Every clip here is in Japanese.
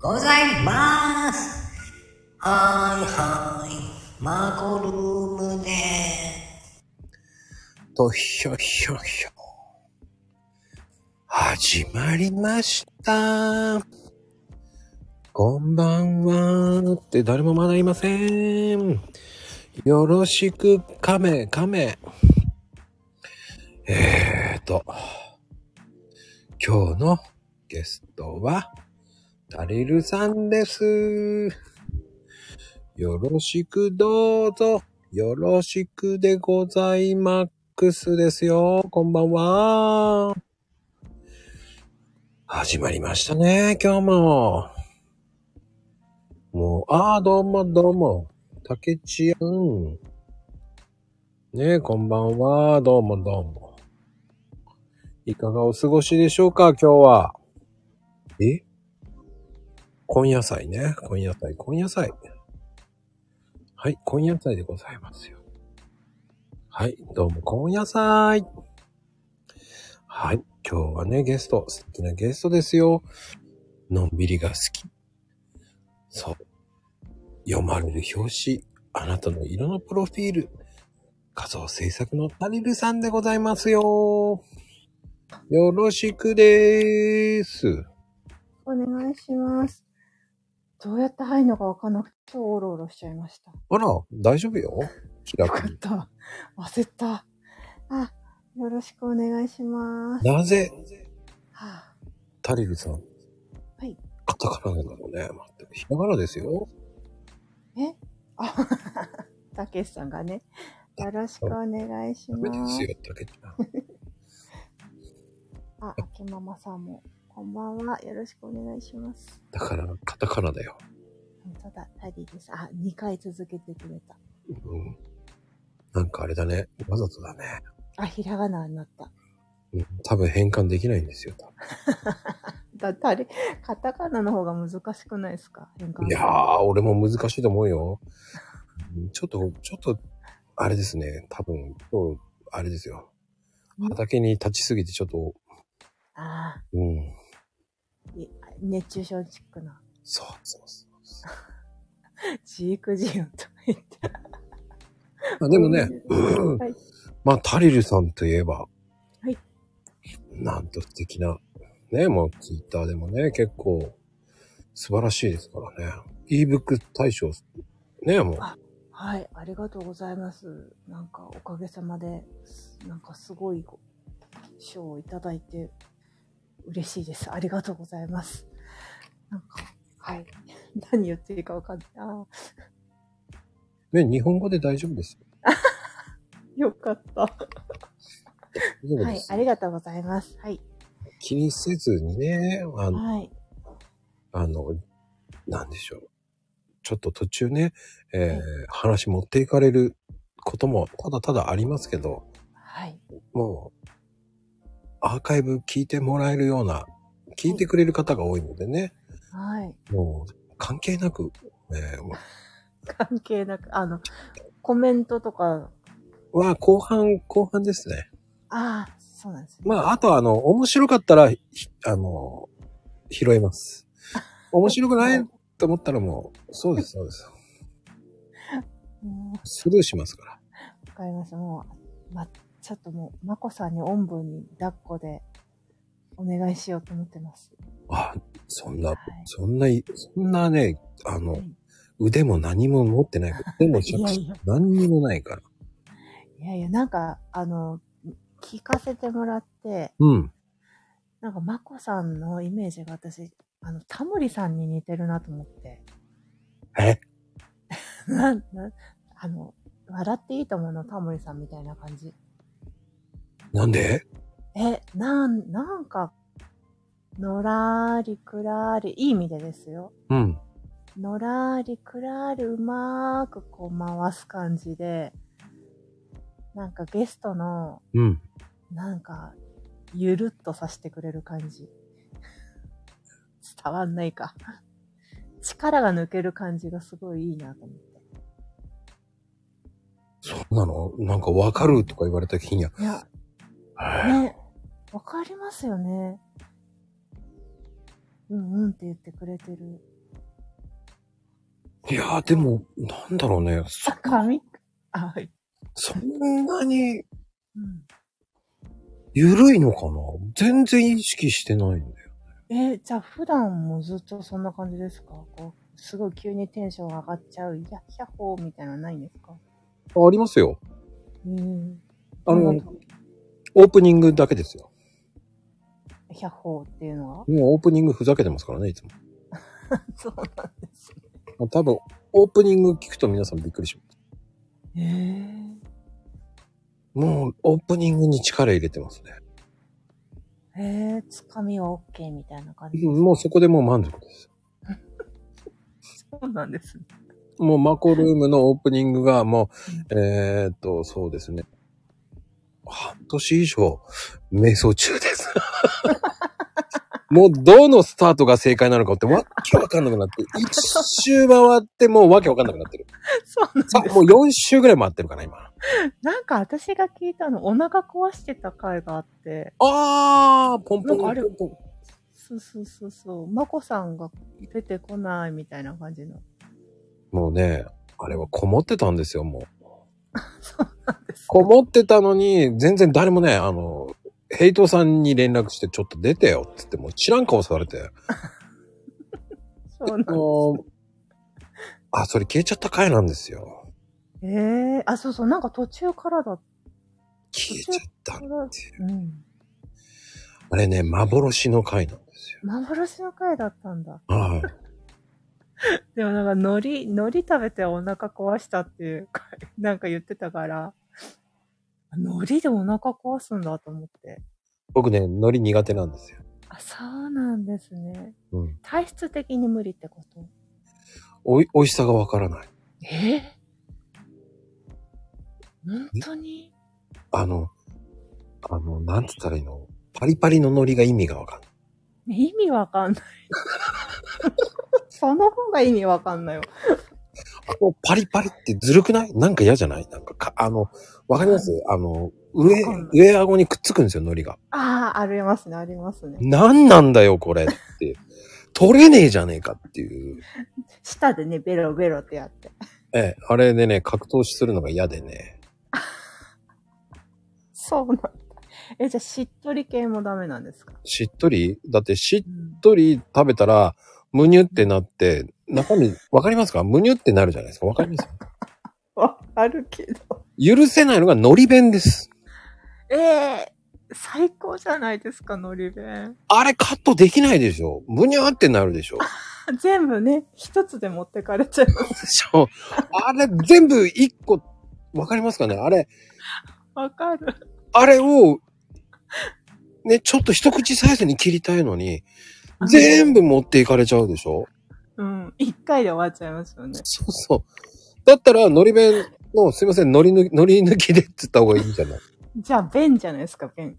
ございます。はーいはーい。マコルームでーす。とひょひょひょ。始まりました。こんばんはって誰もまだいません。よろしく、カメ、カメ。えーと、今日のゲストは、ダリルさんです。よろしくどうぞ。よろしくでございまックスですよ。こんばんは。始まりましたね、今日も。もう、ああ、どうもどうも。たけちやん。ねえ、こんばんは。どうもどうも。いかがお過ごしでしょうか、今日は。え今野菜ね。今野菜、今野菜。はい、今野菜でございますよ。はい、どうも、今野菜。はい、今日はね、ゲスト、素敵なゲストですよ。のんびりが好き。そう。読まれる表紙、あなたの色のプロフィール、画像制作のタリルさんでございますよ。よろしくでーす。お願いします。どうやって入るのかわかんなくて、超オロオロしちゃいました。あら、大丈夫よ。気よ楽 かにった。焦った。あ、よろしくお願いします。なぜ、はあ、。タリルさん。はいカタカナなのね。全くひらがなですよ。あ、 たけしさんがね、よろしくお願いしダメでますす。よ、だけじゃ。 あ、あけままさんも、こんばんは。よろしくお願いします。だから、カタカナだよ。本当だ、タリーです。あ、2回続けてくれた。うん。なんかあれだね。わざとだね。あ、ひらがなになった。うん、多分変換できないんですよ。多分だってあれ、カタカナの方が難しくないですか変換いやー、俺も難しいと思うよ。うんちょっと、ちょっと、あれですね。多分、今日、あれですよ。ん畑に立ちすぎて、ちょっと、ああ、うん。い熱中症チックな。そうそうそうそジークジーンとか言って。う。あでもね、はい。まあ、タリルさんといえば、はい。なんと素敵な、ね、もう、ツイッターでもね、結構、素晴らしいですからね。ebook 大賞、ね、もう、はい、ありがとうございます。なんかおかげさまで、すなんかすごいご賞をいただいて嬉しいです。ありがとうございます。なんか、はい。 何言っていいかわかんない。あね、日本語で大丈夫ですよ。ーよかった。は大丈夫でい、す。ありがとうございます。はい。気にせずにね、あの、はい。あの、なんでしょう。ちょっと途中ね、えー話持っていかれることもただただありますけど、はい。もう、アーカイブ聞いてもらえるような、聞いてくれる方が多いのでね、はい。もう、関係なく、えーも関係なく、あの、コメントとか、うは、後半、後半ですね。ああ、そうなんですね。まあ、あとはあの、面白かったら、ひあの、拾え ます。面白くないと思ったらもう、そうです、そうです。うんスルーしますから。わかりました。もう、ま、ちょっともう、まこさんにおんぶに抱っこでお願いしようと思ってます。あ、そんは、。ないそんな、そんなね、あの、はい腕も何も持ってない。腕も借いや金いや何にもないから。いやいや、なんか、あの、聞かせてもらって、うん。なんか、まこさんのイメージが私、あの、タモリさんに似てるなと思って。 えなん、なん、あの、笑っていいと思うの、タモリさんみたいな感じ。なんでえ、なん、なんか、のらーりくらーり、いい意味でですよ。うん。のらーりくらーりうまーくこう回す感じで、なんかゲストの、うん。なんか、ゆるっとさせてくれる感じ。伝わんないか。力が抜ける感じがすごいいいなと思って。そうなのなんかわかるとか言われた日には。いや、えーね、わかりますよね。うんうんって言ってくれてる。いやー、でも、なんだろうね。そあ、神あ、はい。そんなにうん。緩いのかな全然意識してないんだよ。えーじゃあ普段もずっとそんな感じですかこう、すごい急にテンション上がっちゃう、やっひゃほーみたいなのないんですかあありますよ。えん。あの、なんかオープニングだけですよ。ひゃほーっていうのは もうオープニングふざけてますからね、いつも。そうなんですね。まあ多分、オープニング聞くと皆さんびっくりします。えもう、オープニングに力入れてますね。ええー、つかみは OK みたいな感じ。もうそこでもう満足です。そうなんですね。もうマコルームのオープニングがもう、えー、っと、そうですね。半年以上、瞑想中です。もうどのスタートが正解なのかってわっけわかんなくなって、一周回ってもうわけわかんなくなってる。 そうなんさですもう4周ぐらい回ってるかな、今。あなんか私が聞いたの、お腹壊してた回があって、あー、ポンポなンんポかあンれポンポン。そうそうそうそう、まこさんが出てこないみたいな感じの。もうね、あれはこもってたんですよ、もう。そうなんです。こもってたのに、全然誰もね、あの、ヘイトさんに連絡して、ちょっと出てよって言って、もう知らん顔されて、そうなんであす。のあ、それ消えちゃった回なんですよ。ええー、あ、そうそう、なんか途中からだっ消えちゃったた。。うん。あれね、幻の回なんですよ。幻の回だったんだ。はい。でもなんか海苔、海苔食べてお腹壊したっていう回、 なんか言ってたから、海苔でお腹壊すんだと思って。僕ね、ノリ苦手なんですよ。あ、そうなんですね。うん。体質的に無理ってことおい、美味しさがわからない。え本当にあの、あの、なんつったらいいのパリパリのノリが意味がわかんない。ね意味わかんない。 その方が意味わかんないよ。あの、パリパリってずるくないなんか嫌じゃないなんかか、あの、わかりますあの、上わかんな、上顎にくっつくんですよ、ノリが。ああ、ありますね、ありますね。なんなんだよ、これって。取れねえじゃねえかっていう。舌でね、ベロベロってやって。ええ、あれでね、格闘するのが嫌でね。そうなんだ。え、じゃあ、しっとり系もダメなんですかしっとりだってしっうん。とり食べたら、むにゅってなって、中身、わかりますかむにゅってなるじゃないですか。わかりますわかるけど。許せないのが海苔弁です。ええ最高じゃないですか、のり弁。あれカットできないでしょ。むにゅってなるでしょ。 全部ね、一つで持ってかれちゃう。でしょ。あれ全部一個、わかりますかねあれ、わかる。あれを、ね、ちょっと一口サイズに切りたいのに、全部持っていかれちゃうでしょうん。一回で終わっちゃいますよね。そうそう。だったら、のり弁の、すいません、のりぬ、のり抜きでって言った方がいいんじゃないじゃあ、弁じゃないですか、弁。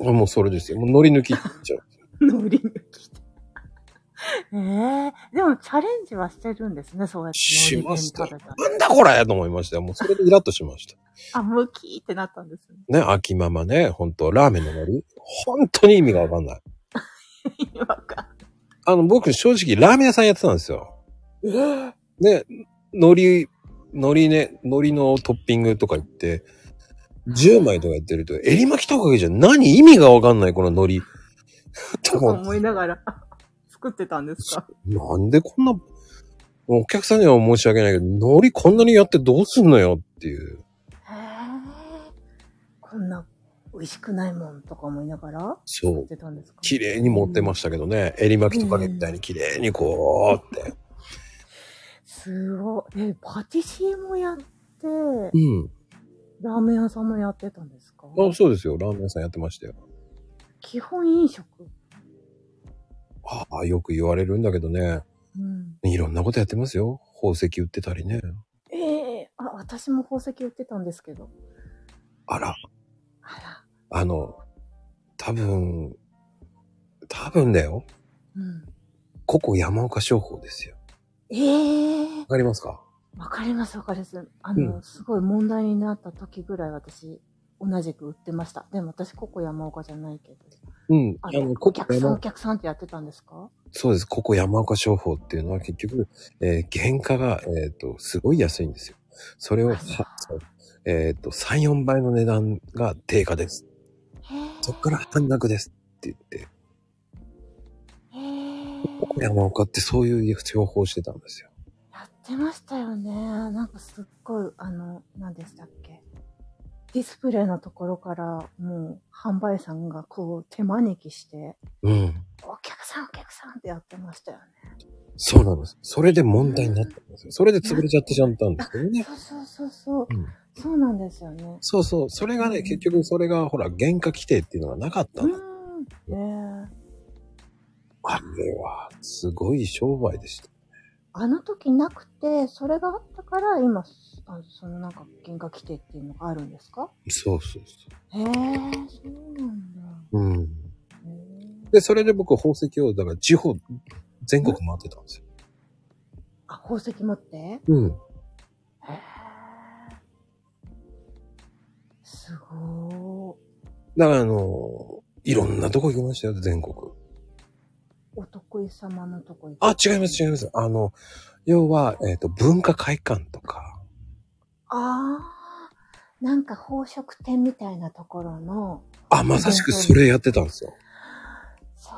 あもうそれですよ。もうのり抜きって言っちゃう。乗り抜きで。 ええでもチャレンジはしてるんですね、そうやって。しました海苔弁食べなんだこれと思いましたよ。もうそれでイラッとしました。たらあ、ムキーってなったんですね、ね。秋ママね、ほんと、ラーメンののり本当に意味がわかんない。 わかんないあの、僕正直ラーメン屋さんやってたんですよ。ね、のり、のりね、のりのトッピングとか言って、10枚とかやってると、襟巻きとかじゃ何意味がわかんない、このの り。とと思って思いながら作ってたんですか。なんでこんな、お客さんには申し訳ないけど、ノリこんなにやってどうすんのよっていう。へえ。こんな美味しくないもんとか思いながらそう作ってたんですか綺麗に持ってましたけどね。襟巻きとかねみたいに綺麗にこうって。すごい。え、パティシエもやって、うラーメン屋さんもやってたんですかん。あそうですよ。ラーメン屋さんやってましたよ。基本飲食。ああ、よく言われるんだけどね。うん。いろんなことやってますよ。宝石売ってたりね。ええあ、私も宝石売ってたんですけど。あら、あら。あの、多分、多分だよ。うん。ここ山岡商法ですよ。ええわかりますかわかりますわかります。あの、うすごい問題になった時ぐらい私、同じく売ってました。でも私、ここ山岡じゃないけど。うん。ああの、おここ客さん、お山、客さんってやってたんですかそうです。ここ山岡商法っていうのは結局、えー原価が、えっ、と、すごい安いんですよ。それを、はそうえっ、と、3、4倍の値段が定価です。へそっから半額ですって言って、え。へえ。ここ山岡ってそういう情報をしてたんですよ。やってましたよね。なんかすっごい、あの、何でしたっけ。ディスプレイのところから、もう、販売さんがこう、手招きして、うん。お客さん、お客さんってやってましたよね。そうなんです。それで問題になったんですよ。それで潰れちゃってちゃったんですけどね。そうそうそうそう。うん、そうなんですよね。そうそう。それがね、結局それが、ほら、原価規定っていうのがなかったうの。ん。ねえ。あれは、すごい商売でした。あの時なくて、それがあったから、今、あのそのなんか、原価規定っていうのがあるんですかそうそうへえ、そうなんだ。そう。うん。へえで、それで僕、宝石を、だから、地方、全国回ってたんですよ。あ、宝石持ってへうん。え。すごー。だから、あの、いろんなとこ行きましたよ、全国。お得意様のとこ行くあ、違います、違います。あの、要は、えっ、と、文化会館とか、あー。なんか宝飾店みたいなところの、あ、まさしくそれやってたんですよ。そう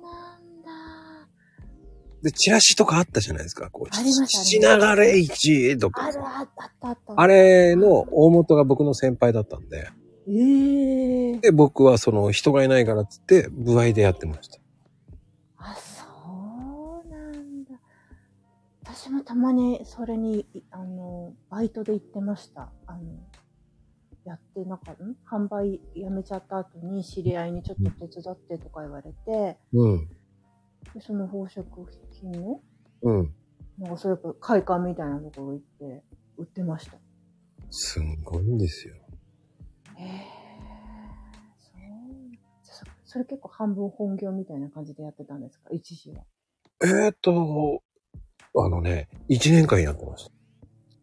なんだ。で、チラシとかあったじゃないですか。こう、ありました七流れ市とあかるさ。あったあったあった。あれの大元が僕の先輩だったんで。ええで、僕はその人がいないからっつって、部合でやってました。あ、そうなんだ。私もたまにそれに、いあの、バイトで行ってました。あの、やって、なんか、ん販売やめちゃった後に知り合いにちょっと手伝ってとか言われて、うん。でその宝飾品の、うん。なんかそういう会館みたいなところ行って、売ってました。すんごいんですよ。へえ、そうそそれ結構半分本業みたいな感じでやってたんですか一時は。えっ、ー、と、あのね、1年間やってました。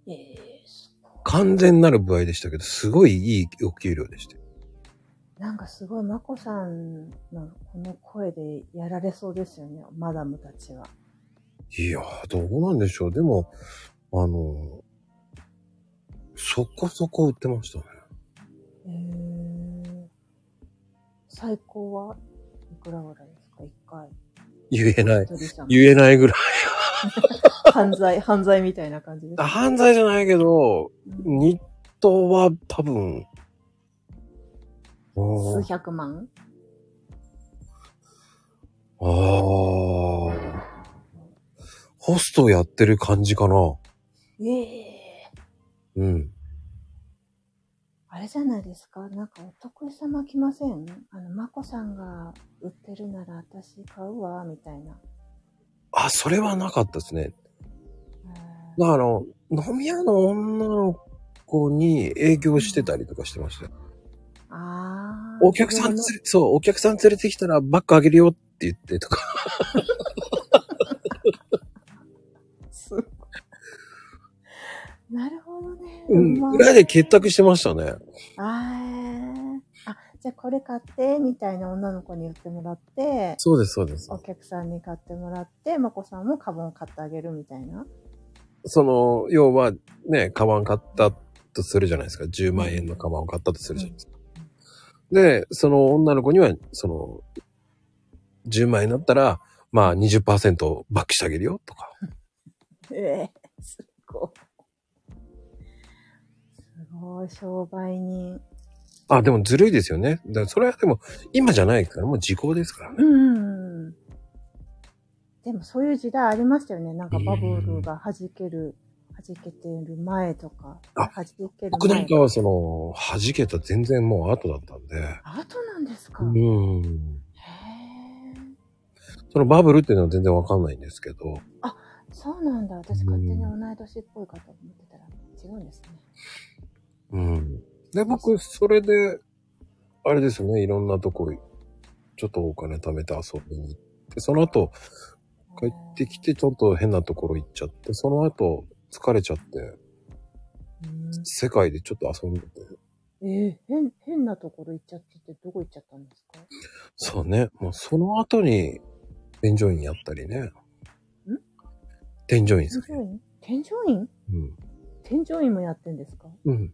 ええすごい。完全なる部合でしたけど、すごいいいお給料でしたよ。なんかすごい、まこさんのこの声でやられそうですよね、マダムたちは。いやー、どうなんでしょう。でも、あの、そこそこ売ってましたね。えー、最高はいくらぐらいですか一回。言えない。一人様言えないぐらい。犯罪、 犯罪みたいな感じです。犯罪じゃないけど、うん日当は多分、うん数百万ああ。ホストやってる感じかな。ええー、うん。あれじゃないですかなんかお得意様来ませんあの、まこさんが売ってるなら私買うわ、みたいな。あ、それはなかったですね。えだから、飲み屋の女の子に営業してたりとかしてましたよ。ーあーお客さん連れ、そう、お客さん連れてきたらバッグあげるよって言ってとか。すごい なるほどね。うん。まい裏で結託してましたね。あーあ、じゃあこれ買って、みたいな女の子に言ってもらって、そうです、そうですお。客さんに買ってもらって、まこさんもカバンを買ってあげるみたいな。 その、要は、ね、カバン買ったとするじゃないですか。10万円のカバンを買ったとするじゃないですか。で、その女の子には、その、10万円だったら、まあ20%バックしてあげるよとか。ええすごい。すごい、商売人。あ、でもずるいですよね。だからそれはでも、今じゃないから、もう時効ですからね。うん。でもそういう時代ありましたよね。なんかバブルが弾ける、弾けてる前とか。あ弾ける僕なんかはその、弾けた全然もう後だったんで。後なんですか、へうん。え。そのバブルっていうのは全然わかんないんですけど。そうなんだ。私勝手に同い年っぽいかと思ってたら違うんですね。うん。で、僕、それで、あれですね、いろんなとこ、ちょっとお金貯めて遊びに行って、その後、帰ってきて、ちょっと変なところ行っちゃって、その後、疲れちゃって、うん。世界でちょっと遊んでて、えー、変、変なところ行っちゃってて、どこ行っちゃったんですかそうね。もうその後に、添乗員やったりね。ん添乗員添さんや。乗員添乗員添乗員もやってんですかうん。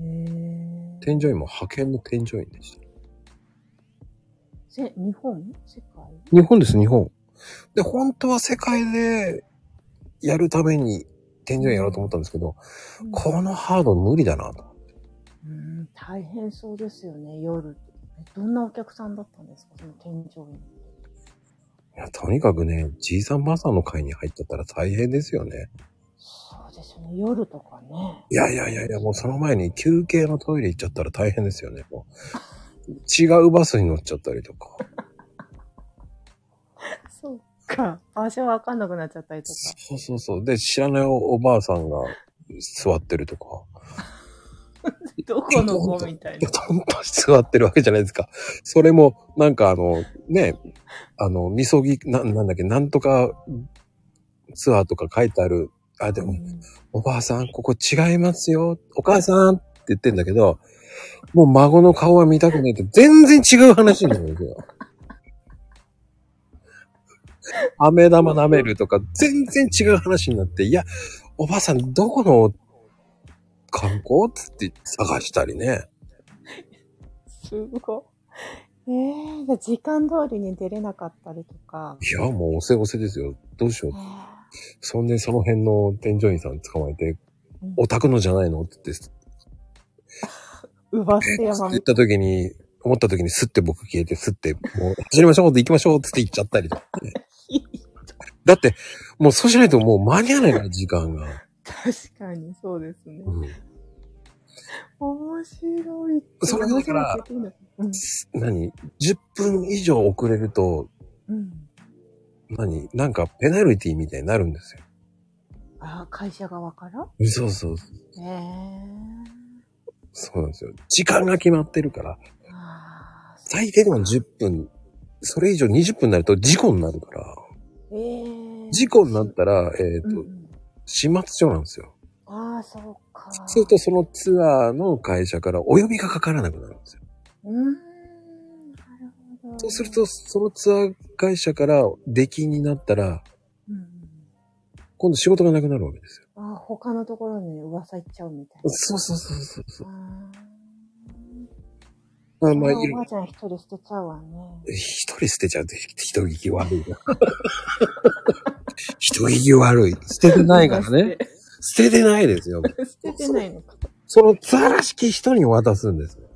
うん。へえ添乗員も派遣の添乗員でした。せ、日本世界日本です、日本。で、本当は世界でやるために添乗員やろうと思ったんですけど、うんこのハード無理だなと。うん、大変そうですよね、夜。えどんなお客さんだったんですかその添乗員。いや、とにかくね、じいさんばあさんの会に入っちゃったら大変ですよね。そうですよね、夜とかね。いやいやいやいや、もうその前に休憩のトイレ行っちゃったら大変ですよね。もう違うバスに乗っちゃったりとか。そうか。場所わかんなくなっちゃったりとか。そうそうそう。で、知らないおばあさんが座ってるとか。 どこの子みたいいや、な。ちゃんと座ってるわけじゃないですか。それも、なんかあの、ね、あの、みそぎ、ななんだっけ、なんとかツアーとか書いてある。あ、でうも、んおばあさん、ここ違いますよ。お母さんって言ってんだけど、もう孫の顔は見たくないって、全然違う話になるんですよ。 飴玉舐めるとか、全然違う話になって、いや、おばあさん、どこの観光つって探したりね。すごい。ええー、時間通りに出れなかったりとか。いや、もうおせおせですよ。どうし よう。そんで、その辺の添乗員さん捕まえて、うんお宅のじゃないのって言って、うばすつって山言っ。た時に、思った時にスッて僕消えて、スッて、もう走りましょう、行きましょう、つって行っちゃったりとか。だって、もうそうしないともう間に合わないから、時間が。確かにそうですね。うん。面白い。それだから山口の時々の何 ?10 分以上遅れると、うん。うん。何なんかペナルティみたいになるんですよ。ああ、会社側からそうそう。ええそうなんですよ。時間が決まってるから、ー。ああ、最低でも10分、それ以上20分になると事故になるから。えー事故になったら、えっ、うんうと、ん始末書なんですよ。ああ、そうか。そうするとそのツアーの会社からお呼びがかからなくなるんですよ。うーん、なるほど。そうすると、そのツアー会社から出禁になったら、うんうん、今度仕事がなくなるわけですよ。ああ、他のところに噂行っちゃうみたいな。そうそうそうそうそう。あまああ、まあ、いおばろあちゃん一人捨てちゃうわね。一人捨てちゃうと人聞き悪いな。 人聞き悪い。捨ててないからね。。捨ててないですよ。捨ててないのか。そのツアーらしき人に渡すんですよ。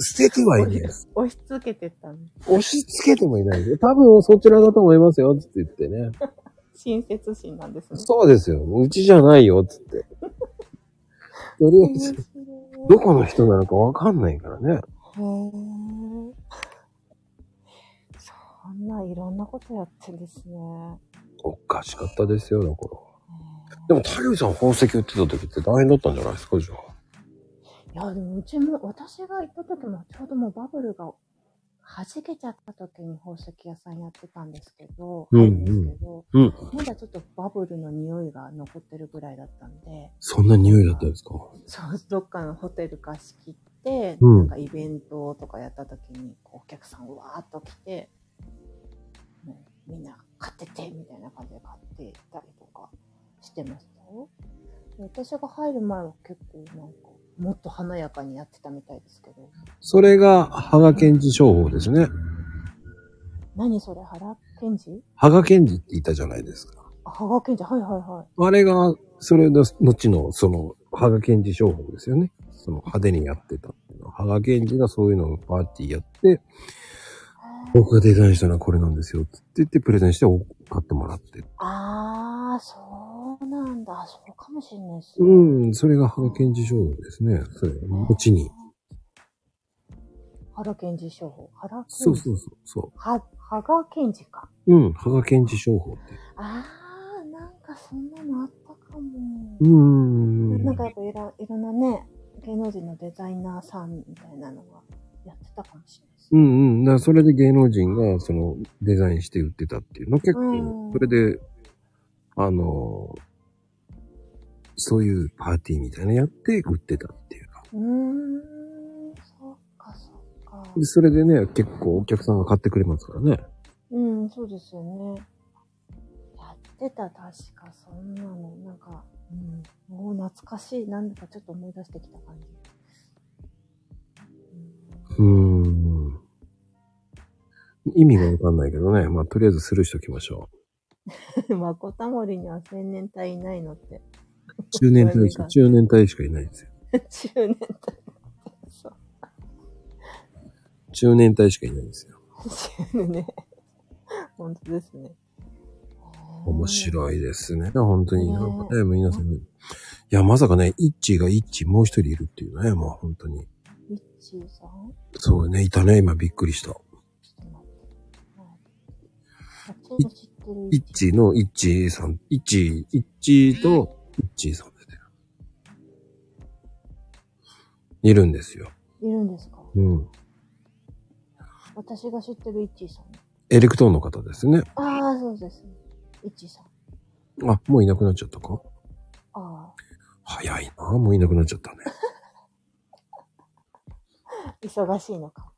捨ててはいない。押し付けてったの。押し付けてもいないですよ。多分そちらだと思いますよ、つって言ってね。親切心なんですね。そうですよ。うちじゃないよ、つって。とりあ え面ず、白いどこの人なのかわかんないからね。へーそんないろんなことやってんですね。おかしかったですよ、だから。へーでも、タリさん宝石売ってた時って大変だったんじゃないですか、じゃあ。いや、でもうちも、私が行った時も、ちょうどもうバブルが弾けちゃった時に宝石屋さんやってたんですけど、うんうんあるですけど、うん。まだちょっとバブルの匂いが残ってるぐらいだったんで、そんな匂いだったんですかそう、どっかのホテル貸し切って、うんなんかイベントとかやった時に、こうお客さんうわーっと来て、もうみんな買ってて、みたいな感じで買っていたりとかしてましたよ。で私が入る前は結構なんか、もっと華やかにやってたみたいですけど、それが、羽賀健治商法ですね。何それ原賢治羽賀健治って言ったじゃないですか。あ、羽賀賢治はいはいはい。あれが、それの、後の、その、羽賀健治商法ですよね。その、派手にやってたっていうのは。羽賀健治がそういうのをパーティーやって、僕がデザインしたのはこれなんですよ。つって言ってプレゼンしてお買ってもらって。あー、そうなんだ。そうかもしれないです。うん、それが派遣事情ですね。それ、後に。。原賢治商法。原賢治。そうそうそう。そは、羽賀賢治か。ううん、羽賀健治商法って。あー、なんかそんなのあったかもう。ーん。なんかやっぱいろいろんなね、芸能人のデザイナーさんみたいなのがやってたかもしれないです。うんうん。だからそれで芸能人が、その、デザインして売ってたっていうの結う構、んそれで、あの、そういうパーティーみたいなのやって売ってたっていうか。うーん、そっかそっか。でそれでね、結構お客さんが買ってくれますからね。うん、そうですよね。やってた、確か、そんなの。なんか、うん、もう懐かしい。なんだかちょっと思い出してきた感じ。 うーん。意味がわかんないけどね。まあ、とりあえずスルーしときましょうん、まこたもりには千年隊いないのって。 う。中年隊しか、中年隊しかいないんですよ。中年隊。そう。中年隊しかいないんですよ。 中年ね。本当ですね。面い。白いですね。本当に。なんかね、皆さん。いや、まさかね、イッチがイッチもう一人いるっていうね。まあ、本当に。ミッチーさんそうね、いたね。今びっくりした。ちょっと待って。はい。あっちの知ってるイッチのイッチさん、イッチ、イッチとイッチさん出てる。いるんですよ。いるんですかうん。私が知ってるイッチーさん。エレクトーンの方ですね。ああ、そうですね。イッチーさん。あ、もういなくなっちゃったかあ早いなもういなくなっちゃったね。あ、忙しいのか。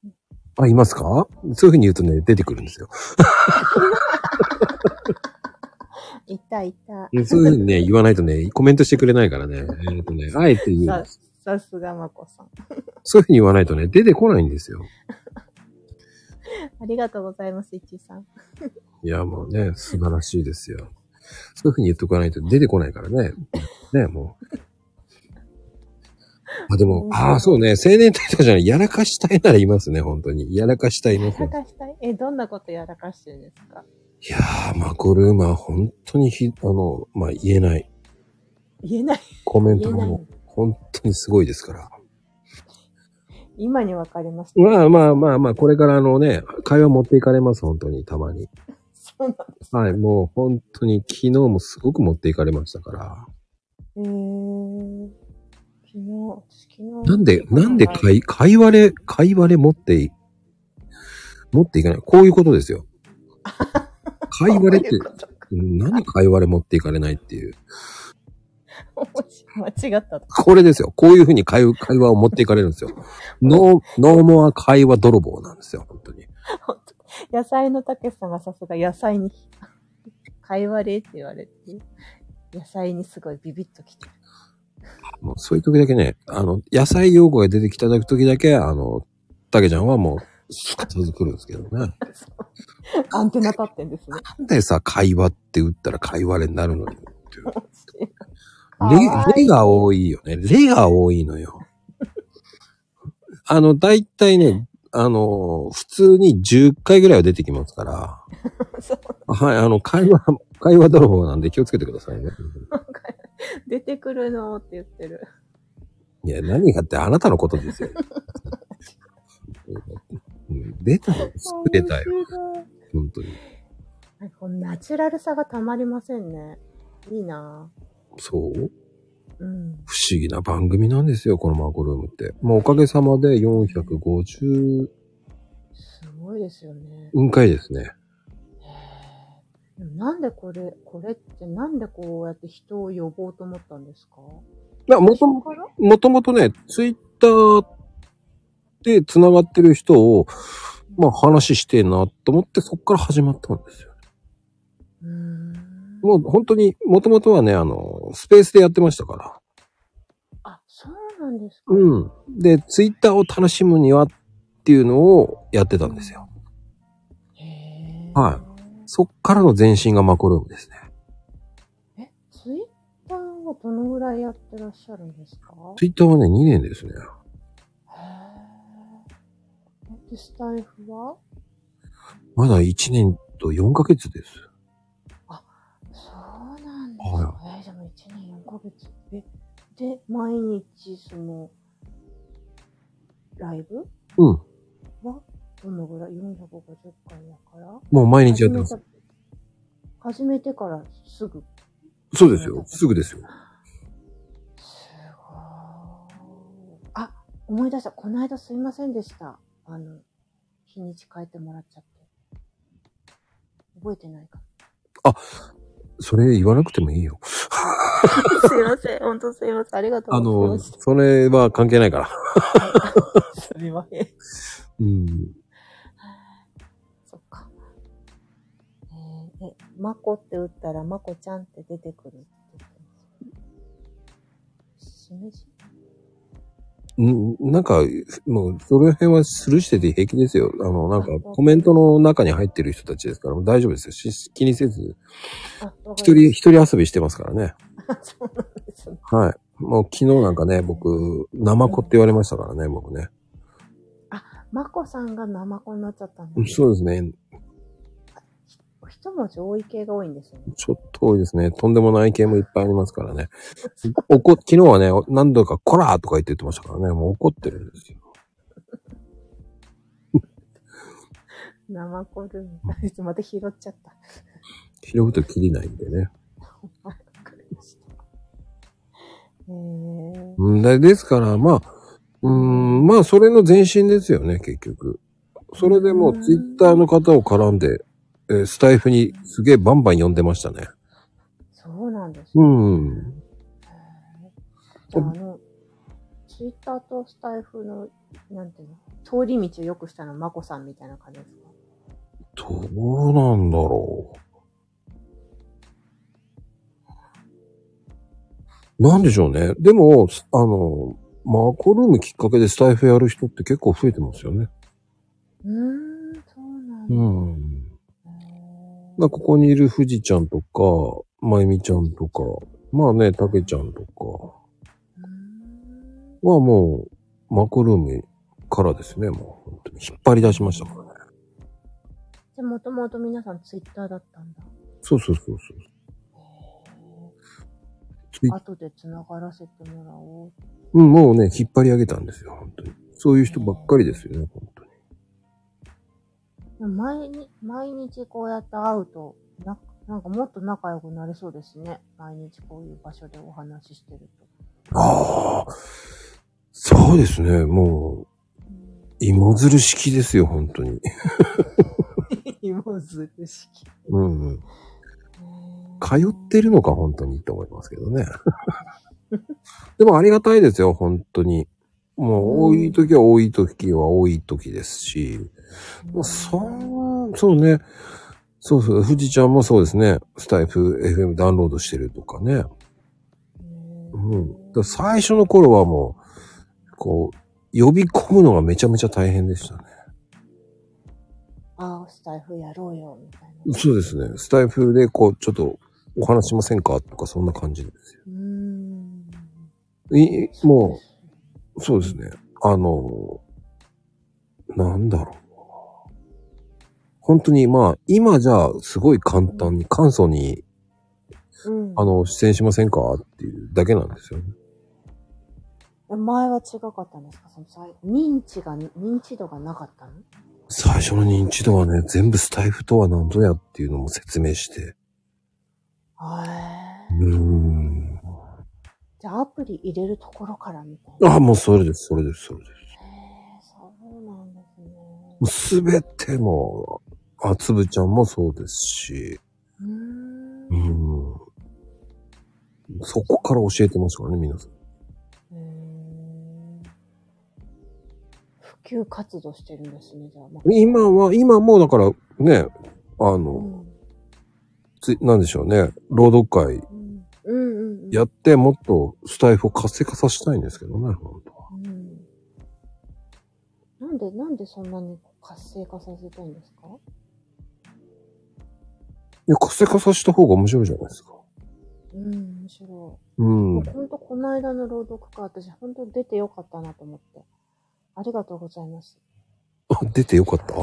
あ、いますかそういうふうに言うとね、出てくるんですよ。いたいた。そういうふうに ね、言わないとね、コメントしてくれないからね。えっ、とね、あえて言うんさです。、さすがまこさん。そういうふうに言わないとね、出てこないんですよ。ありがとうございます、いちさん。いや、もうね、素晴らしいですよ。そういうふうに言っとかないと出てこないからね。ね、もう。あ、でも、ああ、そうね、青年隊とかじゃない、やらかしたいならいますね、本当に。やらかしたいやね。らかしたいえ、どんなことやらかしてるんですかいやー、マコルーマ、本当にひ、あの、まあ、言えない。言えない。コメント言えなもい、本当にすごいですから。今にわかりました。まあまあまあまあ、これからあのね、会話持っていかれます、本当に、たまに。そうなんです。はい、もう本当に昨日もすごく持っていかれましたから。えー、昨日、昨日。 なんで、なんで会、会話れ、会話れ持ってい、持っていかない。こういうことですよ。会話れってそういう、ことか何会話れ持っていかれないっていう。面白い間違ったと。これですよ。こういうふうに会会話を持っていかれるんですよ。ノー、ノーモア会話泥棒なんですよ、本当に。野菜のたけしさんがさすが野菜に、会話れって言われて、野菜にすごいビビッときてる。もうそういう時だけね、あの、野菜用語が出てきた時だけ、あの、たけちゃんはもう、すかさず来るんですけどね。な アンテナ立ってんですね。んでさ、会話って打ったら会話れになるのよっていう。レ、レレが多いよね。レが多いのよ。あの、だいたいね、あの、普通に10回ぐらいは出てきますから。 そうはい、あの、会話、会話泥棒なんで気をつけてくださいね。出てくるのって言ってる。いや、何がってあなたのことですよ。 うん出たよ。すぐ出たよ。面白い本当に。なんかこのナチュラルさがたまりませんね。いいなぁそううん。不思議な番組なんですよ、このマーコルームって。もうおかげさまで450すごいですよね。運回ですね。でもなんでこれ、これってなんでこうやって人を呼ぼうと思ったんですかまあ、もとも人からもともとね、ツイッターで繋がってる人を、まあ話してえなと思ってそっから始まったんですよ。うーん。もう本当に、もともとはね、あの、スペースでやってましたから。あ、そうなんですかん。うん。で、ツイッターを楽しむにはっていうのをやってたんですよ。へはそっからの前身がマコルームですね。い。え、ツイッターはどのぐらいやってらっしゃるんですかツイッターはね、2年ですね。へーえ。で、スタイフはまだ1年と4ヶ月です。そうなんですね。えーでも1年4ヶ月。え、で、毎日、その、ライブうん。はどのぐらい ?450 回だからもう毎日やってます。始めた始めてからすぐ。そうですよ。すぐですよ。すごーい。あ、思い出した。この間すいませんでした。あの、日にち変えてもらっちゃって。覚えてないか。それ言わなくてもいいよ。 すいません。本当すいません。ありがとあうございの、ます。それは関係ないから。すみません。うん。そっか。えー、え、まこって打ったらまこちゃんって出てくるって言ってます。しめじんなんか、もう、その辺はスルーしてて平気ですよ。あの、なんか、コメントの中に入ってる人たちですから、大丈夫ですよ。し気にせず、あ、わか一人、一人遊びしてますからね。ました。そうなんですね。はい。もう昨日なんかね、僕、ナマコって言われましたからね、僕ね。まこさんがナマコになっちゃったんです。そうですね。一文字多い系が多いんですよね。ちょっと多いですね。とんでもない系もいっぱいありますから ね。おこ、昨日はね、何度かコラーとか言って言ってましたからね、もう怒ってるんですよ。ナマコルーム。あいつまた拾 っちゃった。拾うと切りないんでね。わかりました。えー、うんでですから、まあ、うーん、まあ、それの前身ですよね、結局。それでもうーう、んツイッターの方を絡んで、えースタイフにすげえバンバン呼んでましたね。そうなんですうね。ん。じゃあ、あの、ツイッターとスタイフの、なんていうの、通り道を良くしたのはまこさんみたいな感じですかどうなんだろう。なんでしょうね。でも、すあの、マコルームきっかけでスタイフやる人って結構増えてますよね。うーん、そうなんだ。うん。へーまあ、ここにいる富士ちゃんとか、まゆみちゃんとか、まあね、たけちゃんとかうーんはもう、マコルームからですね、もう、本当に引っ張り出しましたからね。じゃあ、もともと皆さんツイッターだったんだ。そうそうそうそう。ツイあとで繋がらせてもらおう。うん、もうね、引っ張り上げたんですよ、本当に。そういう人ばっかりですよね、本当に。でも毎日、毎日こうやって会うと、ななんかもっと仲良くなれそうですね。毎日こういう場所でお話ししてると。ああ、そうですね、もう、芋づる式ですよ、本当に。芋づる式。うん、うん。通ってるのか、本当にって思いますけどね。 でもありがたいですよ、本当に。もう、多い時は多い時は多い時ですし、もう、そん、そうね。そうそう、富士ちゃんもそうですね。スタイフ FM ダウンロードしてるとかね。うん。だから最初の頃はもう、こう、呼び込むのがめちゃめちゃ大変でしたね。ああ、スタイフやろうよ、みたいな。そうですね。スタイフでこう、ちょっとお話しませんかとか、そんな感じですようーん。いもう、そうですね。あの、なんだろう。本当に、まあ、今じゃあ、すごい簡単に、簡素に、う。うん。あの、出演しませんかっていうだけなんですよね。前は違かったんですかその最認知が、認知度がなかったの最初の認知度はね、全部スタイフとは何ぞやっていうのも説明して。へえ。うーん。じゃあアプリ入れるところからみたいな。あ、もうそれです、それです、それです。へえ、そうなんですね。もうすべてもう、あつぶちゃんもそうですし、うーんう。ーん。そこから教えてますからね、皆さん。うーん普及活動してるんですね、じゃあ。まあ今は、今もだからね、あうの、んつなんでしょうね、朗読会うんうんうん。やってもっとスタイフを活性化させたいんですけどね、本当は。うんなんで、なんでそんなに活性化させたいんですかいや、活性化させた方が面白いじゃないですか。うん、むしろ。うん。もうほんとこの間の朗読会、私ほんと出てよかったなと思って。ありがとうございます。あ出てよかった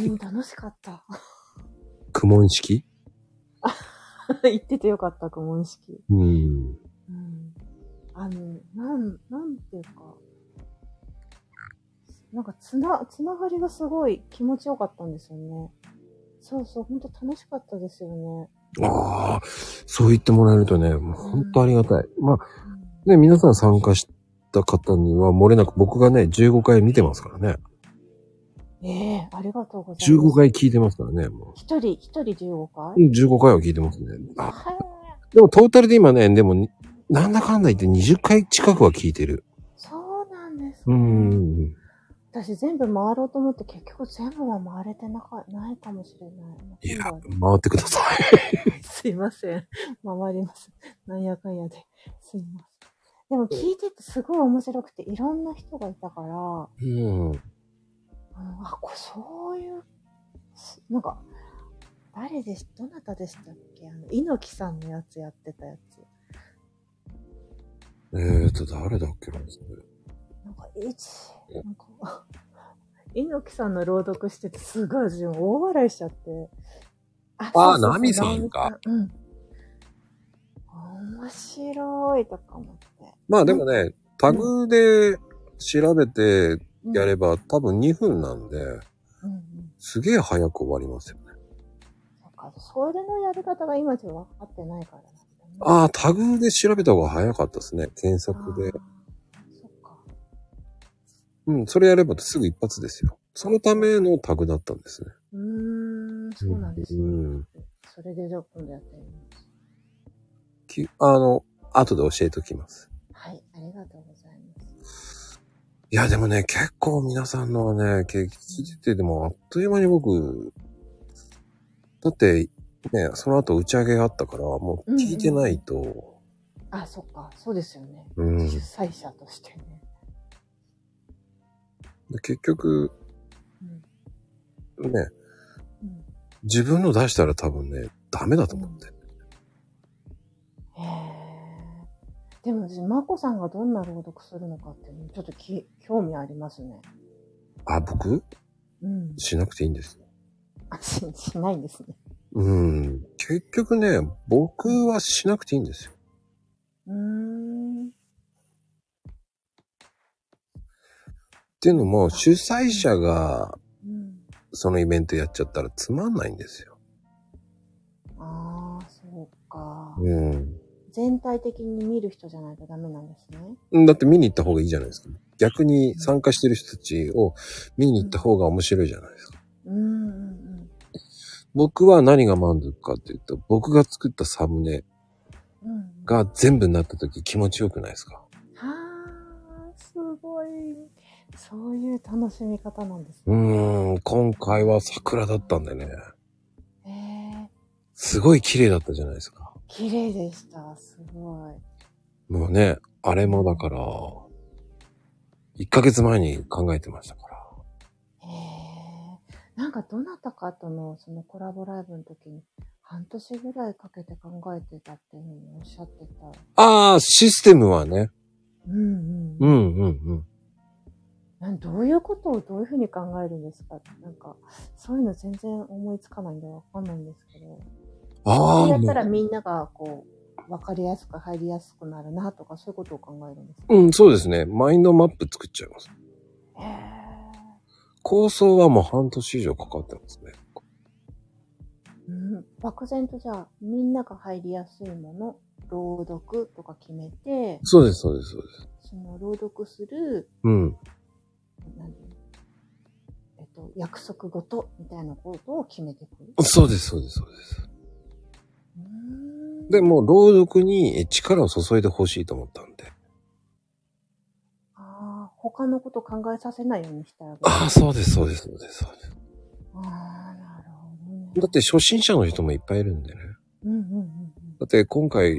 うん、楽しかった。苦問式 言っててよかった、公文式。うん。うんあの、なん、なんていうか、なんかつな、つながりがすごい気持ちよかったんですよね。そうそう、ほんと楽しかったですよね。ああ、そう言ってもらえるとね、もう本当ありがたい。まあ、ね、皆さん参加した方には漏れなく僕がね、15回見てますからね。うんええありがとうございます。 15回聞いてますからね、もう。一人、一人15回、うん15回は聞いてますね。あ、はでもトータルで今ね、でもに、なんだかんだ言って20回近くは聞いてる。そうなんです、うーん。私全部回ろうと思って結局全部は回れてなかないかもしれないい。や、今回度はってください。すいません。 回ります。なんやかんやで。すいません。でも聞いててすごい面白くて、いろんな人がいたから、うん。あのあ、こそういう、すなんか、誰でし、どなたでしたっけあの、猪木さんのやつやってたやつ。えーと、誰だっけな、それ。なんか、いち、なんか、猪木さんの朗読してて、すごい自分大笑いしちゃって。あーあそうそうそうナミさんかナミさんうん。面白いとか思って。まあでもね、タグで調べてうんやれば多分2分なんで、うんうん。すげえ早く終わりますよね。そっか、それのやり方が今ちょっと分かってないからなんだねああ、タグで調べた方が早かったですね。検索で。。あーそっか。うん、それやればすぐ一発ですよ。そのためのタグだったんですね。うーん、そうなんですね。うんそれでじゃあ今度やってみます。きあの、後で教えておきます。はい、ありがとうございます。いや、でもね、結構皆さんのはね、聞いてて、でもあっという間に僕、だって、ね、その後打ち上げがあったから、もう聞いてないと、あ、そっか、そうですよね。うん主催者としてね。で結局、うん。ね、うん、自分の出したら多分ね、ダメだと思って。へー。でも、じまこさんがどんな朗読するのかっていうの、ちょっとき興味ありますね。あ、僕うん。 しなくていいんです。あ、し、しないんですね。うん。結局ね、僕はしなくていいんですよ。うーん。っていうのも、主催者がうん。そのイベントやっちゃったらつまんないんですよ。ああ、そうか。う全体的に見る人じゃないとダメなんですね。ん。だって見に行った方がいいじゃないですか。逆に参加してる人たちを見に行った方が面白いじゃないですか。うんうん僕は何が満足かっていうと、僕が作ったサムネうん。うん。はが全部になった時気持ちよくないですかあ、すごい。そういう楽しみ方なんですうね。ーん、今回は桜だったんでね。ええすごい綺麗だったじゃないですか。綺麗でした。すごい。もうね、あれもだから、1ヶ月前に考えてましたから。ええなんかどなたかとのそのコラボライブの時に半年ぐらいかけて考えてたっていうふうにおっしゃってた。ああ、システムはね。うんううん。んうんうん。なんどういうことをどういうふうに考えるんですかなんか、そういうの全然思いつかないんでわかんないんですけど。あこうやあ、ったらもみんながこう、わかりやすく入りやすくなるなとか、そういうことを考えるんですかううん、そうですね。マインドマップ作っちゃいます。へ構想はもう半年以上かかってますね。ーうん、漠然とじゃあ、みんなが入りやすいもの、朗読とか決めて、そうです、そうです、そうです。その朗読する、うん。何えっと、約束ごとみたいなことを決めていくる。そうです、そうです、そうです。うーんで、もう朗読にえ力を注いでほしいと思ったんで。ああ、他のこと考えさせないようにしてあげる。ああ、そうです、そうです、そうです、そうです。あー、なるほどね。だって初心者の人もいっぱいいるんでね。うんうんうんだって今回、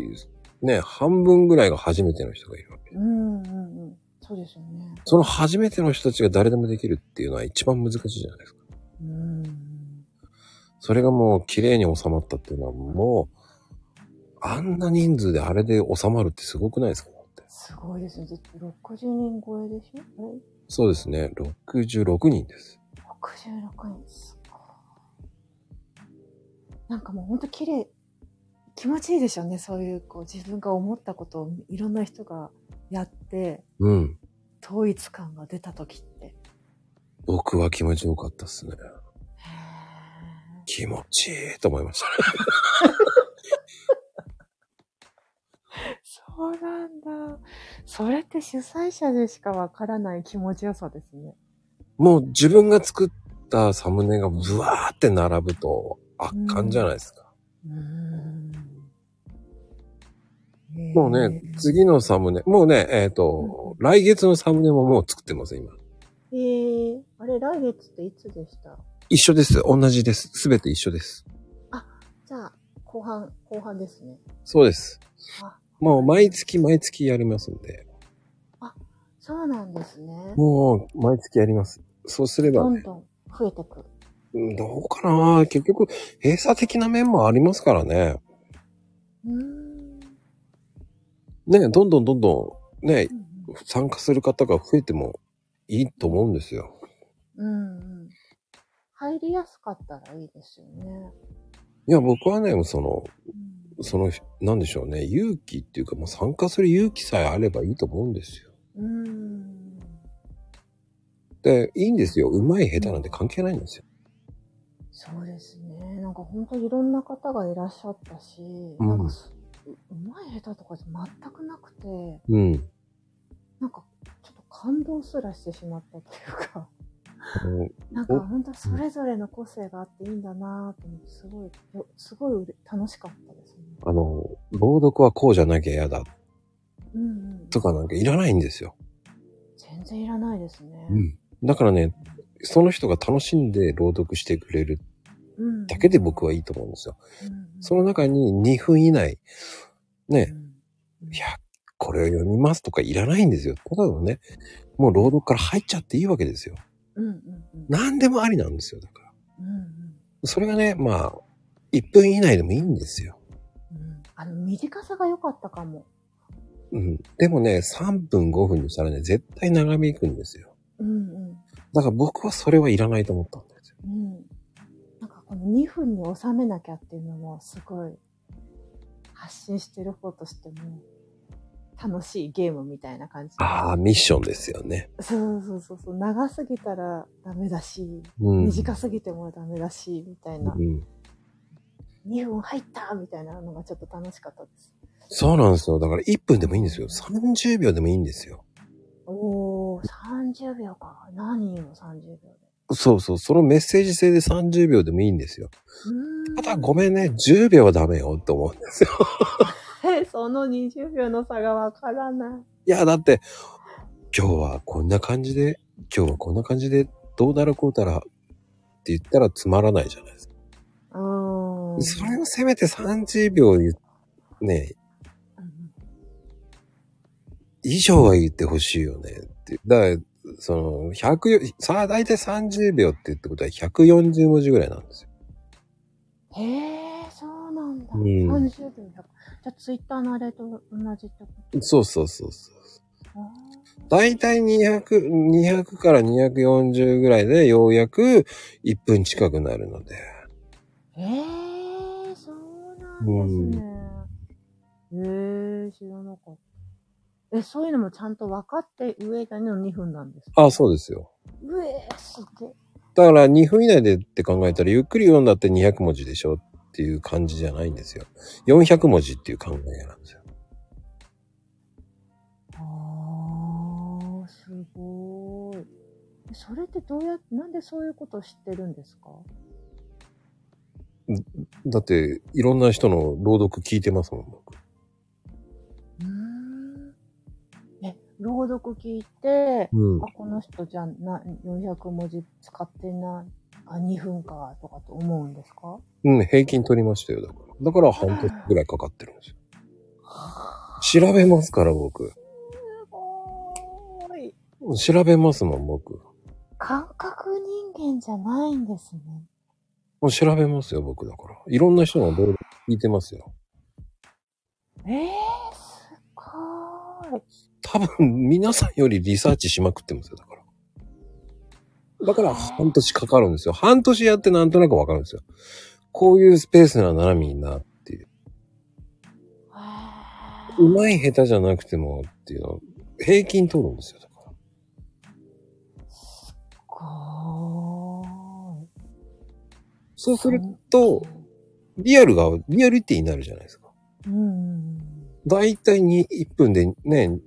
ね、半分ぐらいが初めての人がいるわけう。ん。うんうんうん。そうですよね。その初めての人たちが誰でもできるっていうのは一番難しいじゃないですか。うん。それがもう綺麗に収まったっていうのはもう、あんな人数であれで収まるってすごくないですかだって。すごいですね。だって60人超えでしょそうですね。66人です。え ?66 人すごい。なんかもうほんと綺麗、気持ちいいでしょうね。そういう、こう自分が思ったことをいろんな人がやって、うん。統一感が出た時って。僕は気持ちよかったっすね。へー気持ちいいと思いましたね。そうなんだ。それって主催者でしかわからない気持ちよさですね。もう自分が作ったサムネがブワーって並ぶと圧巻じゃないですか。うーん。もうね、次のサムネ、もうね、えっ、と、来月のサムネももう作ってます、今。えー、あれ、来月っていつでした一緒です。同じです。すべて一緒です。じゃあ、後半、後半ですね。そうです。あ、もう毎月毎月やりますんで。そうなんですね。もう毎月やります。そうすればど、んどん増えてく。うんどうかな結局、閉鎖的な面もありますからね。うーん。ね、どんどんどんどん、ね、うん参加する方が増えてもいいと思うんですよ。うん。うんうん入りやすかったらいいですよね。いや、僕はね、その、うんその、なんでしょうね、勇気っていうか、もう参加する勇気さえあればいいと思うんですよ。うーん。で、いいんですよ。上手い下手なんて関係ないんですよ。そうですね。なんか本当いろんな方がいらっしゃったし、うんなんかそううまい下手とかじゃ全くなくて、うん。なんかちょっと感動すらしてしまったっていうか、 うんなんか本当それぞれの個性があっていいんだなぁと思って、すごい、よすごいうれ楽しかったですね。あの、朗読はこうじゃなきゃ嫌だうんうん。とかなんかいらないんですよ。全然いらないですね。ん。だからね、その人が楽しんで朗読してくれるうん。だけで僕はいいと思うんですよ。うんその中に2分以内、ね、うんいや、これを読みますとかいらないんですよ。ただのね、もう朗読から入っちゃっていいわけですよ。うんうんうん。何でもありなんですよ。だから。うんうんそれがね、まあ、1分以内でもいいんですよ。うん。あの、短さが良かったかも。うん。でもね、3分5分にしたらね、絶対長めいくんですよ。うんうん。だから僕はそれはいらないと思ったんですよ。うん。なんかこの2分に収めなきゃっていうのもすごい発信してる方としても楽しいゲームみたいな感じ。ああ、ミッションですよね。そうそうそうそう。長すぎたらダメだし、うん。短すぎてもダメだし、みたいなう。ん。 2分入ったみたいなのがちょっと楽しかったです。そうなんですよ。だから1分でもいいんですよ。30秒でもいいんですよ。おー、30秒か。何人も30秒で。そうそう。そのメッセージ性で30秒でもいいんですよ。うーん。ただごめんね、10秒はダメよって思うんですよ。え、 その20秒の差がわからない。いや、だって、今日はこんな感じで、今日はこんな感じで、どうだろうこうたら、って言ったらつまらないじゃないですか。うーん。それをせめて30秒言っね、うん以上は言ってほしいよねって。だから、その、100よ、さあ、だいたい30秒って言ってことは140文字ぐらいなんですよ。へえ、そうなんだ。うん30秒だ。じゃあ、ツイッターのあれと同じってことそうそうそうそう。あだいたい200、200から240ぐらいでようやく1分近くなるので。ーへえ、そうなんですね。へえ、知らなかった。え、そういうのもちゃんと分かって上での2分なんですかあ、そうですよ。うえー、すげえ。だから2分以内でって考えたら、ゆっくり読んだって200文字でしょっていう感じじゃないんですよ。400文字っていう考えなんですよ。あー、すごーい。それってどうやって、なんでそういうことを知ってるんですかだって、いろんな人の朗読聞いてますもん、僕。うーん。え、朗読聞いて、うんあ、。この人じゃな、400文字使ってない、あ、2分か、とかと思うんですかうん、平均取りましたよ、だから。だから半年ぐらいかかってるんですよ。調べますから、僕。すごーい。調べますもん、僕。感覚人間じゃないんですね。もう調べますよ、僕だから。いろんな人の朗読聞いてますよ。えー、すごーい。多分、皆さんよりリサーチしまくってますよ、だから。だから、半年かかるんですよ。半年やってなんとなくわかるんですよ。こういうスペースならみんなっていう。あうまい下手じゃなくてもっていうのを平均取るんですよ、だから。ーごーい。そうすると、リアルが、リアリティになるじゃないですか。うん。だいたいに1分でね、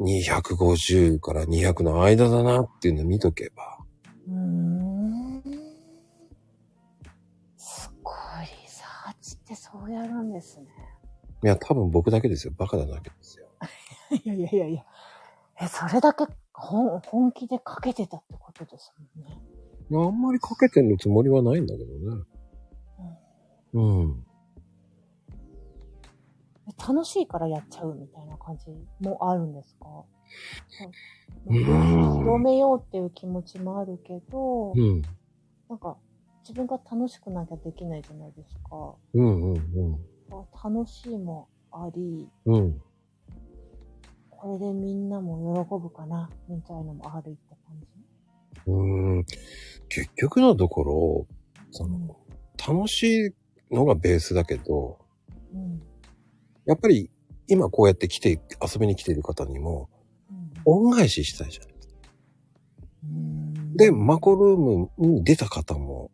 250から200の間だなっていうのを見とけば。うーん。すごい、リサーチってそうやるんですね。いや、多分僕だけですよ。バカなだけですよ。いやいやいやいや。え、それだけ本本気でかけてたってことですもんね。いや、あんまりかけてるつもりはないんだけどね。うん。え楽しいからやっちゃうみたいな感じもあるんですかうん広めようっていう気持ちもあるけど、うん。なんか自分が楽しくなきゃできないじゃないですか。うんうんあ楽しいもあり、うん。うん。これでみんなも喜ぶかな、みたいのもあるって感じ。うーん結局のところ、その、楽しいのがベースだけど、うん。やっぱり今こうやって来て、遊びに来ている方にも、恩返ししたいじゃん。うん。で、マコルームに出た方も、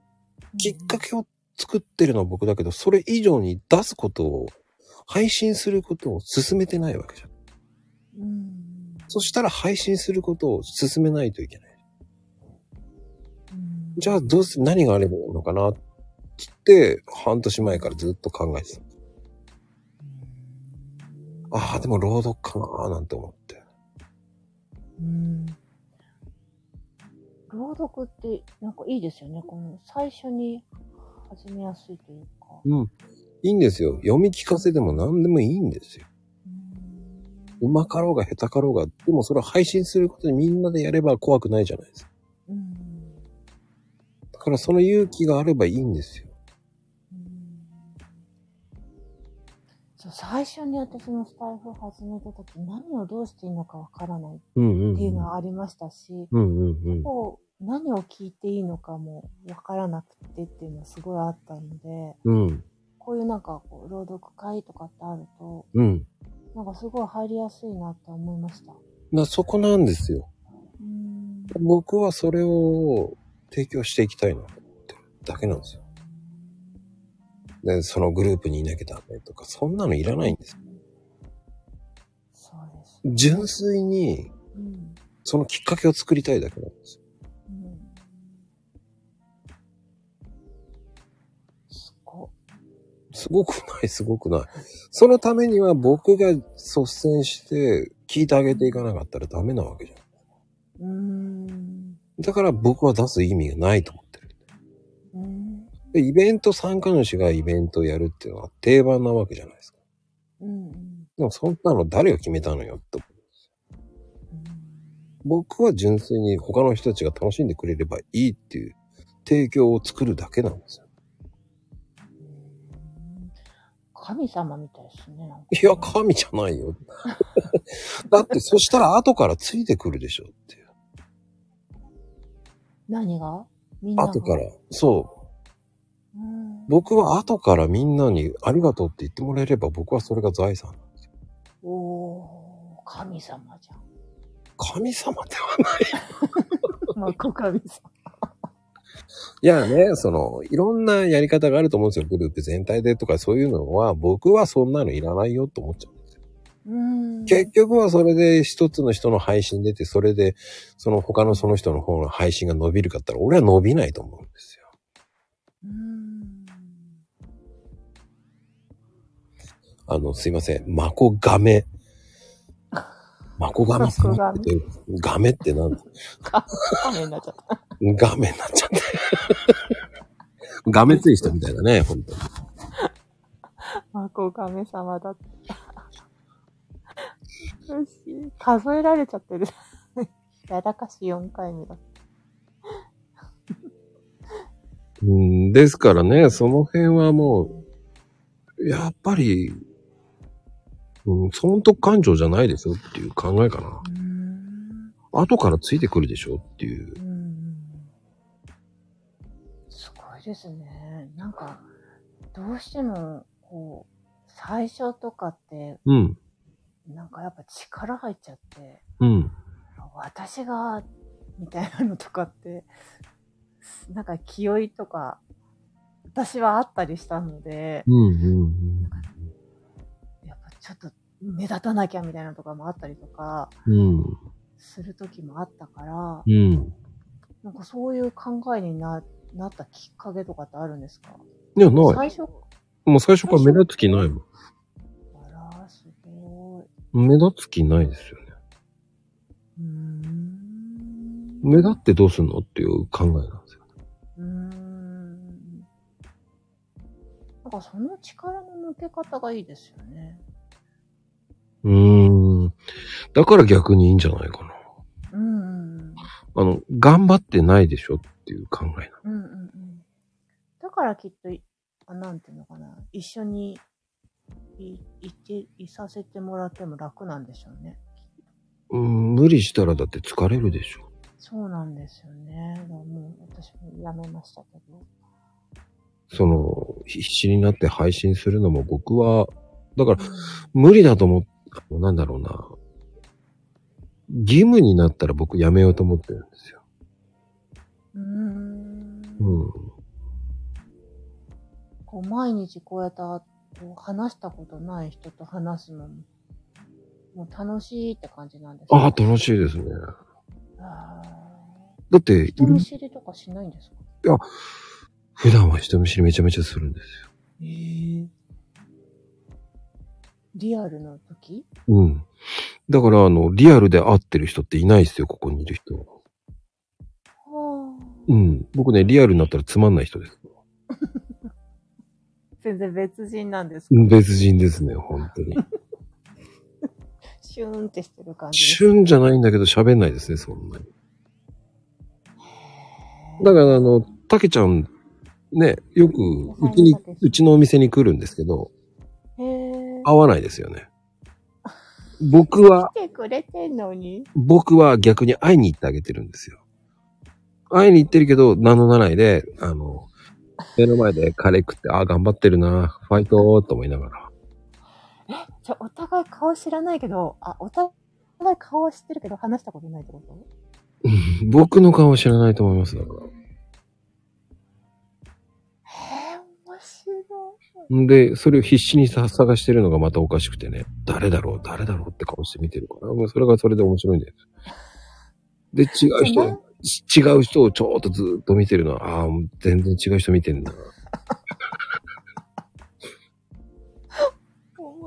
うん、きっかけを作ってるのは僕だけど、それ以上に出すことを、配信することを進めてないわけじゃん。うん。そしたら配信することを進めないといけない。うんじゃあどうす、何があればいいのかなって言って、半年前からずっと考えてた。ああ、でも朗読かなーなんて思って。うん朗読ってなんかいいですよね。この最初に始めやすいというか。うん。いいんですよ。読み聞かせでも何でもいいんですよ。うまかろうが下手かろうが、でもそれを配信することでみんなでやれば怖くないじゃないですか。うん。だからその勇気があればいいんですよ。うんそう最初に私もスタイフ始めた時何をどうしていいのかわからないっうんうん、うん。ていうのはありましたし、うんうんうん。こう何を聞いていいのかもわからなくてっていうのはすごいあったので、うん。こういうなんかこう朗読会とかってあると、うん。なんかすごい入りやすいなって思いました。な、そこなんですよ。うん僕はそれを提供していきたいなと思ってるだけなんですよ。で、そのグループにいなきゃダメとか、そんなのいらないんですよ。そうです。純粋に、うん。そのきっかけを作りたいだけなんですよ。うん。すごすごくない、すごくない。そのためには僕が率先して聞いてあげていかなかったらダメなわけじゃん。い。うーん。だから僕は出す意味がないと思ってる。うん。で、イベント参加主がイベントをやるっていうのは定番なわけじゃないですか。うん。うんでもそんなの誰が決めたのよって。僕は純粋に他の人たちが楽しんでくれればいいっていう提供を作るだけなんですよ。神様みたいですね。なんかいや、神じゃないよ。 だってそしたら後からついてくるでしょっていう。何がみんなが。後から。そう。うん。僕は後からみんなにありがとうって言ってもらえれば僕はそれが財産。おー、神様じゃん。神様ではない。まあ、小神様。いやね、その、いろんなやり方があると思うんですよ。グループ全体でとかそういうのは、僕はそんなのいらないよと思っちゃうんですよ。うん。結局はそれで一つの人の配信出て、それで、その他のその人の方の配信が伸びるかって言ったら、俺は伸びないと思うんですよ。うん。あの、すいません。マコガメ。マコガメさんマコガメってガメって何神になっちゃった。画面になっちゃって。画面つい人みたいだね、本当に。まあ、小神様だって。 よし。数えられちゃってる。 やらかし4回目だ。うん、ですからね、その辺はもう、やっぱり、うん、損得感情じゃないでしょっていう考えかな。うん。後からついてくるでしょっていう。うん。すごいですね。なんか、どうしても、こう、最初とかって、うん、なんかやっぱ力入っちゃって、うん、私が、みたいなのとかって、 なんか気負いとか、私はあったりしたので、うん、うんやっぱちょっと目立たなきゃみたいなのとかもあったりとかうん、うん、する時もあったから、うん。なんかそういう考えにななったきっかけとかってあるんですかいや、ない。最初、もう最初から目立つ気ないもん。あ目立つ気ないですよね。うーん。目立ってどうすんのっていう考えなんですよ。うーん。なんかその力の抜け方がいいですよね。うーん。だから逆にいいんじゃないかな。うんうんうん。あの、頑張ってないでしょっていう考えなの。うんうんうん。だからきっとい、あなんていうのかな。一緒にい、いて、いさせてもらっても楽なんでしょうね。うん、無理したらだって疲れるでしょ。そうなんですよね。だからもう私もやめましたけど。その、必死になって配信するのも僕は、だからう無理だと思っなんだろうな。義務になったら僕やめようと思ってるんですよ。ん。うーんうん。こう毎日こうやってこう話したことない人と話すのも、もう楽しいって感じなんですああ、と。楽しいですね。あだって、いー人見知りとかしないんですか普段は人見知りめちゃめちゃするんですよ。ええ。リアルの時うん。だから、あの、リアルで会ってる人っていないですよ、ここにいる人は。はあ。うん。僕ね、リアルになったらつまんない人です。全然別人なんですか、うん別人ですね、本当に。シューンってしてる感じです。旬じゃないんだけど喋んないですね、そんなに。だから、あの、たけちゃん、ね、よく、うちに、うちのお店に来るんですけど、へえ。合わないですよね。僕は、来てくれてんのに。僕は逆に会いに行ってあげてるんですよ。会いに行ってるけど、名乗らないで、あの、目の前でカレー食って、ああ、頑張ってるな、ファイトーと思いながら。 じゃ、お互い顔知らないけど、あ、お互い顔は知ってるけど話したことないってことうん僕の顔は知らないと思います、だから。へえ、面白い。んで、それを必死にさ探してるのがまたおかしくてね、誰だろう、誰だろうって顔して見てるから、もうそれがそれで面白いんだよ。で、違うじゃあな人、し違う人をちょっとずっと見てるのは、ああ、もう全然違う人見てんだ。面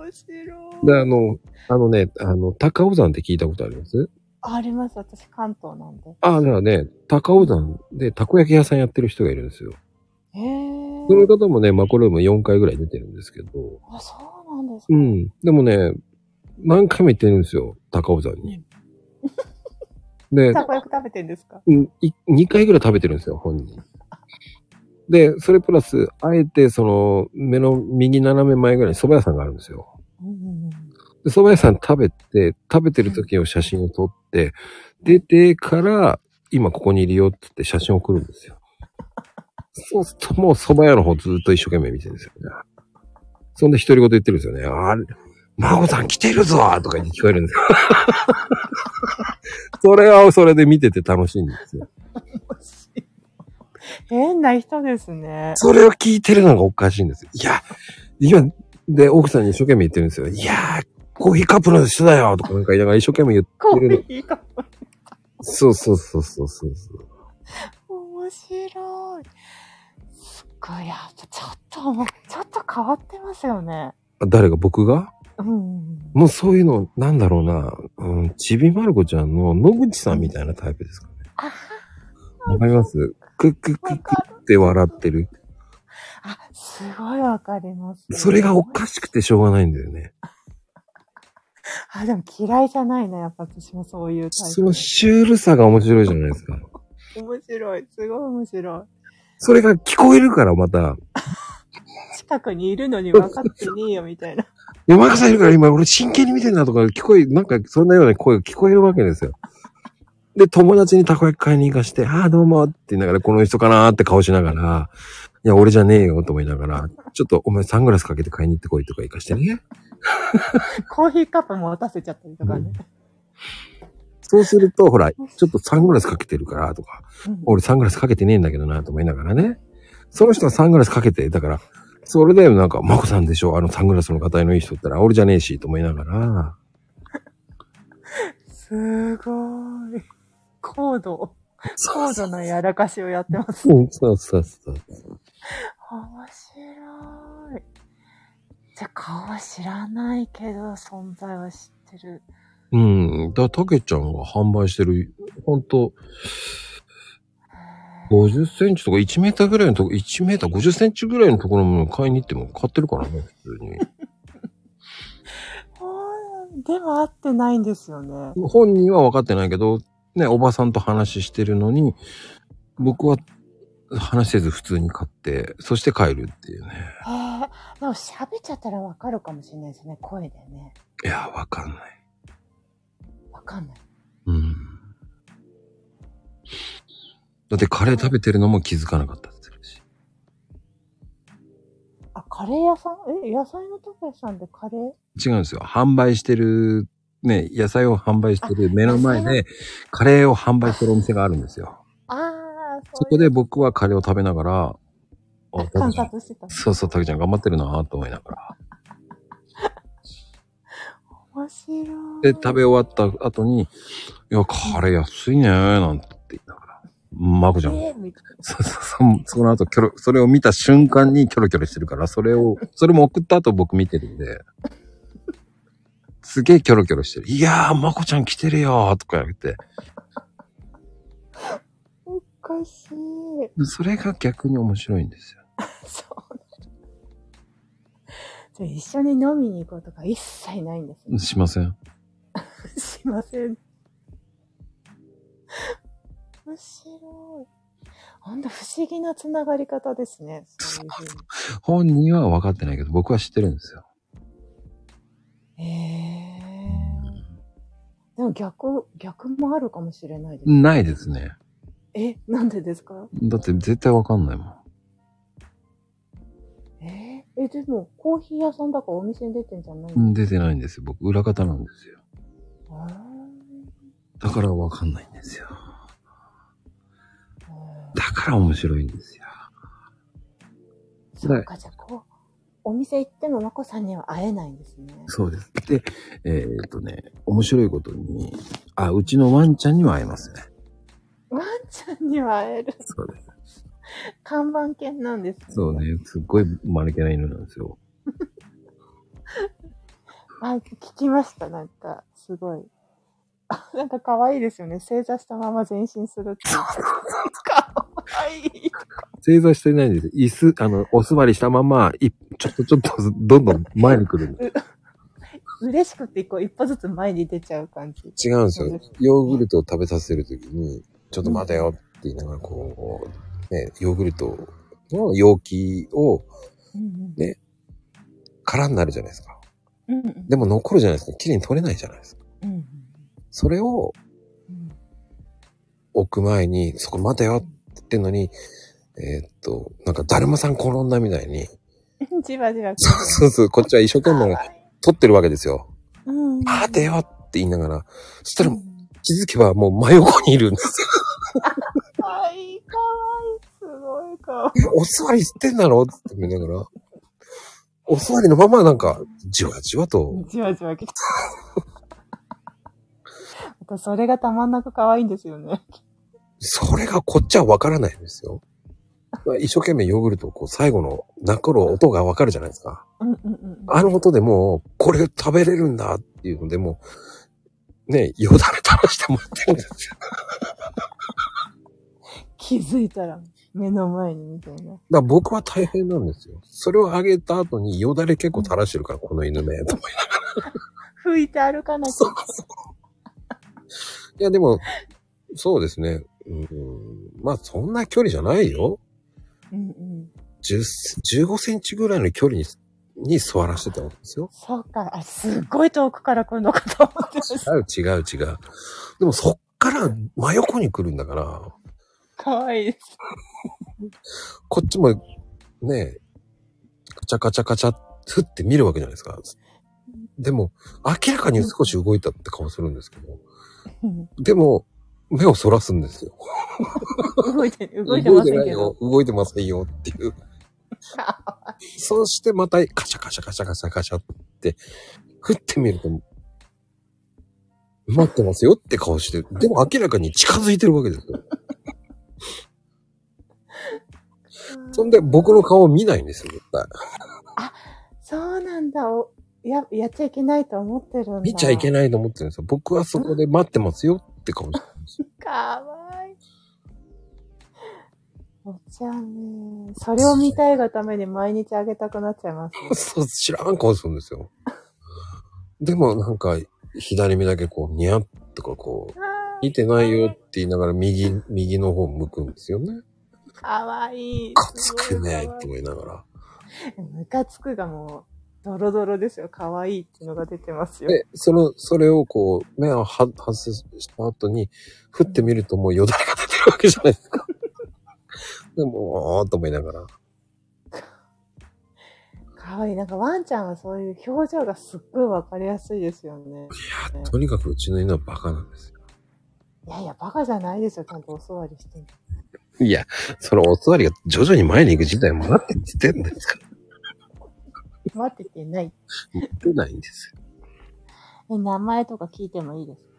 で、白い。あの、あのね、あの、高尾山って聞いたことありますあります。私、関東なんで。ああ、だからね、高尾山でたこ焼き屋さんやってる人がいるんですよ。へえそ。の方もね、マコルーム4回ぐらい出てるんですけど、あ、そうなんですか。うん。でもね、何回も行ってるんですよ、高尾山に。で、たこ焼き食べてんですかうん、い2回ぐらい食べてるんですよ、本人。で、それプラス、あえて、その、目の右斜め前ぐらいに蕎麦屋さんがあるんですよ。うんうんうん。で蕎麦屋さん食べて、食べてる時の写真を撮って、出てから、今ここにいるよって言って写真を送るんですよ。そうするともう蕎麦屋の方ずっと一生懸命見てるんですよね。そんで独り言言ってるんですよね。あれ、孫さん来てるぞとか言って聞こえるんですよ。 それはそれで見てて楽しいんですよ。変な人ですね。それを聞いてるのがおかしいんですよ。いや、今、で、奥さんに一生懸命言ってるんですよ。いやー、コーヒーカップの人だよとかなんか言いながら一生懸命言っコてるの。ーヒーか。そうそうそうそうそうそう。面白い。すっごい、やっぱちょっともう、ちょっと変わってますよね。あ誰が僕がうんうんうん。もうそういうの、なんだろうな、うん、ちびまる子ちゃんの野口さんみたいなタイプですかね。あ、わかりますクックックッわクかる。って笑ってる。あ、すごいわかります。それがおかしくてしょうがないんだよね。あ、でも嫌いじゃないな、やっぱ私もそういうタイそプの。シュールさが面白いじゃないですか。面白い。すごい面白い。それが聞こえるからまた、近くにいるのに分かってねえよみたいな。山中さんいるから今俺真剣に見てんだとか聞こえ、なんかそんなような声が聞こえるわけですよ。で、友達にたこ焼き買いに行かして、ああ、どうもって言いながら、この人かなーって顔しながら、いや、俺じゃねえよと思いながら、ちょっとお前サングラスかけて買いに行ってこいとか行かしてね。 コーヒーカップ持たせちゃったりとかね。そうすると、ほら、ちょっとサングラスかけてるからとか、うん俺サングラスかけてねえんだけどなと思いながらね。その人はサングラスかけて、だから、それでなんか、マコさんでしょあのサングラスの型のいい人ったら、俺じゃねえしと思いながら、すごい。高度、そ高うそ度うなやらかしをやってます。うんそうそうそう。面白い。じゃあ顔は知らないけど、存在は知ってしてる。うん。だ、たけちゃんが販売してる、ほんと、50センチとか1メーターぐらいのとこ、1メーター50センチぐらいのところのもの買いに行っても買ってるからね、普通に。あーでも合ってないんですよね。本人は分かってないけど、ね、おばさんと話してるのに、僕は話せず普通に買って、そして帰るっていうね。へえ、でも喋っちゃったらわかるかもしれないですね、声でね。いや、分かんない。わかんない。うん。だってカレー食べてるのも気づかなかったって言ってるし。あ、カレー屋さんえ、野菜のとこ屋さんでカレー違うんですよ。販売してる、ね、野菜を販売してる目の前で、カレーを販売してるお店があるんですよ。ああ、そこで僕はカレーを食べながら、ういあうタ観ケちゃん察してた。そうそう、タケちゃん頑張ってるなぁと思いながら。面白い。で、食べ終わった後に、いや、カレー安いねーなんて言いながら。マコちゃん。えーみたいそうそうそう、その後、キョロ、それを見た瞬間にキョロキョロしてるから、それを、それも送った後僕見てるんで、すげえキョロキョロしてる。いやー、まこちゃん来てるよーとか言って、なおかしい。それが逆に面白いんですよ。そうじゃあ一緒に飲みに行こうとか一切ないんですね。しません。 すいません。面白い。ほんと不思議なつながり方ですね。そういうふう本人は分かってないけど、僕は知ってるんですよ。に。へえ。でも逆、逆もあるかもしれないです。ないですね。え、なんでですかだって絶対分かんないもん。えーえ、でもコーヒー屋さんだからお店に出てんじゃないうんん出てないんですよ。僕、裏方なんですよ。あだから分かんないんですよ。ーあーだから面白いんですよ。そっか、じゃあこう、お店行ってもまこさんには会えないんですね。そうです。で、えーっとね、面白いことに、あ、うちのワンちゃんには会えますね。ワンちゃんには会える。そうです。看板犬なんですね。そうね、すっごい丸けな犬なんですよ。あ、聞きました。なんか、すごい。 あなんか可愛いですよね。正座したまま前進するっていう。可愛い。正座してないんですよ。椅子、あの、お座りしたまま、いちょっとちょっと、どんどん前に来るんで嬉しくて、こう、一歩ずつ前に出ちゃう感じ。す。違うんですそうよで。ヨーグルトを食べさせるときに、ちょっと待てよって言いながら、こう、ね、ヨーグルトの容器をうんね空になるじゃないですか。うん。うんうんでも残るじゃないですか。綺麗に取れないじゃないですか。うんうんそれをうん置く前に、そこ待てよって言ってんのに、えーっと、なんか、だるまさん転んだみたいに、うんじわじわ来る。そうそう、こっちは一生懸命可愛い撮ってるわけですよ。うん。待てよって言いながら、そしたらうん気づけばもう真横にいるんですよ。可愛い、可愛い。すごい可愛い。お座りしてんだろって見ながら、お座りのままなんか、じわじわと、じわじわ来た。またそれがたまんなく可愛いんですよね。それがこっちはわからないんですよ。一生懸命ヨーグルトをこう最後の残る音がわかるじゃないですか。うんうんうん。あの音でもう、これ食べれるんだっていうのでもう、ね、よだれ垂らしてもらってるんですよ。だか気づいたら目の前にみたいな。ら僕は大変なんですよ。それをあげた後によだれ結構垂らしてるから、この犬め、と思いなが拭いて歩から。なきそゃう。そう。いや、でも、そうですね。うん、まあ、そんな距離じゃないよ。うんうん。 10 15センチぐらいの距離に、に座らせてたんですよ。そうか。あ、すっごい遠くから来るのかと思ってまし違た。う違う違う。でもそっから真横に来るんだから、かわいいです。こっちも、ねえ、カチャカチャカチャ、ふって見るわけじゃないですか。でも、明らかに少し動いたって顔するんですけど、うんでも、目をそらすんですよ。動いて、動いて動ませんいてないけよど。、動いてませんよっていう。 そしてまたカシャカシャカシャカシャカシャって、ふって見ると、待ってますよって顔して、でも明らかに近づいてるわけですよ。そんで僕の顔を見ないんですよ、絶対。そうなんだ。おいや、やっちゃいけないと思ってるんだ。見ちゃいけない。ないと思ってるんですよ。僕はそこで待ってますよって顔してかわいい。お茶ね。それを見たいがために毎日あげたくなっちゃいますね、そう、知らん顔するんですよ。でもなんか、左目だけこう、ニャッとかこう、見てないよって言いながら右、右の方向くんですよね。かわいい。かつくねって思いながら。ムカつくがもう、ドロドロですよ。かわいいっていうのが出てますよ。で、その、それをこう、目をは外した後に、振ってみるともうよだれが出てるわけじゃないですか。 でも、あーっと思いながら。かわいい。なんかワンちゃんはそういう表情がすっごいわかりやすいですよね。ねとにかくうちの犬はバカなんですよ。いやいや、バカじゃないですよ。ちゃんとお座りしてる。いや、そのお座りが徐々に前に行く時代もなってきてるんですから。待っててない。言ってないんですよ。え、名前とか聞いてもいいですか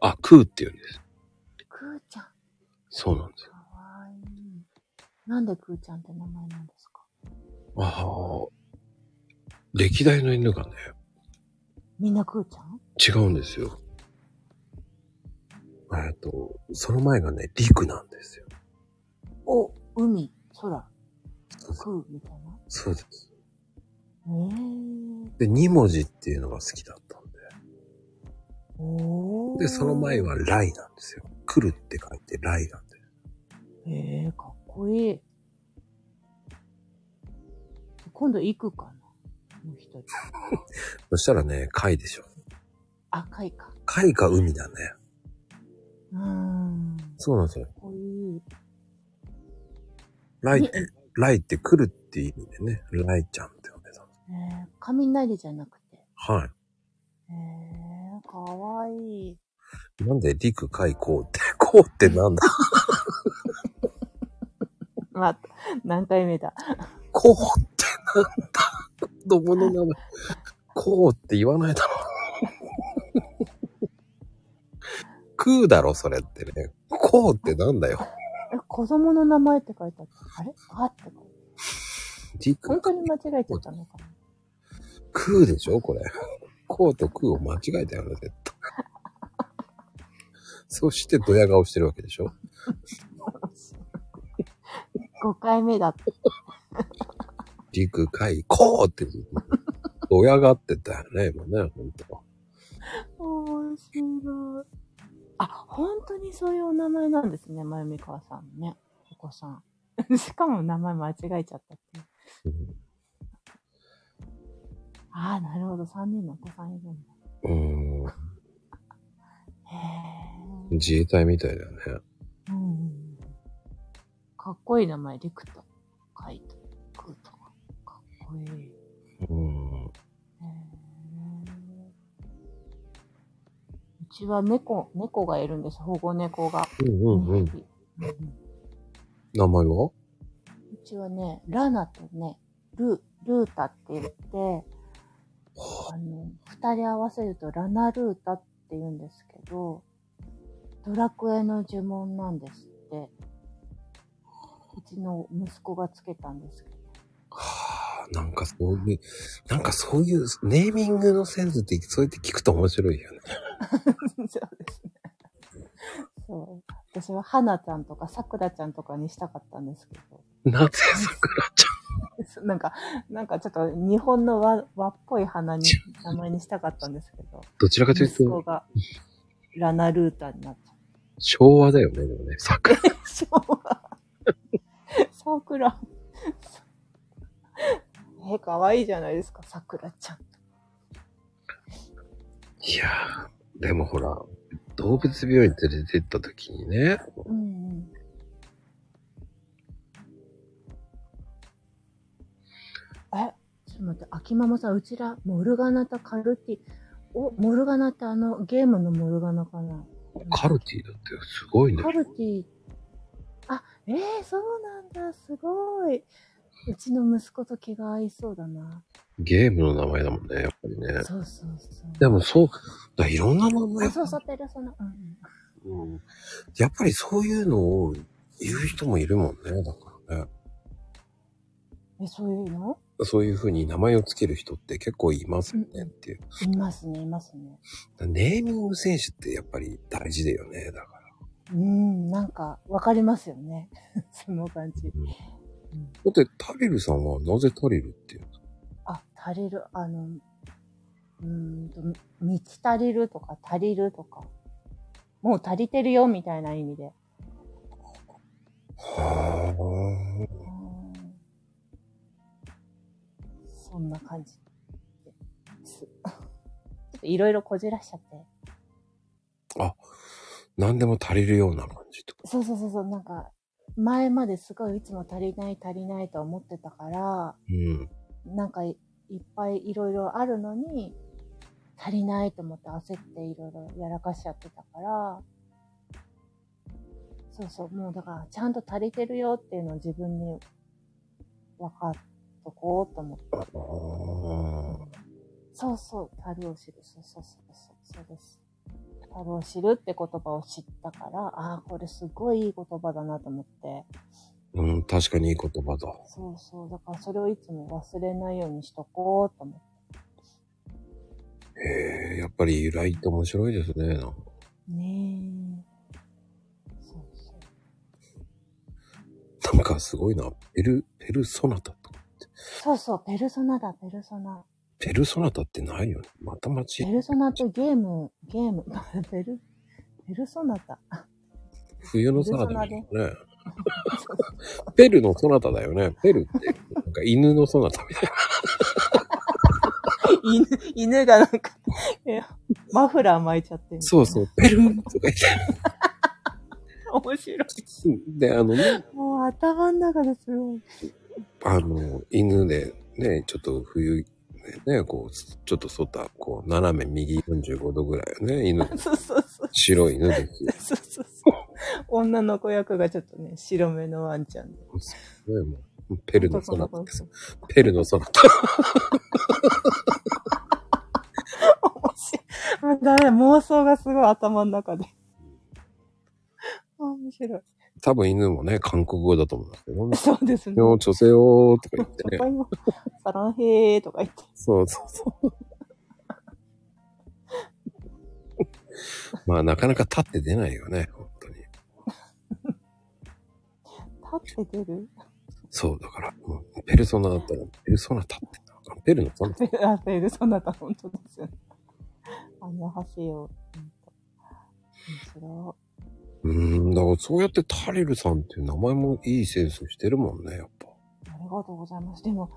あ、食うって言うんです。くーちゃん。そうなんですよ。かわいい。なんでくーちゃんって名前なんですかああ。歴代の犬がね、みんなくーちゃん違うんですよ。えっと、その前がね、陸なんですよ。お、海、空、くーみたいな。そうです。えー、で、二文字っていうのが好きだったんおーで。で、その前。は来なんですよ。来るって書いて来なんで。えー、かっこいい。今度行くかなもう一人。そしたらね、海でしょ。赤いか。海か海だね。うーん。かそうなんですよ。っこいい。来って、来って来るって意味でね、来ちゃんって呼んでたんです。えー、雷じゃなくて。はえー、かわいい。い。なんで陸海こうって、こうってなんだまた、何回目だ。こうってなんだ。子供の名前。こうって言わないだろ。食うだろ、それってね。こうってなんだよ。え、子供の名前って書いてあった。あれあって書いてあるリ本ク、当に間違えちゃったのか な食うでしょ、これ。 こうと食うを間違えたよね、絶対。 そして、ドヤ顔してるわけでしょ。 ?5 回目だって。リク、かい、こうって。ドヤがってたよね、今ね、ほんと。面白い。あ、本当にそういうお名前なんですね、まゆみかわさんのね。お子さん。 しかも名前間違えちゃったっていう。ああ、なるほど。3人のお子さんいるんだ。うん。うーへんえ。自衛隊みたいだよね。うん。かっこいい名前、リクと、カイと、クーとか。かっこいい。うん。へーうちは猫、猫がいるんです。保護猫が。うんうんう。うんんう名前はちはね、ラナとね、ル、ルータって言って、あの、二人合わせるとラナルータって言うんですけど、ドラクエの呪文なんですって、うちの息子がつけたんですけど。はあ、なんかそういう、なんかそういうネーミングのセンスってそうやって聞くと面白いよね。そうですね。そう。私は花ちゃんとか桜ちゃんとかにしたかったんですけど。なぜ桜ちそうなんか、なんかちょっと日本の和和っぽい花に、名前にしたかったんですけゃどん、どちらかという息子とがラナルータになっちゃっ昭和だよね、でもね。桜。た。昭和。桜。え、可愛いじゃないですか、桜ちゃん。いやー、でもほら、動物病院連れてった時にね、うんうん。え、ちょっと待って、秋ママさん、うちら、モルガナとカルティ。お、モルガナってあの、ゲームのモルガナかなカルティだってすごいねカ。ルティ。あ、えー、そうなんだ。すごい。うちの息子と気が合いそうだな。ゲームの名前だもんね、やっぱりね。そうそうそう。でもそう、だいろんな名前あ、そうそう、ペルソナ。うんうん。うんやっぱりそういうのを言う人もいるもんね、だからね。え、そういうのそういう風に名前をつける人って結構いますよねっていう。いますね、いますね。ネーミング選手ってやっぱり大事だよね。だから。うん、なんか、わかりますよね。 その感じ。だってタリルさんはなぜタリルっていうのあ、足りる、あの、うーんと、満ち足りるとか、足りるとか、もう足りてるよ、みたいな意味で。はうーんそんな感じです。ちょっといろいろこじらしちゃって。あ。何でも足りるような感じとか。そうそうそうそう、なんか、前まですごいいつも足りない足りないと思ってたから、うん。なんかいいっぱいいろいろあるのに、足りないと思って焦っていろいろやらかしちゃってたから、そうそう、もうだから、ちゃんと足りてるよっていうのを自分に分かっとこうと思って。ああ。そうそう、樽を知る。そうそうそうそう、そうです。樽を知るって言葉を知ったから、ああ、これすごいいい言葉だなと思って。うん、確かにいい言葉だ。そうそう、だからそれをいつも忘れないようにしとこうと思って。へえ、やっぱり由来って面白いですね。なんかねえ。そうそう。なんかすごいな。ペル、ペルソナタとか。そうそう、ペルソナだ、ペルソナ。ペルソナタってないよね。また間違ペえルソナってゲーム、ゲーム、 ペル、ペルソナだ。冬のソナタだよねペ。ペルのソナタだよね。ペルって、なんか犬のソナタみたい 犬、犬がなんか、 マフラー巻いちゃっな。てる。そうそう、ペルとか言って。面白い。で、あのね、もう頭の中ですごい。あの、犬で、ね、ちょっと冬、ね、こう、ちょっと外、こう、斜め右45度ぐらいよね、犬。そうそうそう。白い犬です よ。 そうそうそう。女の子役がちょっとね、白目のワンちゃんで。ね、もうペルのソナタですそう。ペルのソナタ。面白い。もうダメ、妄想がすごい頭の中で。あ面白い。多分犬もね、韓国語だと思うんですけどね。そうですね。よ、ちょせよーとか言ってやねっぱ。りもうサランヘーとか言って。そうそうそう。まあ、なかなか立って出ないよね、本当に。立って出るそう、だから、うんペルソナだったら、ペルソナ立ってなペルのソナタ。あ、ペルソナタ、本当ですよね。あの、はせよ。うん面うーん、だからそうやってタレルさんっていう名前もいいセンスしてるもんね、やっぱ。白い。ありがとうございます。でも、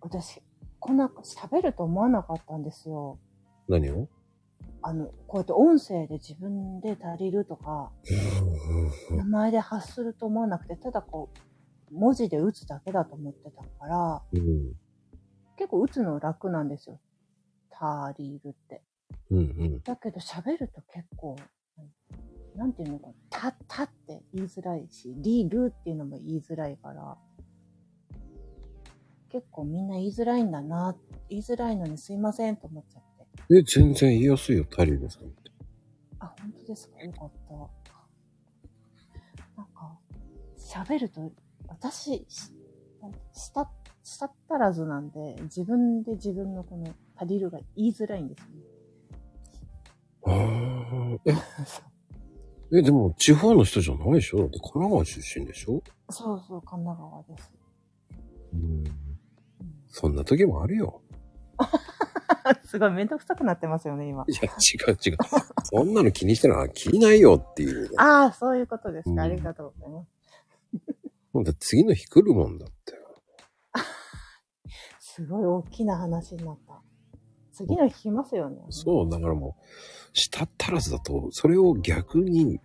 私、こんな、喋ると思わなかったんですよ。何をあの、こうやって音声で自分で足りるとか、名前で発すると思わなくて、ただこう、文字で打つだけだと思ってたから、うん、結構打つの楽なんですよ。足りるって。うん、うん。だけど喋ると結構、なんていうのかな、た、たって言いづらいし、リルっていうのも言いづらいから、結構みんな言いづらいんだな、言いづらいのにすいませんと思っちゃって。え、全然言いやすいよ、タレルさんって。あ、本当ですかよかった。なんか、喋ると、私、し、なんてした、したったらずなんで、自分で自分のこの、足りるが言いづらいんですよね。 あーえ、え、でも地方の人じゃないでしょだって神奈川出身でしょそうそう、神奈川です。うん。うんそんな時もあるよ。 すごいめんどくさくなってますよね、今。いや、違う違う。 そんなの気にしてるのは気にないよっていう。ああ、そういうことですうんか。ありがとうございます。もうだって次の日来るもんだって。すごい大きな話になった。次の日来ますよね。そう、だからもう、舌足らずだと、それを逆に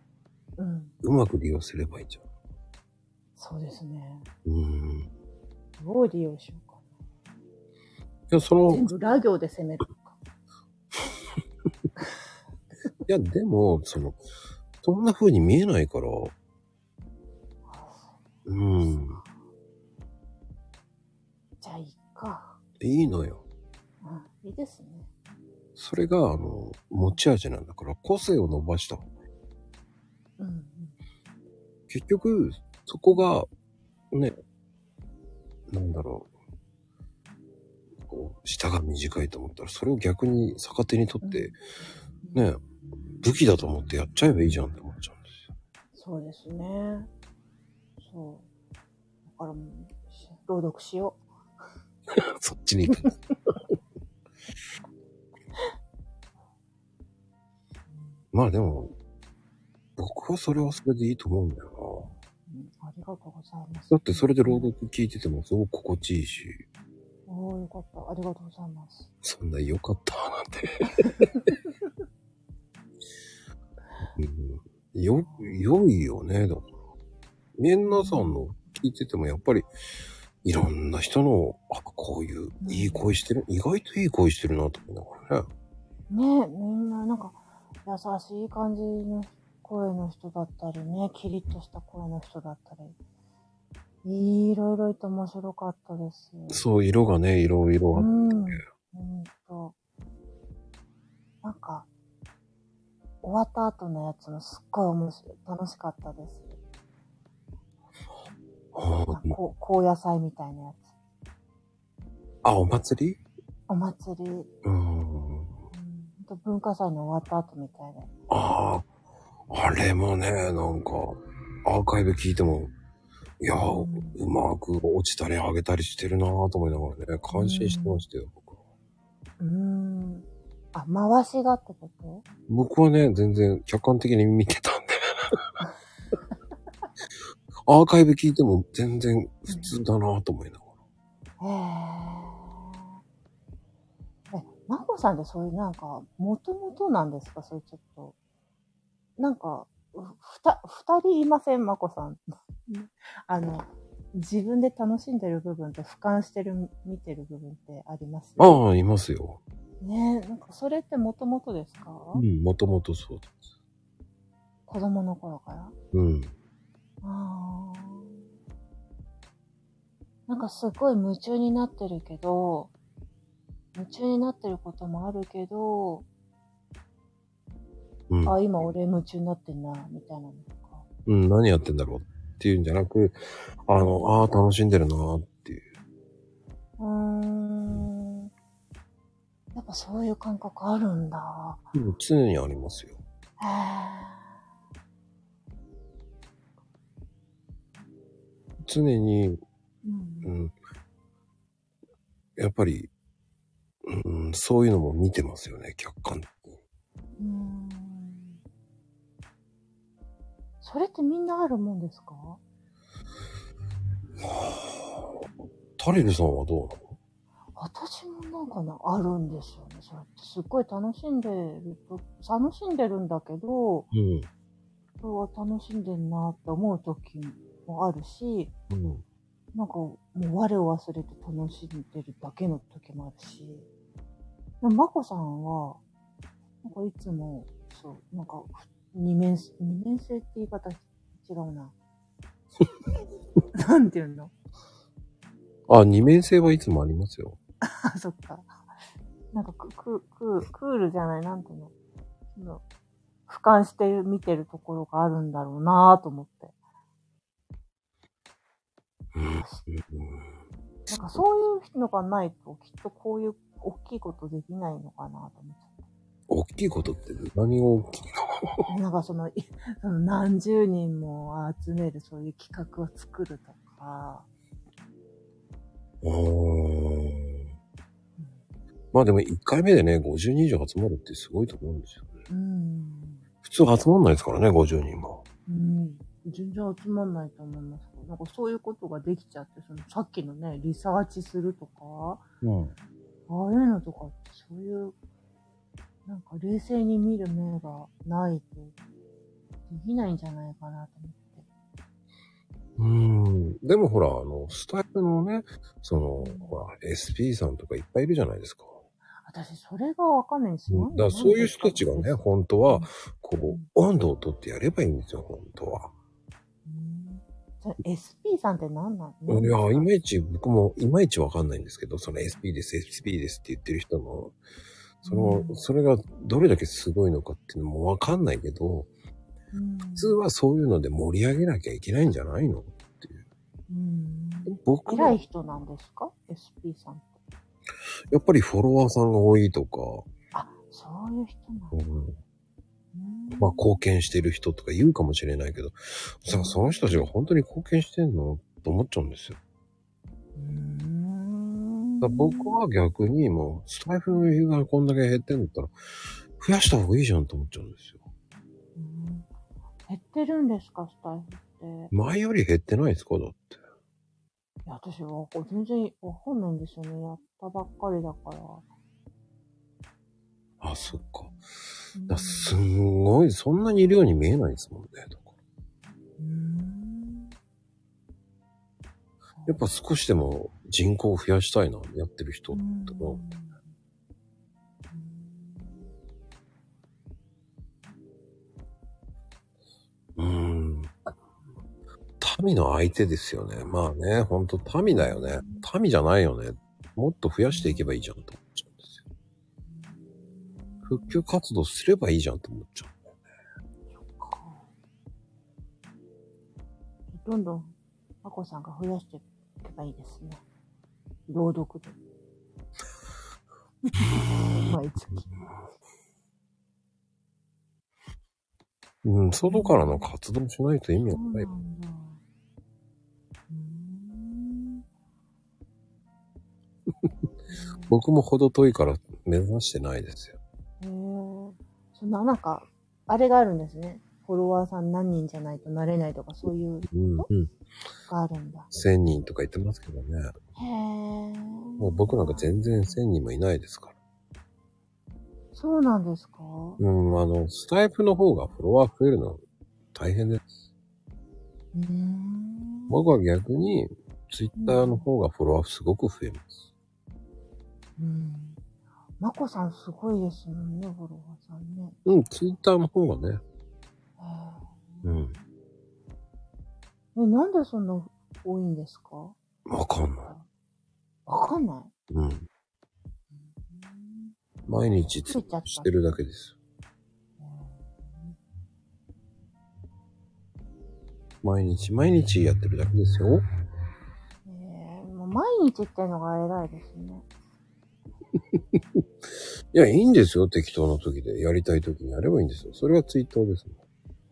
う。うん。うまく利用すればいいじゃん。そうですね。うん。いどう利用しようかや、そな。の、全い部ラ行で攻めるのか。や、でも、その、そんな風に見えないから、うん。じゃあ、いいか。いいのよ。うん、いいですね。それが、あの、持ち味なんだから、個性を伸ばした方がうん、うん。結局、そこが、ね、なんだろう、こう、舌が短いと思ったら、それを逆に逆手にとって、ねえ、武器だと思ってやっちゃえばいいじゃんって思っちゃうんですよ。そうですね。そう。だからもう、し朗読しよ そっちに行く。まあでも、僕はそれはそれでいいと思うんだよう。うんありがとうございます。な。だってそれで朗読聞いててもすごく心地いいし、おおよかった。ありがとうございます。そんな良かったなんて。うん、よ、良いよね、だから。皆さんの聞いててもやっぱり、いろんな人の、あ、こういう、いい声してる、意外といい声してるなと思いながらね。ねえ、みんななんか、優しい感じの声の人だったりね、キリッとした声の人だったり、いろいろいて面白かったです。そう、色がね、いろいろあうっん。てう。んと。なんか、終わった後のやつもすっごい面白い。楽しかったです。あなんかーこう、高野菜みたいなやつ。あ、お祭りお祭り、うん、うん。と文化祭の終わった後みたいな。ああ、あれもね、なんか、アーカイブ聞いても、いやー、うまく落ちたり上げたりしてるなぁと思いながらね、感心してましたよ、僕は。うん。うん。あ、回しがってこと僕はね、全然客観的に見てたんで。 アーカイブ聞いても全然普通だなぁと思いながへえ。え、まほさんってそういうなんか、もともとなんですかそれちょっと。なんか、ふふた、二人いませんまこさん。 あの、自分で楽しんでる部分と俯瞰してる、見てる部分ってありますら。ああ、いますよ。ねえ、なんかそれってもともとですか、うん、もともとそうです。子供の頃からうん。ああ。なんかすごい夢中になってるけど、夢中になってることもあるけど、うん。あ、今俺夢中になってんな、みたいなのとか。うん、何やってんだろうっていうんじゃなく、あの、ああ、楽しんでるなぁっていう。うーん。やっぱそういう感覚あるんだ。うん常にありますよ。へ常に、え。う。うんん、やっぱり、うん、そういうのも見てますよね、客観的に。うーん。それってみんなあるもんですかタレルさんはどうなの私もなんかね、あるんですよね。それってすっごい楽しんでると、楽しんでるんだけど、うん。これは楽しんでんなって思う時もあるし、うん、なんかもう我を忘れて楽しんでるだけの時もあるし、でもまこさんは、なんかいつも、そう、なんかふ二面、二面性って言い方違うな。なんて言うのあ、二面性はいつもありますよ。あ、そっか。なんかク、ク、ク、クールじゃない、なんていうの。その、俯瞰して見てるところがあるんだろうなぁと思って。うんなんかそういうのがないと、きっとこういう大きいことできないのかなと思大きいことって何が大きいって。なんかその、い その何十人も集めるそういう企画を作るとか、のおーまあでも1回目でね、50人以上集まるってすごいと思うんですよね。うん、普通集まんないですからね、50人も。うん、全然集まんないと思いますけど、なんかそういうことができちゃって、そのさっきのね、リサーチするとか、うん。ああいうのとかってそういう、なんか冷静に見る目がないと、できないんじゃないかなと思って。うん。でもほら、あの、スタイルのね、その、ほら、SP さんとかいっぱいいるじゃないですか。私、それがわかんないんですだよ。からそういう人たちがね、本当は、こう、温度をとってやればいいんですよ、本当は。うん。それ SP さんって何なんいや、いまいち、僕もいまいちわかんないんですけど、その SP です、SP ですって言ってる人の、その、うんそれがどれだけすごいのかっていうのもわかんないけど、うん普通はそういうので盛り上げなきゃいけないんじゃないのうん。本僕偉は、いや人なんですか ?SP さんって。っぱりフォロワーさんが多いとか、あ、そういう人なんだ。うん、うんまあ、貢献してる人とか言うかもしれないけど、さあ、その人たちが本当に貢献してんのと思っちゃうんですよ。うーんだから僕は逆にもう、スタイフの理由がこんだけ減ってんだったら、増やした方がいいじゃんと思っちゃうんですよ。うん減ってるんですか、スタイフって。前より減ってないですかだって。いや、私は全然わかんないんですよね。やったばっかりだから。あ、そっか。うんだすんごい、そんなにいるように見えないですもんね。だからうんやっぱ少しでも人口を増やしたいな、やってる人。うん思うん。民の相手ですよね。まあね、ほんと民だよね。民じゃないよね。もっと増やしていけばいいじゃんと思っちゃうんですよ。復旧活動すればいいじゃんと思っちゃう。どんどん、まこさんが増やしていけばいいですね。朗読で。毎月。うん、外からの活動しないと意味そがうなない。んだ。うーん僕も程遠いから目指してないですよ。へえ。そんな、なんか、あれがあるんですね。フォロワーさん何人じゃないとなれないとか、そういうのうん、うん。があるんだ。 1000人とか言ってますけどね。へえ。もう僕なんか全然1000人もいないですから。そうなんですかうん、あの、スタイプの方がフォロワー増えるの大変です。うーん。僕は逆に、ツイッターの方がフォロワーすごく増えます。うん。まこさんすごいですもんね、フォロワーさんね。うん、ツイッターの方がね。へうん。え、えなんでそんな多いんですかわかんない。わかんない。うん。毎日ツイートしてるだけです。毎日毎日やってるだけですよ。えー、もう毎日ってのが偉いですね。いや、いいんですよ。適当な時で。やりたい時にやればいいんですよ。それはツイッターですもん。